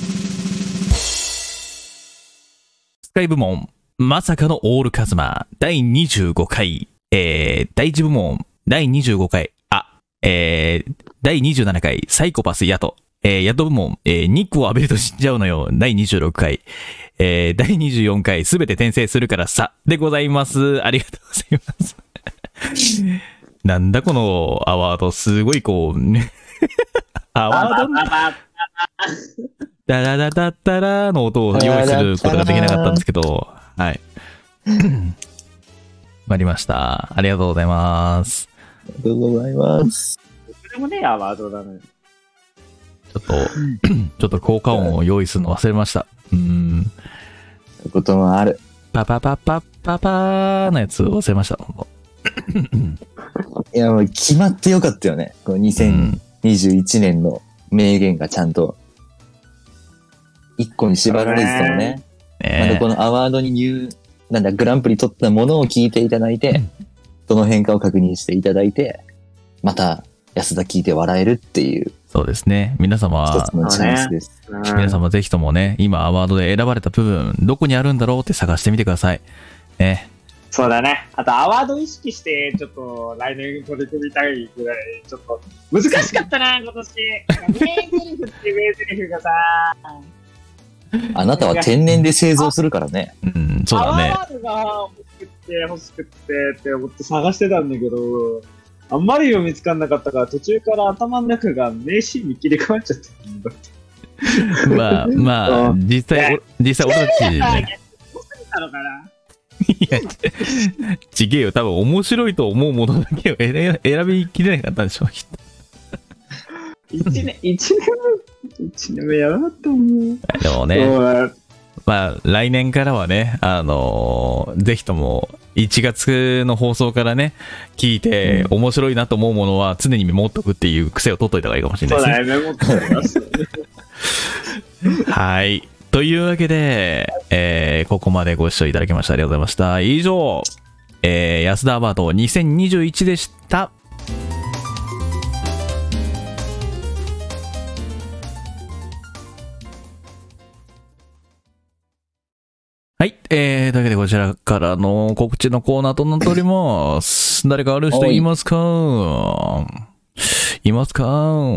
Speaker 1: スカイ部門、まさかのオールカズマ、第25回、えー、第1部門、第25回、あ、えー、第27回、サイコパスヤト、えー、ヤト部門、えー、日光を浴びると死んじゃうのよ、第26回、えー、第24回、すべて転生するからさ、でございます。ありがとうございます。なんだこのアワード、すごいこう、 ねアワードダラダダッダラーの音を用意することができなかったんですけど、 はい。参りました。ありがとうございます。
Speaker 3: ありがとうございます。
Speaker 2: それもね、アワードだね。
Speaker 1: ちょっ と、ちょっと効果音を用意するの忘れました。うーん。
Speaker 3: そういうこともある。
Speaker 1: パパパパパパーのやつ忘れました。ほんと
Speaker 3: いや、もう決まってよかったよね。この2021年の名言がちゃんと、一個に縛られてたのね。またこのアワードに入、なんだ、グランプリ取ったものを聞いていただいて、どの変化を確認していただいて、また安田聞いて笑えるっていう
Speaker 1: そうですね。皆様
Speaker 3: 一つのチャンスです。
Speaker 1: 皆様ぜひともね、今アワードで選ばれた部分、どこにあるんだろうって探してみてください。ね。
Speaker 2: そうだね。あと、アワード意識して、ちょっと、来年取り組みたいぐらい、ちょっと、難しかったな、今年。名台詞って名台詞がさ、
Speaker 3: あなたは天然で製造するからね。
Speaker 1: うん、そうだ
Speaker 2: ア
Speaker 1: ね。
Speaker 2: ワードが欲しくって、欲しくってって思って探してたんだけど、あんまりよ見つかんなかったから、途中から頭の中が名シーンに切り替わっちゃった。
Speaker 1: まあ、まあ、実際、お実際俺たち、ね、
Speaker 2: どうするんだろうかな。
Speaker 1: ちげえよ、多分面白いと思うものだけを 選選びきれなかったんでしょう、きっと
Speaker 2: 1年、 一年目、一年目やらなかったもん。
Speaker 1: でもね、まあ、来年からはね、あのーぜひとも、1月の放送からね、聞いて、面白いなと思うものは常にメモっとくっていう癖を取っといた方がいいかもしれない
Speaker 2: そう
Speaker 1: ですね
Speaker 2: だ。ね、メモってお ります。
Speaker 1: はい。というわけで、えーここまでご視聴いただきましてありがとうございました。以上、えー安田アワード2021でした。はい。えー、というわけで、こちらからの告知のコーナーとなっております。誰かある人いますかいますか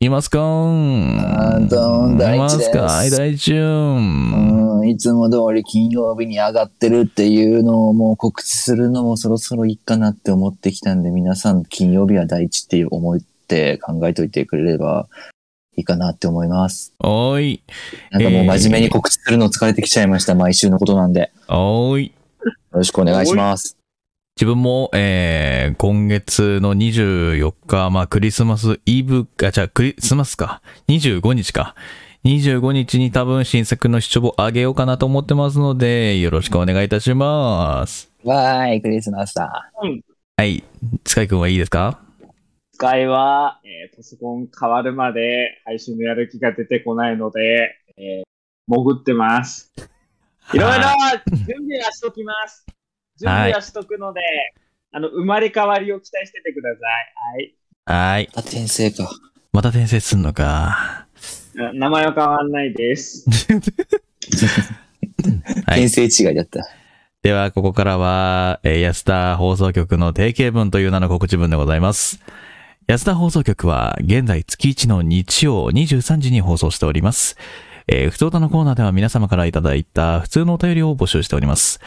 Speaker 1: いますか
Speaker 3: あーどん大地で
Speaker 1: いま
Speaker 3: す
Speaker 1: すかはい、大地。
Speaker 3: うん、いつも通り金曜日に上がってるっていうのをもう告知するのもそろそろいいかなって思ってきたんで、皆さん金曜日は第一っていう思って考えといてくれればいいかなって思います。
Speaker 1: おーい。
Speaker 3: なんかもう真面目に
Speaker 1: えー
Speaker 3: 告知するの疲れてきちゃいました。毎週のことなんで。
Speaker 1: おーい。
Speaker 3: よろしくお願いします。
Speaker 1: 自分も、えー、今月の24日、まあ、クリスマスイブか、じゃあ、クリスマスか。25日か。25日に多分新作の視聴をあげようかなと思ってますので、よろしくお願いいたします。
Speaker 3: わーい、クリスマスだ。
Speaker 1: はい。スカイくんはいいですか
Speaker 2: 使いは、えーパソコン変わるまで配信のやる気が出てこないので、えー潜ってます。いろいろ準備はしときます。準備はしとくので、あの、生まれ変わりを期待しててください。
Speaker 1: はーい。
Speaker 14: また転生か。
Speaker 1: また転生すんのか。
Speaker 2: はい。うん名前は変わんないです。
Speaker 1: はい、
Speaker 14: 転生違いだった。
Speaker 1: では、ここからは、えー安田放送局の定型文という名の告知文でございます。安田放送局は、現在月1の日曜23時に放送しております。えー、普通歌のコーナーでは皆様からいただいた普通のお便りを募集しております。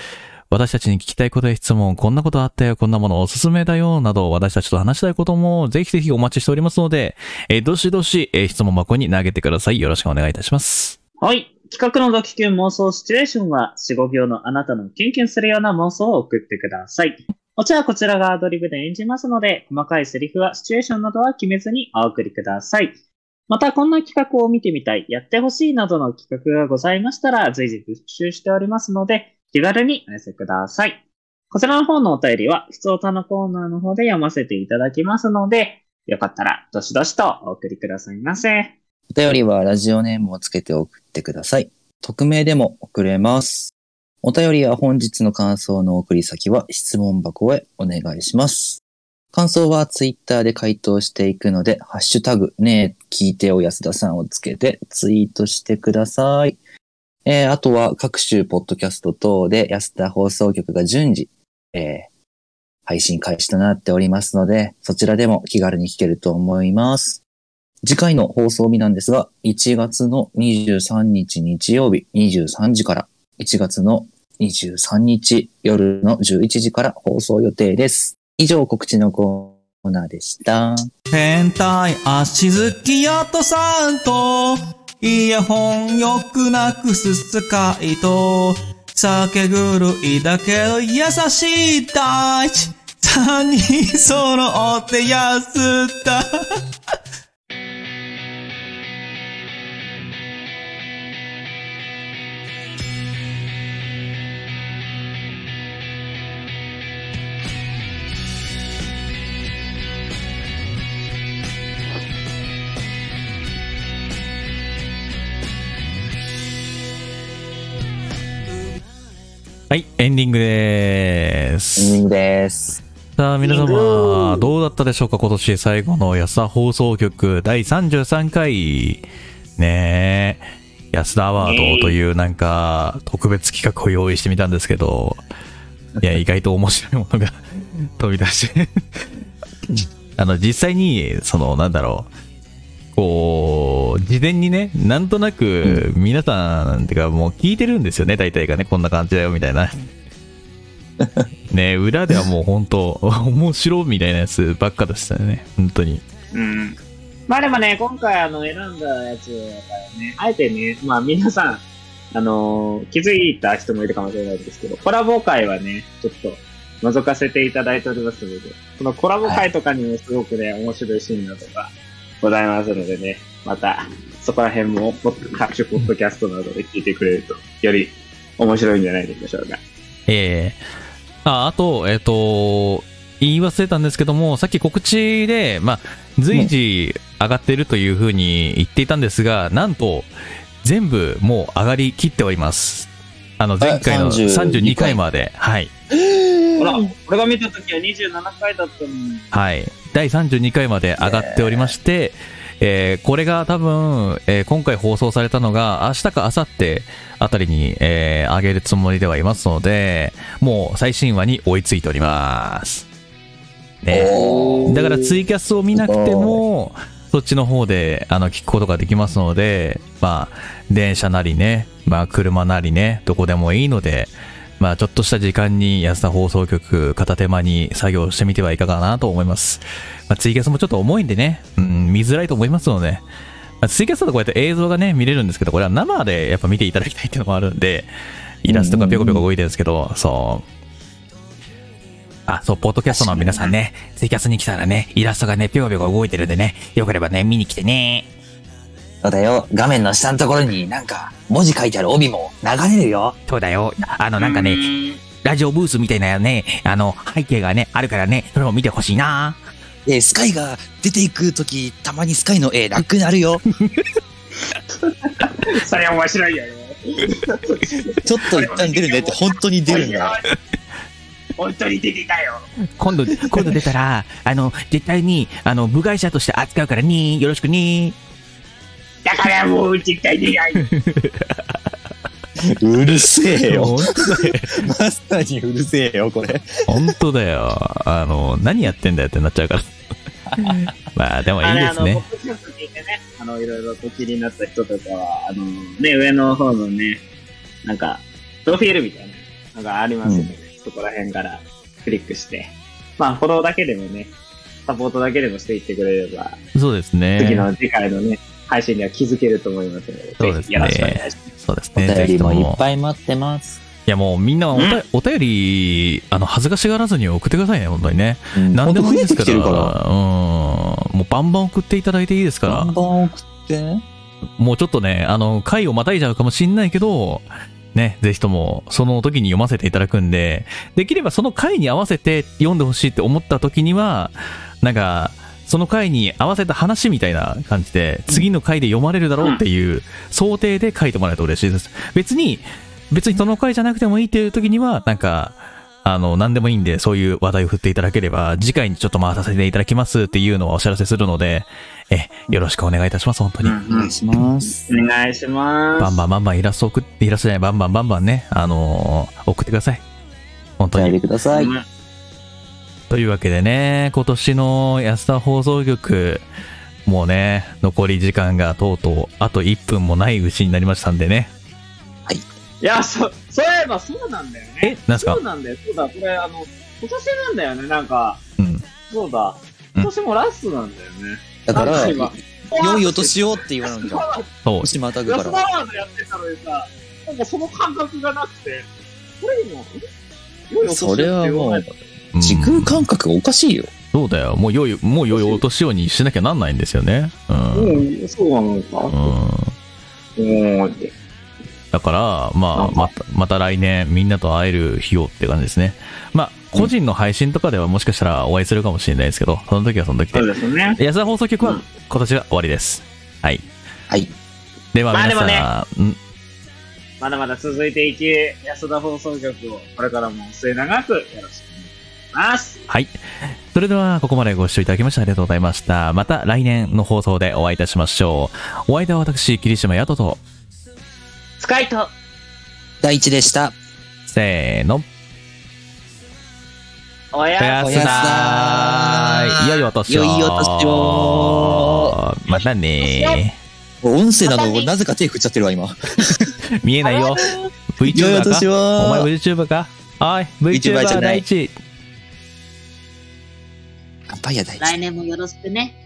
Speaker 1: 私たちに聞きたいことや質問、こんなことあったよ、こんなものおすすめだよ、など、私たちと話したいことも、ぜひぜひお待ちしておりますので、えーどしどし、えー質問箱に投げてください。よろしくお願いいたします。
Speaker 15: はい。企画の楽器犬妄想シチュエーションは、四五行のあなたのキュンキュンするような妄想を送ってください。もちろんこちらがアドリブで演じますので、細かいセリフはシチュエーションなどは決めずにお送りください。また、こんな企画を見てみたい、やってほしいなどの企画がございましたら、随時復習しておりますので、気軽にお寄せください。こちらの方のお便りは、普通歌のコーナーの方で読ませていただきますので、よかったら、どしどしとお送りくださいませ。
Speaker 3: お便りはラジオネームをつけて送ってください。匿名でも送れます。お便りや本日の感想の送り先は質問箱へお願いします。感想はツイッターで回答していくので、ハッシュタグ、ねえ、聞いてお安田さんをつけてツイートしてください。えー、あとは各種ポッドキャスト等で安田放送局が順次、えー、配信開始となっておりますので、そちらでも気軽に聞けると思います。次回の放送日なんですが、1月の23日日曜日23時から、1月の23日夜の11時から放送予定です。以上告知のコーナーでした。
Speaker 9: 変態足好きやとさんと、イヤホンよくなくす使いと、酒狂いだけど優しい大地、三人揃ってやすた。
Speaker 1: はい、エンディングです。エンディン
Speaker 3: グです。
Speaker 1: さあ、皆様、どうだったでしょうか今年最後の安田放送局第33回。ねえ、安田アワードというなんか、特別企画を用意してみたんですけど、いや、意外と面白いものが 飛び出して。 あの、実際に、その、なんだろう、こう、事前にね、なんとなく、皆さん、てかもう聞いてるんですよね、大体がね、こんな感じだよ、みたいな。ね、裏ではもう本当、面白いみたいなやつばっかでしたよね、本当に。
Speaker 2: うん。まあでもね、今回あの選んだやつだからね、あえてね、まあ皆さん、あのー気づいた人もいるかもしれないですけど、コラボ会はね、ちょっと覗かせていただいておりますので、このコラボ会とかにもすごくね、面白いシーンなどがございますのでね、また、そこら辺もポッド各種ポッドキャストなどで聞いてくれると、より面白いんじゃないでしょうか。
Speaker 1: ええあ、あと、えっ、と、言い忘れたんですけども、さっき告知で、まあ、随時上がっているというふうに言っていたんですが、なんと、全部もう上がりきっております。あの、前回の32回まで、はい。
Speaker 2: ほら、俺が見た時は27回だったのに。
Speaker 1: はい、第32回まで上がっておりまして、えーこれが多分、えー今回放送されたのが明日か明後日あたりに、えー上げるつもりではいますのでもう最新話に追いついております、ね、だからツイキャスを見なくてもそっちの方であの聞くことができますのでまあ電車なりね、まあ、車なりねどこでもいいのでまあ、ちょっとした時間に安田放送局片手間に作業してみてはいかがなと思います。まあ、ツイキャスもちょっと重いんでね、うん、見づらいと思いますので、まあ、ツイキャスだとこうやって映像がね、見れるんですけど、これは生でやっぱ見ていただきたいっていうのもあるんで、イラストがぴょこぴょこ動いてるんですけど、そう。あ、そう、ポッドキャストの皆さんね、ツイキャスに来たらね、イラストがね、ぴょこぴょこ動いてるんでね、よければね、見に来てね。
Speaker 3: そうだよ、画面の下のところになんか文字書いてある帯も流れるよ。
Speaker 16: そうだよ。あの、なんかね、ラジオブースみたいなね、あの、背景がね、あるからね、それも見てほしいな。
Speaker 3: えースカイが出ていくと き、たまにスカイの絵楽になるよ。
Speaker 2: それ面白いよね。
Speaker 3: ちょっと一旦出るねって本当に出るん だ。
Speaker 2: 本当に出てたよ。
Speaker 17: 今度、今度出たら、あの、絶対に、あの、部外者として扱うからに、よろしくに。
Speaker 2: だからもう絶対出ない。
Speaker 3: うるせえよ。
Speaker 1: 本当だよ。
Speaker 3: まさにうるせえよ、これ。
Speaker 1: 本当だよ。あの、何やってんだよってなっちゃうから。 まあ、でもいいです
Speaker 2: あれあの
Speaker 1: ね。
Speaker 2: ポッドキャスト聞いてね、あの、いろいろと気になった人とかは、あの、ね、上の方のね、なんか、プロフィールみたいなのがありますので、そこら辺からクリックして、まあ、フォローだけでもね、サポートだけでもしていってくれれば、
Speaker 1: そうですね。
Speaker 2: 次の次回のね、配信には気づけると思いますので、
Speaker 1: そう
Speaker 2: ぜ
Speaker 1: です
Speaker 2: ひよろしくお願いし
Speaker 1: ね
Speaker 2: ます。。
Speaker 1: そうです
Speaker 18: お
Speaker 1: ね。
Speaker 18: 便りもい
Speaker 1: ぜひと
Speaker 18: っぱい待ってます。
Speaker 1: いやもうみんなおたお便り、あの、恥ずかしがらずに送ってくださいね、本当にね。
Speaker 18: ん
Speaker 1: 何でもいいです
Speaker 18: 本当増えて
Speaker 1: から。
Speaker 18: きてるから
Speaker 1: うん。もうバンバン送っていただいていいですから。
Speaker 18: バンバン送って。
Speaker 1: もうちょっとね、あの、回をまたいじゃうかもしんないけど、ね、ぜひとも、その時に読ませていただくんで、できればその回に合わせて読んでほしいって思った時には、なんか、その回に合わせた話みたいな感じで、次の回で読まれるだろうっていう想定で書いてもらえると嬉しいです。別に、別にその回じゃなくてもいいっていう時には、なんか、あの、何でもいいんで、そういう話題を振っていただければ、次回にちょっと回させていただきますっていうのはお知らせするので、え、よろしくお願いいたします、本当に。
Speaker 2: お願い
Speaker 18: します。
Speaker 2: お願いします。
Speaker 1: バンバンバンバンイラスト送って、イラストじゃない、バンバンバンバンね、あのー送ってください。本当に。
Speaker 18: ください。
Speaker 1: というわけでね、今年の安田放送局、もうね、残り時間がとうとう、あと1分もないうちになりましたんでね。
Speaker 2: いや、そ、そういえばそうなんだよね。
Speaker 1: えなんすか
Speaker 2: そうなんだよ。そうだ、これ、あの、今年なんだよね、なんか。
Speaker 1: うん。
Speaker 2: そうだ。今年もラストなんだよね。
Speaker 3: だか
Speaker 2: な
Speaker 3: ら、
Speaker 2: ん今
Speaker 3: 良いお年をって言わなきゃ。
Speaker 1: そう。
Speaker 3: しまたぐ
Speaker 2: ラ
Speaker 3: か
Speaker 2: ストア
Speaker 3: ら。
Speaker 2: ワードやってたのにさ、なんかその感覚がなくて、これ今、え良いお年を
Speaker 3: そ
Speaker 2: って
Speaker 3: れは
Speaker 2: 言
Speaker 3: も
Speaker 2: わな
Speaker 3: う
Speaker 2: い、
Speaker 1: 時空
Speaker 3: 感覚おかしいよ。
Speaker 1: そうだよ。もう良い、もう良いお年をにしなきゃなんないんですよね。うん。
Speaker 2: うん、そうなのか。うん。って。
Speaker 1: だから、まあ、また、また来年みんなと会える日をって感じですね。まあ、個人の配信とかではもしかしたらお会いするかもしれないですけど、その時はその時で。
Speaker 2: そうですね。
Speaker 1: 安田放送局は今年は終わりです。はい。
Speaker 3: はい。
Speaker 1: では
Speaker 2: まあ
Speaker 1: 皆さん、ん
Speaker 2: まだまだ続いていき、安田放送局をこれからも末永くよろしくお願いします。
Speaker 1: はい。それでは、ここまでご視聴いただきましてありがとうございました。また来年の放送でお会いいたしましょう。お相手は私、霧島やとと、
Speaker 2: スカイト
Speaker 3: 第一でした。
Speaker 1: せーの、
Speaker 2: お
Speaker 1: おや
Speaker 2: や
Speaker 1: すだーい。良いお年を。
Speaker 3: 良いお年
Speaker 1: を。またね
Speaker 3: 音声なの、俺なぜか手振っちゃってるわ、今。
Speaker 1: ー。見えないよ。
Speaker 3: 良いお
Speaker 1: VTuber
Speaker 3: 年
Speaker 1: か
Speaker 3: を
Speaker 1: お前 VTuber かおい、
Speaker 3: VTuber じゃ
Speaker 1: VTuber
Speaker 3: な
Speaker 1: 第
Speaker 3: い
Speaker 1: 一。
Speaker 3: 乾杯やだい。
Speaker 19: 来年もよろしくね。